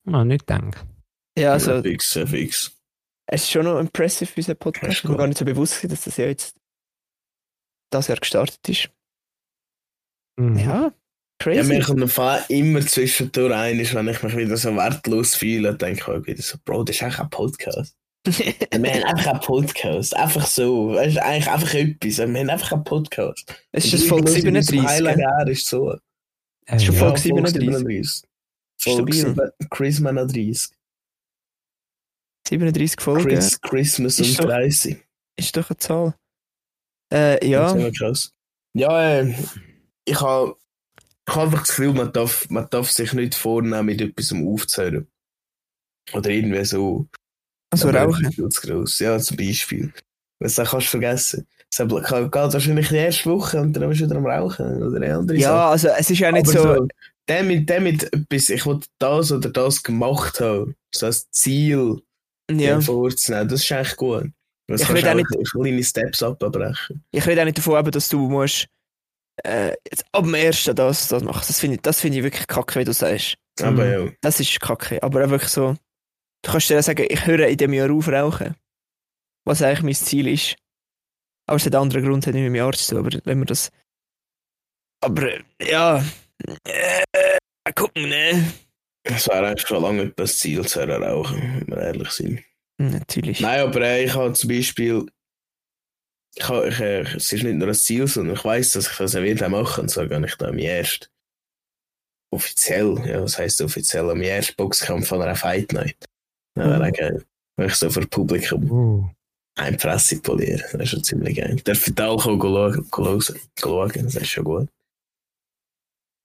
Speaker 2: Ich habe nicht gedacht.
Speaker 1: ja, also,
Speaker 3: Ja, fix, ja, fix.
Speaker 1: es ist schon noch impressive, unser
Speaker 3: Das
Speaker 1: Podcast.
Speaker 3: ist
Speaker 1: Ich war
Speaker 3: gut.
Speaker 1: gar nicht so bewusst, gewesen, dass das ja jetzt. das Jahr gestartet ist.
Speaker 2: Mhm.
Speaker 1: Ja,
Speaker 3: Ja,
Speaker 1: crazy.
Speaker 3: mir kommt im Fall immer zwischendurch ein, ist, wenn ich mich wieder so wertlos fühle, denke ich auch wieder so, Bro, das ist eigentlich ein Podcast. wir haben einfach einen Podcast. Einfach so. Weißt du, eigentlich einfach etwas. Wir haben einfach einen Podcast.
Speaker 1: es ist schon Folge 37.
Speaker 3: Heilig
Speaker 1: gell?
Speaker 3: Jahr ist so.
Speaker 2: Äh,
Speaker 1: Schon
Speaker 2: ja.
Speaker 1: Folge 37. Stabil.
Speaker 3: Folge 37. Chris 30.
Speaker 1: 37 Folgen
Speaker 3: Chris, Christmas
Speaker 1: Oh,
Speaker 3: um
Speaker 1: Ist
Speaker 3: und
Speaker 1: doch-
Speaker 3: 30.
Speaker 1: ist doch eine Zahl. Äh, ja.
Speaker 3: Das ist immer krass. Ja, äh, ich habe ich hab einfach das Gefühl, man darf, man darf sich nicht vornehmen, mit etwas aufzuhören. Oder irgendwie so.
Speaker 1: Also
Speaker 3: Aber
Speaker 1: rauchen.
Speaker 3: das ist viel zu gross. Ja, zum Beispiel. Das kannst du vergessen. Das geht wahrscheinlich die erste Woche und dann bist du wieder am Rauchen oder eine andere Sache.
Speaker 1: Ja, also es ist ja nicht
Speaker 3: Aber
Speaker 1: so.
Speaker 3: Damit, damit etwas, ich will das oder das gemacht haben, so als Ziel
Speaker 1: Ja.
Speaker 3: dir vorzunehmen, das ist eigentlich gut. Das
Speaker 1: Ich
Speaker 3: kannst
Speaker 1: will
Speaker 3: du
Speaker 1: auch
Speaker 3: auch kleine Steps abbrechen.
Speaker 1: Ich rede auch nicht davon, eben, dass du musst. Äh, jetzt ab dem ersten das, das machen. Das finde ich, das finde ich wirklich kacke, wie du sagst.
Speaker 3: Aber ja,
Speaker 1: Das ist kacke. Aber auch wirklich so. Du kannst dir auch sagen, ich höre in diesem Jahr auf rauchen. Was eigentlich mein Ziel ist. Aber es hat einen anderen Grund, hat nicht mit meinem Arzt zu tun. Aber wenn wir das. Aber äh, ja. Äh, mal gucken, ne?
Speaker 3: das wäre eigentlich schon lange nicht das Ziel zu rauchen, wenn wir ehrlich sind.
Speaker 1: Natürlich.
Speaker 3: Nein, aber äh, ich habe zum Beispiel. Ich hab, ich, äh, es ist nicht nur ein Ziel, sondern ich weiß, dass ich das auch wieder machen und so gehe ich da am erst. Offiziell, ja, was heisst offiziell? Am ersten Boxkampf von einer Fight Night. Ja, wäre auch geil. Wenn ich so für Publikum
Speaker 2: Uh.
Speaker 3: eine Fresse poliere, das ist schon ziemlich geil. Der Vital kann schauen, schauen, das ist schon gut.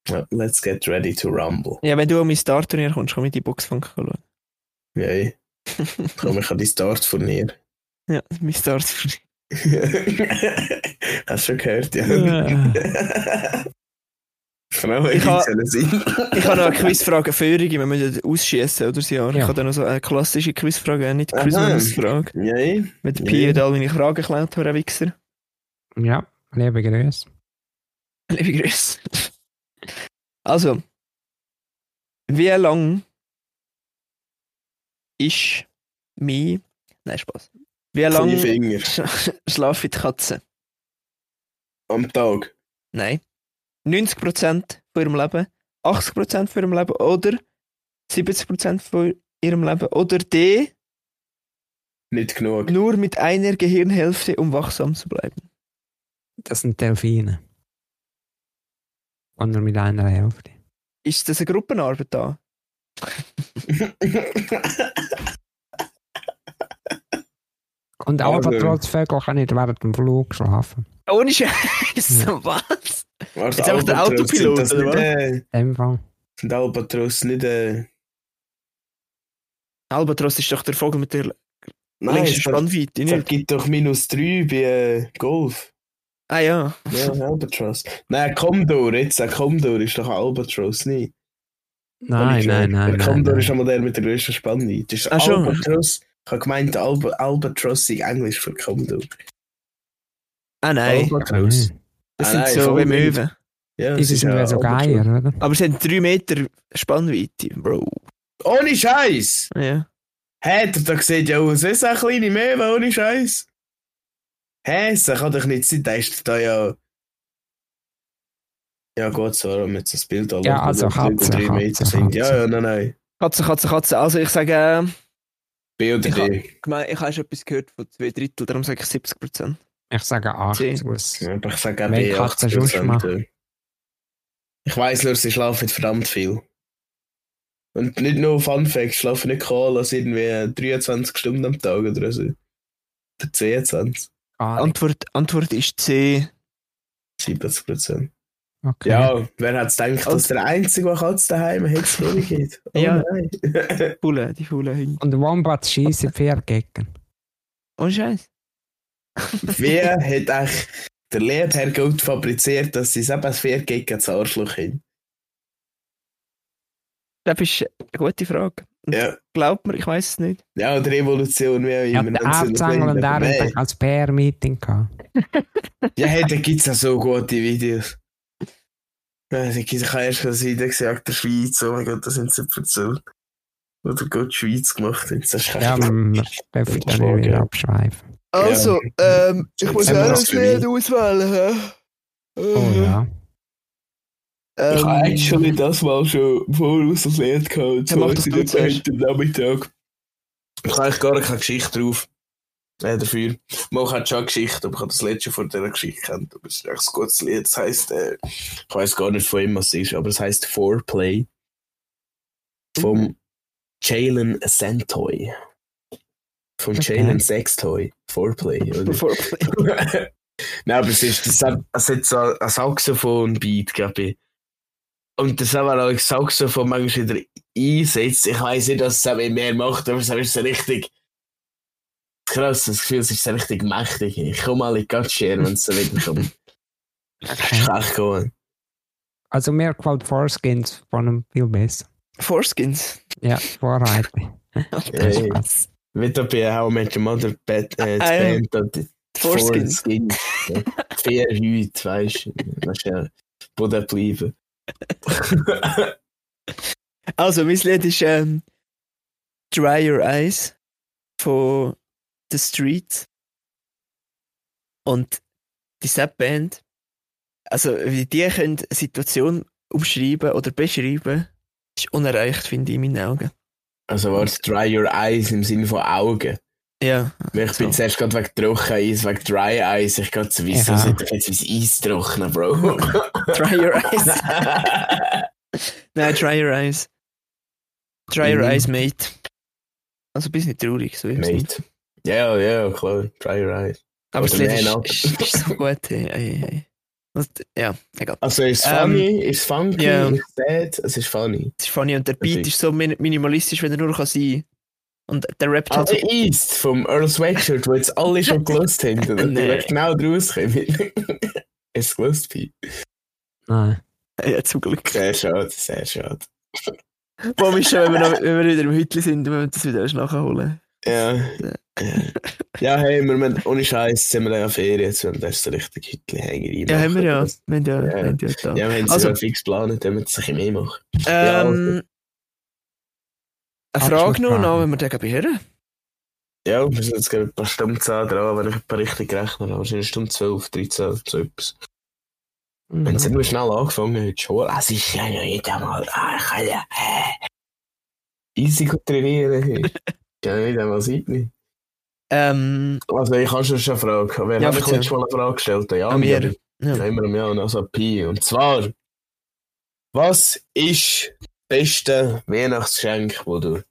Speaker 3: Ja, let's get ready to rumble.
Speaker 1: Ja, wenn du an mein Startturnier kommst, komm ich die Boxfunk schauen.
Speaker 3: Yay. eh. Komm, ich an die Start von hier.
Speaker 1: Ja, mein Startturnier.
Speaker 3: Hast du schon gehört, ja. Frauen
Speaker 1: Ich ha-
Speaker 3: sollen sein.
Speaker 1: Ich habe noch eine Quizfrage für euch, wir müssen ausschießen oder so. Ich
Speaker 2: Ja.
Speaker 1: habe dann noch so eine klassische Quizfrage, eine nicht
Speaker 3: Aha.
Speaker 1: Quizfrage.
Speaker 3: Ja,
Speaker 1: Mit der
Speaker 3: Ja.
Speaker 1: Pia hat all meine Fragen geklaut, Herr Wichser.
Speaker 2: Ja, liebe Grüße.
Speaker 1: Liebe Grüße. Also, wie lang ist mein. Nein, Spaß. Wie
Speaker 3: kleine
Speaker 1: lang
Speaker 3: Finger.
Speaker 1: schlafe ich die Katze?
Speaker 3: Am Tag.
Speaker 1: Nein. 90% von ihrem Leben, 80% von ihrem Leben oder 70% von ihrem Leben oder D,
Speaker 3: Nicht genug.
Speaker 1: nur mit einer Gehirnhälfte, um wachsam zu bleiben.
Speaker 2: Das sind Delfine. Und nur mit einer Hälfte.
Speaker 1: Ist das eine Gruppenarbeit da?
Speaker 2: Und
Speaker 3: Also.
Speaker 2: Albatros-Vögel kann nicht während dem Flug schlafen.
Speaker 1: Ohne Scheiß, was?
Speaker 3: Also
Speaker 1: Jetzt einfach der
Speaker 3: Albatros,
Speaker 1: Autopilot,
Speaker 3: sind das
Speaker 1: oder
Speaker 3: nicht,
Speaker 1: was?
Speaker 3: äh,
Speaker 2: In dem Fall.
Speaker 3: Sind Albatros nicht. Äh,
Speaker 1: Albatros ist doch der Vogel mit der
Speaker 3: nein,
Speaker 1: längsten
Speaker 3: es ver-
Speaker 1: Spannweite,
Speaker 3: es
Speaker 1: nicht?
Speaker 3: gibt doch minus 3 bei äh, Golf.
Speaker 1: Ah ja.
Speaker 3: Ja, Albatros. Nein, Commodore, jetzt ein Commodore ist doch ein Albatros nicht.
Speaker 2: Nein, nein, nein.
Speaker 3: Der
Speaker 2: nein,
Speaker 3: Commodore
Speaker 2: nein.
Speaker 3: ist einmal der mit der größten Spannweite. Das ist
Speaker 1: Ah, schon.
Speaker 3: Albatros. Ich habe gemeint, Alba, Albatros sei Englisch für Commodore.
Speaker 1: Ah nein.
Speaker 3: Albatros.
Speaker 2: Nein.
Speaker 1: Das
Speaker 3: Ah,
Speaker 1: sind
Speaker 3: nein,
Speaker 1: so
Speaker 3: voll
Speaker 1: wie
Speaker 3: nicht.
Speaker 1: Möwen.
Speaker 3: Ja,
Speaker 2: Das ist
Speaker 3: ja
Speaker 2: mir so
Speaker 3: Albatros.
Speaker 2: geier, oder?
Speaker 1: Aber sie haben 3 Meter Spannweite, Bro.
Speaker 3: Ohne Scheiß!
Speaker 1: Ja.
Speaker 3: Hä, hey, da sieht ja aus wie so eine kleine Möwe ohne Scheiß. Hä, das kann doch nicht sein, da ist da ja. Ja, gut, so haben wir jetzt das Bild alle.
Speaker 2: Ja, also Katze,
Speaker 3: drei
Speaker 2: Katze,
Speaker 3: Meter sind. Ja,
Speaker 2: Katze.
Speaker 3: ja, nein, nein.
Speaker 1: Katze, Katze, Katze. Also ich sage, äh,
Speaker 3: B oder
Speaker 1: Ich hab-
Speaker 3: D.
Speaker 1: ich meine, ich habe schon etwas gehört von zwei Drittel, darum sage ich 70%.
Speaker 2: Ich sage 8
Speaker 1: Sie-
Speaker 2: aus.
Speaker 3: Ja, aber ich sage auch
Speaker 2: Wenn
Speaker 3: B.
Speaker 2: Katze
Speaker 3: 80%,
Speaker 2: Schuss macht.
Speaker 3: ja. Ich weiss nur, sie schlafen verdammt viel. Und nicht nur Fun Fact, sie schlafen nicht kahl, also irgendwie 23 Stunden am Tag oder so. Oder 22,
Speaker 1: Ah,
Speaker 2: Gar nicht.
Speaker 1: Antwort, Antwort ist C.
Speaker 3: 70 Prozent.
Speaker 2: Okay.
Speaker 3: Ja, wer hat gedacht, dass der Einzige, der Katze daheim hat, es Vögel gibt? Oh
Speaker 1: Ja.
Speaker 3: nein.
Speaker 1: Fuhle, die Fuhle hin.
Speaker 2: Und Wombats schießen vier Gegner.
Speaker 1: Ohne Scheiß.
Speaker 3: Wie hat eigentlich der Lehrherr Gold fabriziert, dass sie es eben fair gegen das Arschloch hin?
Speaker 1: Das ist eine gute Frage.
Speaker 3: Ja.
Speaker 1: Glaubt mir, ich weiß es nicht.
Speaker 3: Ja, die Revolution, wie auch
Speaker 2: Ich
Speaker 3: immer.
Speaker 2: hatte Aufzängel und er hat dann als PR-Meeting gehabt.
Speaker 3: Ja, hey, da gibt es ja so gute Videos. Ja, da gibt's, ich habe erst das Video gesagt, der Schweiz, oh mein Gott, das sind sie verzählt. Oder Gott, die Schweiz gemacht. haben. Das ist
Speaker 2: Ja,
Speaker 3: echt-
Speaker 2: wir dürfen da nicht wieder abschweifen.
Speaker 3: Also,
Speaker 1: ähm,
Speaker 3: ich muss Haben wir auch das noch für mich?
Speaker 1: auswählen.
Speaker 2: Oh ja.
Speaker 3: Ich habe actually das mal schon voraus erklärt gehabt. und
Speaker 1: Ja,
Speaker 3: zwar
Speaker 1: mach das
Speaker 3: sind
Speaker 1: du
Speaker 3: wir
Speaker 1: zuerst.
Speaker 3: heute Nachmittag. Ich habe eigentlich gar keine Geschichte drauf. Äh, dafür. Mal ich habe schon eine Geschichte, aber ich habe das letzte von dieser Geschichte kennt. Aber es ist echt ein gutes Lied. Es heisst, äh, ich weiß gar nicht von ihm, was es ist, aber es heisst Foreplay. Vom Jalen Santoy. Vom
Speaker 2: Okay.
Speaker 3: Jalen Sextoy. Foreplay, oder?
Speaker 1: Bevor,
Speaker 3: Nein, aber es ist, das hat, es hat so ein Saxophon-Beat, glaube ich. Und das haben wir auch Saxophon manchmal wieder einsetzt. Ich weiß nicht, dass es eben mehr macht, aber es ist so richtig krass. Das Gefühl, es ist so richtig mächtig. Ich komme alle ganz schön, wenn es so wieder kommt. Das ist
Speaker 2: Okay.
Speaker 3: echt cool.
Speaker 2: Also mir gefällt Foreskins von ihm viel besser.
Speaker 1: Forskins.
Speaker 2: Ja, Vorreiter. Das
Speaker 3: Äh,
Speaker 2: ist was.
Speaker 3: wieder bei How I Met Your Mother, Bad, äh,
Speaker 1: Ah, ja.
Speaker 3: die Band, und die
Speaker 1: Foreskin.
Speaker 3: Foreskin. Ja. Vier Hüte, weißt du. Das ist ja, wo der bleiben.
Speaker 1: Also, mein Lied ist ähm, Dry Your Eyes von The Street. Und die Sub-Band, also wie die können eine Situation umschreiben oder beschreiben, ist unerreicht, finde ich, in meinen Augen.
Speaker 3: Also warte, dry your eyes im Sinne von Augen.
Speaker 1: Ja,
Speaker 3: Weil Ich bin
Speaker 1: So.
Speaker 3: zuerst gerade wegen trocken Eis, wegen dry eyes. Ich gehe zu wissen,
Speaker 2: Ja.
Speaker 3: sollte ich jetzt mein Eis trocknen, Bro.
Speaker 1: Dry Your Eyes. Nein, Dry Your Eyes. Dry Your
Speaker 3: Mhm.
Speaker 1: Eyes, Mate. Also, bist nicht traurig, so wie ich's meine.
Speaker 3: Mate. Ja, ja, klar. Dry your eyes.
Speaker 1: Aber das
Speaker 3: Oder
Speaker 1: Lied
Speaker 3: Man Up.
Speaker 1: ist, ist, ist so gut. Hey, hey, hey. Und, ja, egal.
Speaker 3: Also ist
Speaker 1: Ähm,
Speaker 3: funny, ist funky,
Speaker 1: ja.
Speaker 3: ist sad, es ist funny.
Speaker 1: Es ist funny und der Beat
Speaker 3: Perfekt.
Speaker 1: ist so min minimalistisch, wenn er nur kann sein Und der Rap hat
Speaker 3: Also
Speaker 1: so.
Speaker 3: East vom Earl Sweatshirt, wo jetzt alle schon gelöst haben. Und
Speaker 1: Nee.
Speaker 3: nee. genau draus kommen. Es gelöst, Pi.
Speaker 2: Nein.
Speaker 1: Ja, zum Glück.
Speaker 3: Sehr schade, sehr schade.
Speaker 1: Warum ist schon, wenn wir, noch, wenn wir wieder im Hütli sind, wenn wir das wieder erst nachholen?
Speaker 3: Ja.
Speaker 1: Ja.
Speaker 3: ja, hey, wir müssen, ohne Scheiß sind wir ja Ferien, jetzt wollen wir erst so richtig Hütchen hängen.
Speaker 1: Ja, haben wir ja.
Speaker 3: reinmachen.
Speaker 1: Wir haben ja, wir
Speaker 3: Ja.
Speaker 1: haben ja da.
Speaker 3: Ja, wir haben es
Speaker 1: Also-
Speaker 3: ja fix geplant, dann müssen wir es ein bisschen eh mehr machen.
Speaker 1: Ähm, eine Frage noch,
Speaker 2: Abschlussfrage.
Speaker 1: noch, wenn wir den behören.
Speaker 3: Ja, wir sind jetzt gerade ein paar Stunden 10 dran, wenn ich ein paar richtig rechne. Wahrscheinlich eine Stunde 12, 13, so etwas. Wenn es
Speaker 2: Mhm.
Speaker 3: nur schnell angefangen hat, schon. Es ist ja noch nicht einmal. Ah, ich kann ja. Äh, easy gut trainieren. hey. Ich kann ja nicht einmal sein.
Speaker 1: Ähm,
Speaker 3: Also, ich habe schon schon eine Frage. Wer
Speaker 1: Ja,
Speaker 3: hat mich
Speaker 1: bitte.
Speaker 3: letztes Mal eine Frage gestellt? Ja,
Speaker 1: an mir.
Speaker 3: Ja, immer im Jahr, also Pi. Und zwar, was ist das beste Weihnachtsgeschenk, das du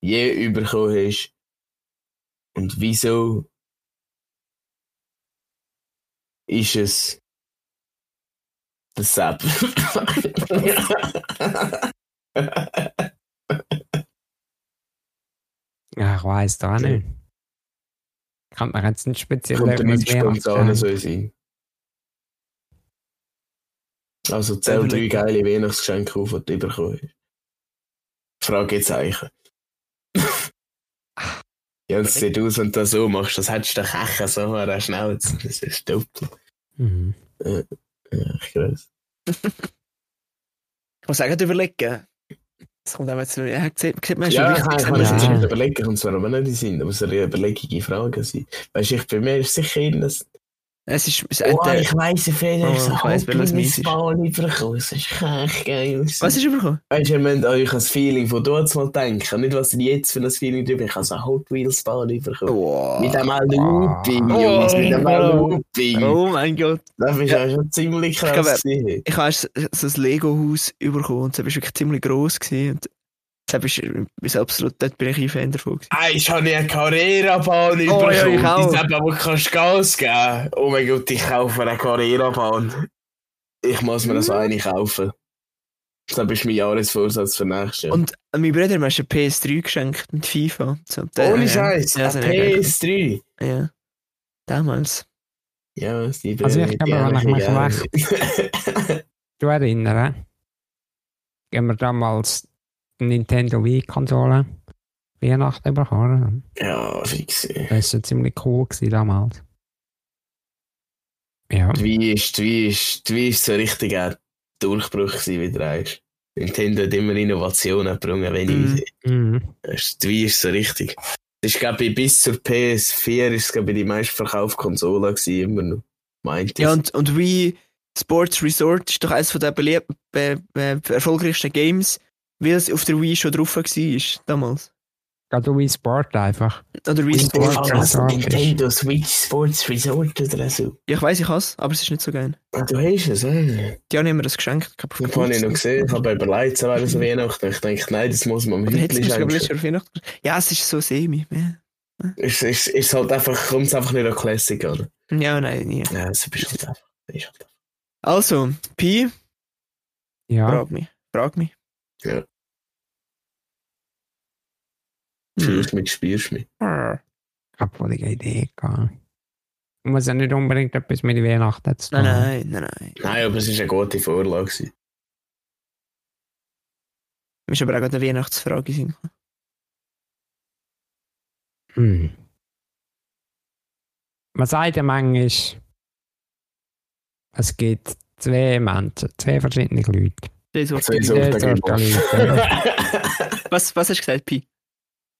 Speaker 3: je bekommen hast? Und wieso ist es der Sepp?
Speaker 2: Ja, ich weiß da auch nicht. Kann man jetzt nicht speziell
Speaker 3: Kommt er
Speaker 2: irgendwas
Speaker 3: nicht spontan
Speaker 2: Weihnachtsgeschenk-
Speaker 3: so sein? Also zähl drei
Speaker 1: Überlegen.
Speaker 3: geile Weihnachtsgeschenke auf, die du bekommen hast. Fragezeichen. Ah. ja, und es sieht aus, wenn du das so machst, das hättest du doch Kechen so an der Schnauze. Das ist doppelt.
Speaker 2: Mhm.
Speaker 3: Ja, ich weiß.
Speaker 1: Ich muss auch gerade überlegen. Das kommt auch jetzt zu mir. Ja, sieht, sieht man schon
Speaker 3: Ja, ich
Speaker 1: richtig,
Speaker 3: kann ich
Speaker 1: sieht
Speaker 3: kann
Speaker 1: man
Speaker 3: mir
Speaker 1: schon
Speaker 3: jetzt
Speaker 2: Ja.
Speaker 3: nicht überlegen, und zwar aber nicht in Sinn, aber es soll eine überlegige Frage sein. Weißt du, ich- bei mir ist sicher irgendwas.
Speaker 1: Es ist, es ist
Speaker 3: Oh,
Speaker 1: äh,
Speaker 3: ich weiss, ich
Speaker 1: Oh,
Speaker 3: habe so
Speaker 1: ich weiss, welches meins ist.
Speaker 3: Ball bekommen. Das ist echt geil.
Speaker 1: Was ist überkommen?
Speaker 3: Weißt du, ihr müsst euch an das Feeling von dort mal denken. Nicht, was ihr jetzt für ein Feeling drüber Ich habe so eine Hot Wheels Bahn bekommen.
Speaker 1: Oh.
Speaker 3: Mit dem Looping,
Speaker 1: Oh.
Speaker 3: Jungs. Mit dem
Speaker 1: Oh.
Speaker 3: Looping.
Speaker 1: oh mein Gott.
Speaker 3: Das war
Speaker 1: Ja.
Speaker 3: ja schon ziemlich
Speaker 1: Ich glaube-
Speaker 3: krass. gewesen.
Speaker 1: Ich habe so ein Lego-Haus überkommen und es war wirklich ziemlich gross. Gewesen. Und das ist, ist absolut, dort bin ich ein Fan davon. Gewesen.
Speaker 3: Ah, ich habe eine Carrera-Bahn
Speaker 1: Oh, ja,
Speaker 3: bekommen.
Speaker 1: ich auch.
Speaker 3: Die Sache, wo du kannst Gas geben kannst. Oh mein Gott, ich kaufe eine Carrera-Bahn. Ich muss mir
Speaker 1: Mhm.
Speaker 3: so eine kaufen. Das ist mein Jahresvorsatz für nächstes Jahr.
Speaker 1: Und mein Bruder hat mir erst eine PS3 geschenkt mit FIFA. So, der-
Speaker 3: Ohne
Speaker 1: ja.
Speaker 3: Scheiß,
Speaker 1: Ja,
Speaker 3: eine
Speaker 1: so eine-
Speaker 3: PS3.
Speaker 1: Ja. Damals.
Speaker 3: Ja, was die
Speaker 2: Also ich glaube, wenn ich mich recht du erinnere, haben wir damals die Nintendo Wii-Konsole Weihnachten bekommen.
Speaker 3: Ja, fix. Die
Speaker 2: Das war ziemlich cool gewesen damals. Ja,
Speaker 3: Wii ist, die Wii ist, die Wii ist so richtig ein Durchbruch gewesen, wie du sagst. Nintendo hat immer Innovationen gebracht, wenn
Speaker 1: Mhm.
Speaker 3: ich
Speaker 2: mhm.
Speaker 3: sehe. Die Wii ist so richtig. Das ist, glaube ich, bis zur PS4 ist, glaube ich, die meistverkaufte Konsole gewesen, immer noch. Meint
Speaker 1: Ja,
Speaker 3: ich.
Speaker 1: und, und Wii Sports Resort ist doch eines der belieb- be, be, erfolgreichsten Games, weil es auf der Wii schon drauf war damals.
Speaker 2: gerade Wii Sport einfach.
Speaker 1: Oder Wii
Speaker 2: Und-
Speaker 1: Sports.
Speaker 2: Sports Resort ist-
Speaker 3: Nintendo Switch Sports Resort oder so.
Speaker 1: Ja, ich weiß, ich hasse, aber es ist nicht so geil.
Speaker 3: Ah, du hast es, äh.
Speaker 1: Die haben mir das geschenkt. Ich
Speaker 3: Das habe ich noch gesehen. Ich habe überlegt, so wäre es Weihnachten. Ich denke, nein, das muss man mir
Speaker 1: Oder hätte
Speaker 3: wirklich
Speaker 1: es mir
Speaker 3: schenken.
Speaker 1: letztes Jahr auf Weihnachten Ja, es ist so semi. Ja,
Speaker 3: Ist, ist, ist halt einfach, kommt es einfach nicht an Classic an.
Speaker 1: ja nein, nie.
Speaker 3: Ja, das ist halt einfach. Ist halt einfach.
Speaker 1: Also, Pi,
Speaker 2: Ja,
Speaker 1: frag mich. Frag mich.
Speaker 3: Ja.
Speaker 1: Hm.
Speaker 3: Fühlst mich, spürst mich.
Speaker 2: ich habe voll die Idee gehabt. Muss ja nicht unbedingt etwas mit Weihnachten zu tun
Speaker 1: Nein, nein, nein, nein.
Speaker 3: Nein, aber es war eine gute Vorlage. gewesen.
Speaker 1: Mir ist aber auch gerade eine Weihnachtsfrage sind.
Speaker 2: Hm. Man sagt ja manchmal, es gibt zwei Menschen, zwei verschiedene Leute. Zwei
Speaker 3: Zwei Sorten
Speaker 2: Sorten
Speaker 3: gibt es.
Speaker 2: Leute.
Speaker 1: Was, was hast du gesagt, Pi?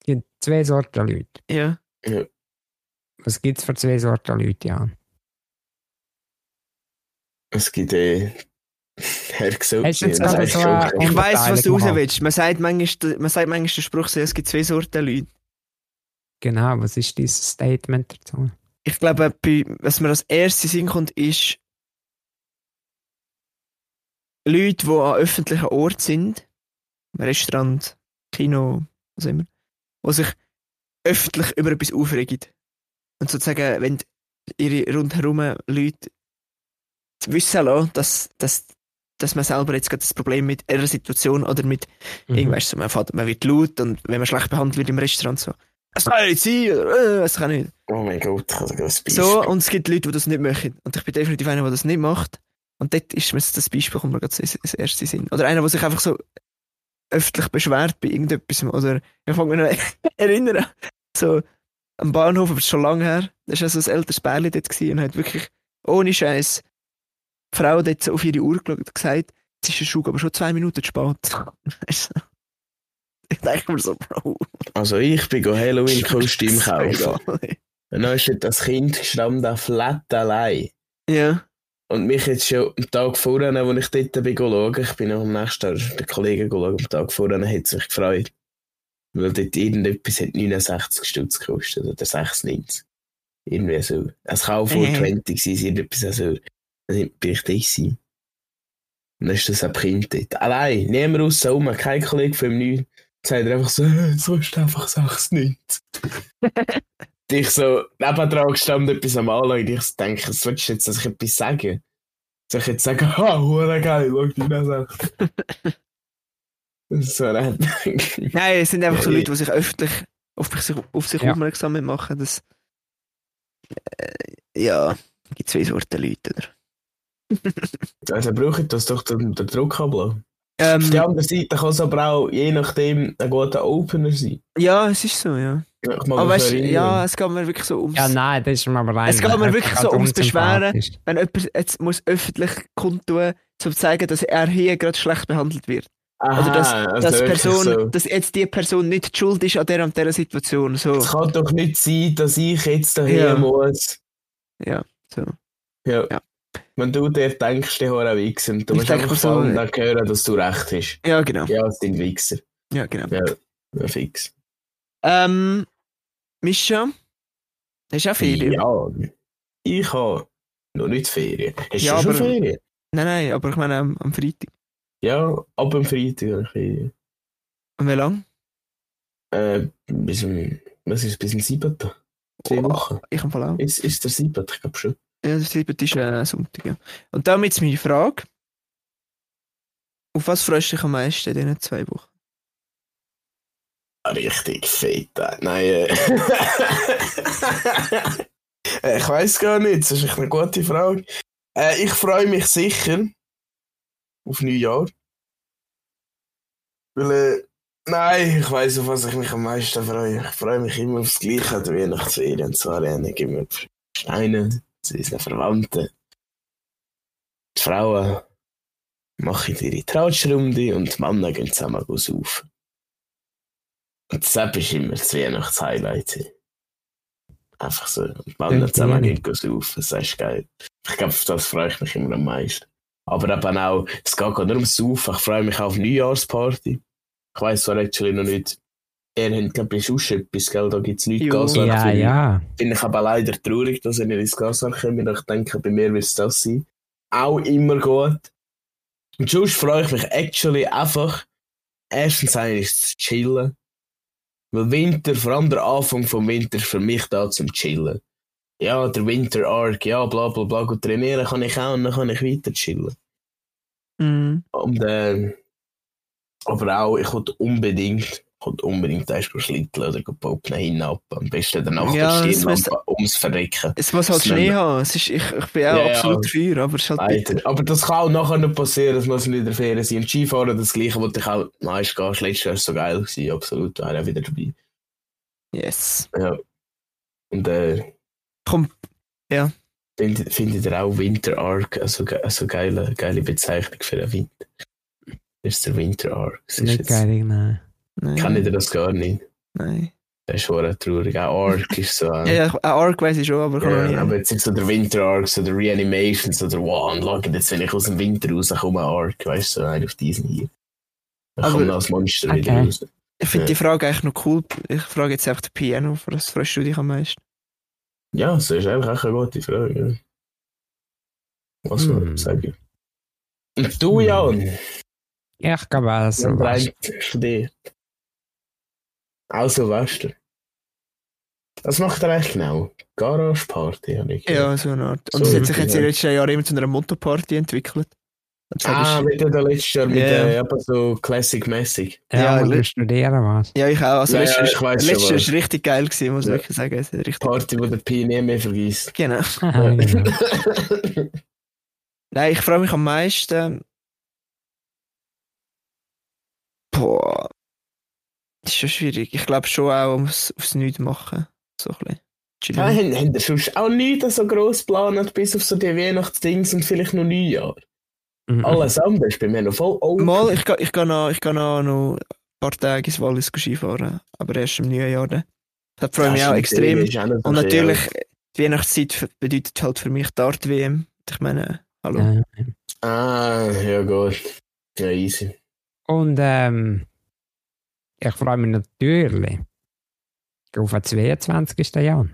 Speaker 2: Es gibt zwei Sorten Leute.
Speaker 1: Ja.
Speaker 2: Was gibt es für zwei Sorten Leute, ja?
Speaker 3: Es gibt eh. Herr Gesund.
Speaker 2: Hast du jetzt gerade so eine-
Speaker 1: Ich weiss, was du raus
Speaker 2: Unterteilung
Speaker 1: willst. Man sagt manchmal, man sagt manchmal den Spruch, so, es gibt zwei Sorten Leute.
Speaker 2: Genau, was ist dieses Statement dazu?
Speaker 3: Mhm.
Speaker 1: Ich glaube, bei, was mir als erstes in den Sinn kommt, ist Leute, die an öffentlichen Orten sind, Restaurant, Kino, was immer, die sich öffentlich über etwas aufregen. Und sozusagen, wenn ihre rundherum Leute wissen lassen, dass, dass, dass man selber jetzt gerade das Problem mit einer Situation oder mit
Speaker 2: Mhm.
Speaker 1: Irgendwann ist so, man, fährt, man wird laut und wenn man schlecht behandelt wird im Restaurant so, es kann ja nicht sein, oder, äh, es kann nicht.
Speaker 3: Oh mein Gott, ich habe sogar ein Beispiel.
Speaker 1: So, und es gibt Leute, die das nicht möchten. Und ich bin definitiv einer, der das nicht macht. Und dort ist mir jetzt das Beispiel, kommt mir gerade so ins- ins erste Sinn. Oder einer, der sich einfach so öffentlich beschwert bei irgendetwas. Oder ich fange mich noch erinnern, so am Bahnhof, aber das ist schon lange her, da war so ein älteres Bärli dort gewesen und hat wirklich ohne Scheiß die Frau dort so auf ihre Uhr geschaut und gesagt, es ist der Zug aber schon zwei Minuten zu spät. Weisst du? ich denke mir so, Bro.
Speaker 3: Also, ich bin go Halloween-Kostüm kaufen.
Speaker 1: Sorry.
Speaker 3: Und dann ist dort das Kind gestanden, flat allein.
Speaker 1: Ja,
Speaker 3: Und mich jetzt schon am Tag vorher, als ich dort bin, schauen, ich bin noch am nächsten Tag den Kollegen schauen, am Tag vorher hat es mich gefreut. Weil dort irgendetwas hat 69 Stutz gekostet oder 96. Irgendwie so. Es kann auch vor
Speaker 1: Mhm.
Speaker 3: 20 sein, irgendetwas also. Dann bin ich dich sein. Und dann ist das ein Kind dort. Allein, niemand raus, rum, kein Kollege von ihm, nichts. Dann sagt er einfach so, so ist einfach 96. Und ich so nebendran gestanden etwas am Anlegen und ich so denke, was willst du jetzt, dass ich etwas sage? Soll ich jetzt sagen, ha, hure geil, schau dir das an. so, dann
Speaker 1: Nein, es sind einfach so
Speaker 3: Ja,
Speaker 1: Leute, die sich öffentlich auf sich, auf sich
Speaker 2: Ja.
Speaker 1: aufmerksam machen. Das, äh, ja, gibt zwei Sorten Leute. Oder?
Speaker 3: Also brauche ich das doch, den, den Druck ablassen. Auf der
Speaker 1: Ähm,
Speaker 3: anderen Seite kann es aber auch, je nachdem, ein guter Opener sein.
Speaker 1: ja, es ist so, ja.
Speaker 3: Ich mag mich
Speaker 1: Aber weißt,
Speaker 3: erinnern.
Speaker 1: ja, es geht mir wirklich so ums.
Speaker 2: Ja, nein, das ist mir aber rein.
Speaker 1: Es geht mir wirklich so ums Beschweren.
Speaker 2: unsympathisch.
Speaker 1: Wenn jemand jetzt muss öffentlich kundtun um zu zeigen, dass er hier gerade schlecht behandelt wird.
Speaker 3: Aha,
Speaker 1: also dass-
Speaker 3: also
Speaker 1: dass,
Speaker 3: wirklich
Speaker 1: Person,
Speaker 3: so.
Speaker 1: dass jetzt die Person nicht die schuld ist an der, an dieser Situation. So,
Speaker 3: Es kann doch nicht sein, dass ich jetzt daher
Speaker 1: Ja.
Speaker 3: muss.
Speaker 1: so.
Speaker 3: Ja.
Speaker 1: Ja.
Speaker 3: Wenn du dir denkst, die Hure Wichser, und du
Speaker 1: Ich
Speaker 3: musst
Speaker 1: denk
Speaker 3: einfach
Speaker 1: mir so,
Speaker 3: so, dann hören, dass du recht hast.
Speaker 1: Ja, genau.
Speaker 3: Ja, es sind Wichser.
Speaker 1: Ja, genau.
Speaker 3: Ja, ja fix.
Speaker 1: Ähm, Mischa, hast du auch Ferien?
Speaker 3: Ja, ich habe noch nicht Ferien. Hast
Speaker 1: Ja,
Speaker 3: du schon
Speaker 1: aber-
Speaker 3: Ferien?
Speaker 1: Nein, nein, aber ich meine am, am Freitag.
Speaker 3: Ja, ab dem Freitag habe ich Ferien.
Speaker 1: Und wie lange?
Speaker 3: Äh, bis zum, was ist es, bis um zum 7. Drei
Speaker 1: Oh.
Speaker 3: Wochen.
Speaker 1: Ich im Fall auch.
Speaker 3: Ist, ist der 7. Ich glaube schon.
Speaker 1: Ja, der siebte ist äh, Sonntag. Ja. Und damit ist meine Frage. Auf was freust du dich am meisten in diesen zwei Wochen?
Speaker 3: Richtig fett. äh, Nein, äh. Äh, ich weiß gar nicht, das ist echt eine gute Frage. Äh, ich freue mich sicher auf Neujahr. Weil, äh, nein, ich weiß, auf was ich mich am meisten freue. Ich freue mich immer aufs Gleiche an der Weihnachtsferien. Und zwar renne ich immer auf Steine zu unseren Verwandten. Die Frauen machen ihre Tratschrunde und die Männer gehen zusammen auf. Und das ist immer das Weihnachtshighlight. Einfach so. Und die Männer
Speaker 2: Denkt
Speaker 3: zusammen
Speaker 2: ihr
Speaker 3: gehen auf. Das ist geil. Ich glaube, auf das freue ich mich immer am meisten. Aber eben auch, es geht gar nicht ums Saufen. Ich freue mich auch auf Neujahrsparty. Ich weiss zwar actually noch nicht, ihr habt, glaube ich, sonst etwas, gell? Da gibt es nichts
Speaker 1: Jo.
Speaker 3: Gaswerk
Speaker 2: Ja,
Speaker 3: für euch.
Speaker 2: ja.
Speaker 3: Bin ich aber leider traurig, dass ihr nicht ins Gaswerk kommt. Ich denke, bei mir wird es das sein. Auch immer gut. Und sonst freue ich mich actually einfach, erstens eigentlich zu chillen. Weil Winter, vor allem der Anfang vom Winter, ist für mich da zum Chillen. Ja, der Winter Arc, ja, bla bla bla, gut trainieren kann ich auch und dann kann ich weiter chillen.
Speaker 1: Mhm.
Speaker 3: Und, äh, aber auch, ich wollte unbedingt, ich wollte unbedingt erst schlitteln oder popen hinab. Am besten danach
Speaker 1: Ja,
Speaker 3: ja,
Speaker 1: das
Speaker 3: Stirnlampe ums Verrecken.
Speaker 1: Es muss halt
Speaker 3: Das nehmen
Speaker 1: Schnee haben. Es ist, ich, ich bin auch
Speaker 3: Ja, ja.
Speaker 1: absolut für, aber es ist halt bitter.
Speaker 3: Leider. Aber das kann auch nachher nicht passieren, das muss nicht in der Ferien sein. Und Skifahren, das gleiche, wollte ich auch meist gehen. Letztes Jahr war es so geil, gewesen, absolut, war auch wieder dabei.
Speaker 1: Yes.
Speaker 3: Ja. Und äh,
Speaker 1: Komm,
Speaker 3: findet find ihr auch Winter Arc, also, ge- also geile, geile Bezeichnung für den Winter. Das ist der Winter Arc. Das ist
Speaker 2: Nicht
Speaker 3: jetzt,
Speaker 2: geil, nein.
Speaker 1: nein.
Speaker 3: kann ich dir das gar nicht.
Speaker 1: Nein.
Speaker 3: Das ist schon traurig. Auch Arc ist so. ein-
Speaker 1: Ja, ja, ein Arc weiß ich schon, aber kann
Speaker 3: Ja,
Speaker 1: ja,
Speaker 3: aber
Speaker 1: nicht.
Speaker 3: jetzt ist so der Winter Arc, so der Reanimation, so der Wow, und schau jetzt, wenn ich aus dem Winter rauskomme, Arc, weißt du, so einer auf diesen hier. Dann
Speaker 1: Aber-
Speaker 3: kommt noch als Monster wieder
Speaker 2: Okay.
Speaker 3: raus.
Speaker 1: Ich finde
Speaker 3: Ja.
Speaker 1: die Frage eigentlich noch cool. Ich frage jetzt einfach den Piano, für was freust du dich am meisten?
Speaker 3: Ja, das ist eigentlich auch eine gute Frage. Ja. Was soll
Speaker 2: Hm.
Speaker 3: ich sagen? Und du,
Speaker 2: Hm.
Speaker 3: Jan,
Speaker 2: Ich glaube, also,
Speaker 3: so
Speaker 2: was-
Speaker 3: rein studiert. Auch Silvester. Also, Was macht er eigentlich genau? Garage Party, habe ich gehört.
Speaker 1: Ja, so eine Art. Und
Speaker 3: So
Speaker 1: es hat sich
Speaker 3: etwas,
Speaker 1: jetzt in den
Speaker 3: ja.
Speaker 1: letzten Jahren immer zu einer Motto-Party entwickelt. Und das
Speaker 3: Ah,
Speaker 1: ist-
Speaker 3: wieder der letzte Jahr mit
Speaker 1: Ja.
Speaker 3: yeah. äh, eben so Classic-mäßig.
Speaker 1: Ja,
Speaker 2: ja, wenn
Speaker 1: le-
Speaker 2: du studieren was.
Speaker 1: ja, ich auch. Also,
Speaker 3: Ja, ja,
Speaker 1: letztes,
Speaker 3: ich weiss schon,
Speaker 1: letztes Jahr
Speaker 3: was.
Speaker 1: war richtig geil, gewesen, muss ich
Speaker 3: Ja.
Speaker 1: wirklich sagen. Es hat richtig
Speaker 3: Party, die der Pi nie mehr vergisst.
Speaker 1: Genau.
Speaker 2: Aha, genau.
Speaker 1: Nein, ich freue mich am meisten. Boah. Das ist schon schwierig. Ich glaube schon auch aufs, aufs Nichts machen. So ein bisschen.
Speaker 3: Ja,
Speaker 1: Chillen.
Speaker 3: Ah, haben, haben ihr sonst auch nichts so gross geplant, bis auf so die Weihnachtsdings und vielleicht noch Neujahr?
Speaker 2: Mhm.
Speaker 3: Alles andere ist bei mir noch voll open.
Speaker 1: Mal, ich, geh- ich gehe noch, ich geh noch, noch ein paar Tage ins Wallis Skifahren. Aber erst im neuen Jahr. dann. Das freue ich mich auch extrem. Und natürlich, die Weihnachtszeit f- bedeutet halt für mich die Art-WM. Ich meine, eh, Hallo.
Speaker 2: Ja.
Speaker 3: Ah, ja gut. Ja, easy.
Speaker 2: Und ähm, ich freue mich natürlich auf den 22. Jahr.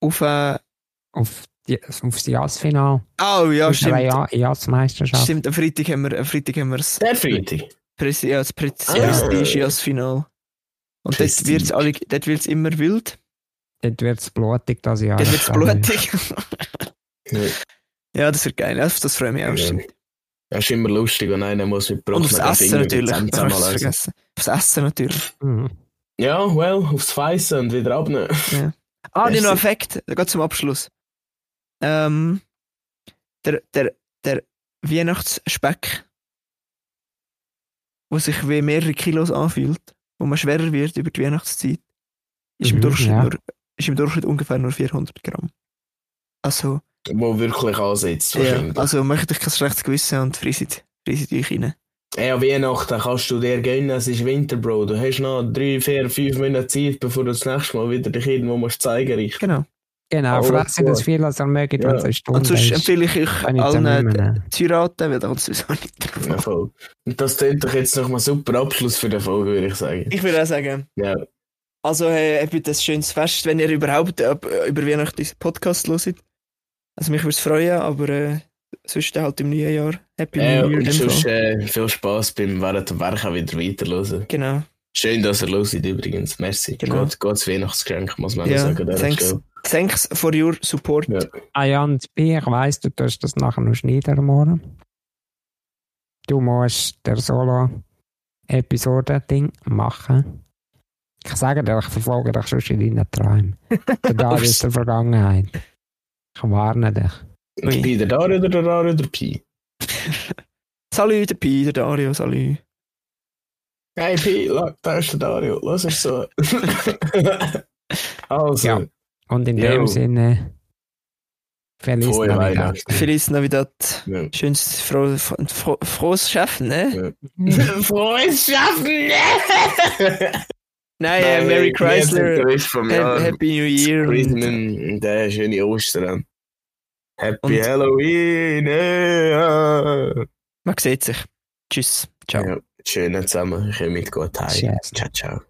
Speaker 1: Auf, äh,
Speaker 2: Auf, die, auf das Jahresfinale.
Speaker 1: oh ja,
Speaker 2: auf die
Speaker 1: stimmt.
Speaker 2: Ja- Jahresmeisterschaft.
Speaker 1: Stimmt, am Freitag haben wir, am Freitag haben wir das,
Speaker 3: Der Freitag.
Speaker 1: Presi ja, das Prezi-
Speaker 3: Ah.
Speaker 1: Prestige als Final. Und dort
Speaker 3: Prestige.
Speaker 1: wird es dort wird's immer wild.
Speaker 2: Dort wird es blutig das Jahr.
Speaker 1: Dort wird es
Speaker 3: ah,
Speaker 2: Das sage ich.
Speaker 1: blutig.
Speaker 3: Ja.
Speaker 1: ja, das wird geil. Auf das freue ich mich auch.
Speaker 3: Ja.
Speaker 1: stimmt.
Speaker 3: Das ist immer lustig und einer muss mit
Speaker 1: Und aufs
Speaker 3: gebrochenen
Speaker 1: Essen
Speaker 3: Fingern
Speaker 1: natürlich.
Speaker 3: mit
Speaker 1: Ich
Speaker 3: Senf
Speaker 1: habe es
Speaker 3: anlaufen.
Speaker 1: vergessen. Aufs Essen natürlich.
Speaker 2: Mhm.
Speaker 3: Ja, well, aufs Weiße und wieder abnehmen.
Speaker 1: Ah, nicht
Speaker 3: Merci.
Speaker 1: noch ein Fakt. Geht zum Abschluss. Ähm, der, der, der Weihnachtsspeck, der sich wie mehrere Kilos anfühlt, wo man schwerer wird über die Weihnachtszeit, ist, im,
Speaker 2: Mhm,
Speaker 1: Durchschnitt
Speaker 2: ja.
Speaker 1: nur, ist im Durchschnitt ungefähr nur 400 Gramm. Also,
Speaker 3: Wo wirklich ansetzt,
Speaker 1: ja,
Speaker 3: wahrscheinlich.
Speaker 1: also macht euch kein schlechtes Gewissen und frisst frisst euch rein.
Speaker 3: Ja, Weihnachten kannst du dir gönnen, es ist Winter, Bro. Du hast noch drei, vier, fünf Minuten Zeit, bevor du das nächste Mal wieder dich irgendwo musst zeigen musst.
Speaker 1: Genau.
Speaker 2: Genau,
Speaker 3: Oh,
Speaker 2: vielleicht sind
Speaker 3: gut.
Speaker 2: das viele, als ihr also mögt, wenn
Speaker 3: Ja.
Speaker 2: es eine Stunde
Speaker 1: Und sonst
Speaker 2: ist.
Speaker 1: empfehle ich euch
Speaker 2: Kann ich es ja
Speaker 1: allen
Speaker 2: nicht
Speaker 1: äh,
Speaker 2: mehr nehmen.
Speaker 1: zu heiraten, weil da kommt es sowieso nicht drauf.
Speaker 3: Ja,
Speaker 1: an.
Speaker 3: voll. Und das tönt doch jetzt nochmal super Abschluss für den Folge, würde ich sagen.
Speaker 1: Ich würde auch sagen,
Speaker 3: Ja,
Speaker 1: Also hey, habt ein schönes Fest, wenn ihr überhaupt äh, über Weihnachten diesen Podcast hört. Also mich würde es freuen, aber äh, sonst halt im neuen Jahr. Happy
Speaker 3: äh,
Speaker 1: New Year. in
Speaker 3: und
Speaker 1: dem
Speaker 3: sonst
Speaker 1: Fall.
Speaker 3: äh, viel Spaß beim Während dem Werken wieder weiterhören.
Speaker 1: Genau.
Speaker 3: Schön, dass ihr hört übrigens. Merci.
Speaker 1: Genau.
Speaker 3: Gut, gutes Weihnachtsgeschenk, muss man
Speaker 1: Ja,
Speaker 3: sagen. an dieser
Speaker 1: thanks.
Speaker 3: Stelle.
Speaker 1: Thanks for your support.
Speaker 3: Ja.
Speaker 2: Ah ja, und Pi, ich weiss, du tust das nachher noch schneiden am Morgen. Du musst der Solo-Episode-Ding machen. Ich sage dir, ich verfolge dich schon in deinen Träumen. Der Tag
Speaker 1: Ups.
Speaker 2: ist der Vergangenheit. Ich warne dich.
Speaker 1: Ui.
Speaker 3: Der Pi, der Dari oder der Dari oder der Pi?
Speaker 1: Salut, der Pi, der Dario, salut.
Speaker 3: Hey Pi, look, da ist der Dario. Los ist so. also,
Speaker 2: Ja. Und in
Speaker 3: Jo.
Speaker 2: dem Sinne, Feliz
Speaker 3: frohe
Speaker 2: Navidad.
Speaker 3: Weihnachten.
Speaker 1: Feliz Navidad.
Speaker 3: Ja.
Speaker 1: Schönes, froh, froh, frohes Schaffen, ne?
Speaker 3: Frohes Schaffen!
Speaker 1: Nein, äh, Merry Chrysler.
Speaker 3: Vom
Speaker 1: Ha-
Speaker 3: Jahr.
Speaker 1: Happy New Year. Und,
Speaker 3: Christmas, der schöne Ostern. Happy
Speaker 1: Und-
Speaker 3: Halloween! Äh.
Speaker 1: man sieht sich. Tschüss. Ciao.
Speaker 3: Ja, schönen zusammen, ich komme mit gut heim.
Speaker 2: Tschüss.
Speaker 3: Ciao, ciao.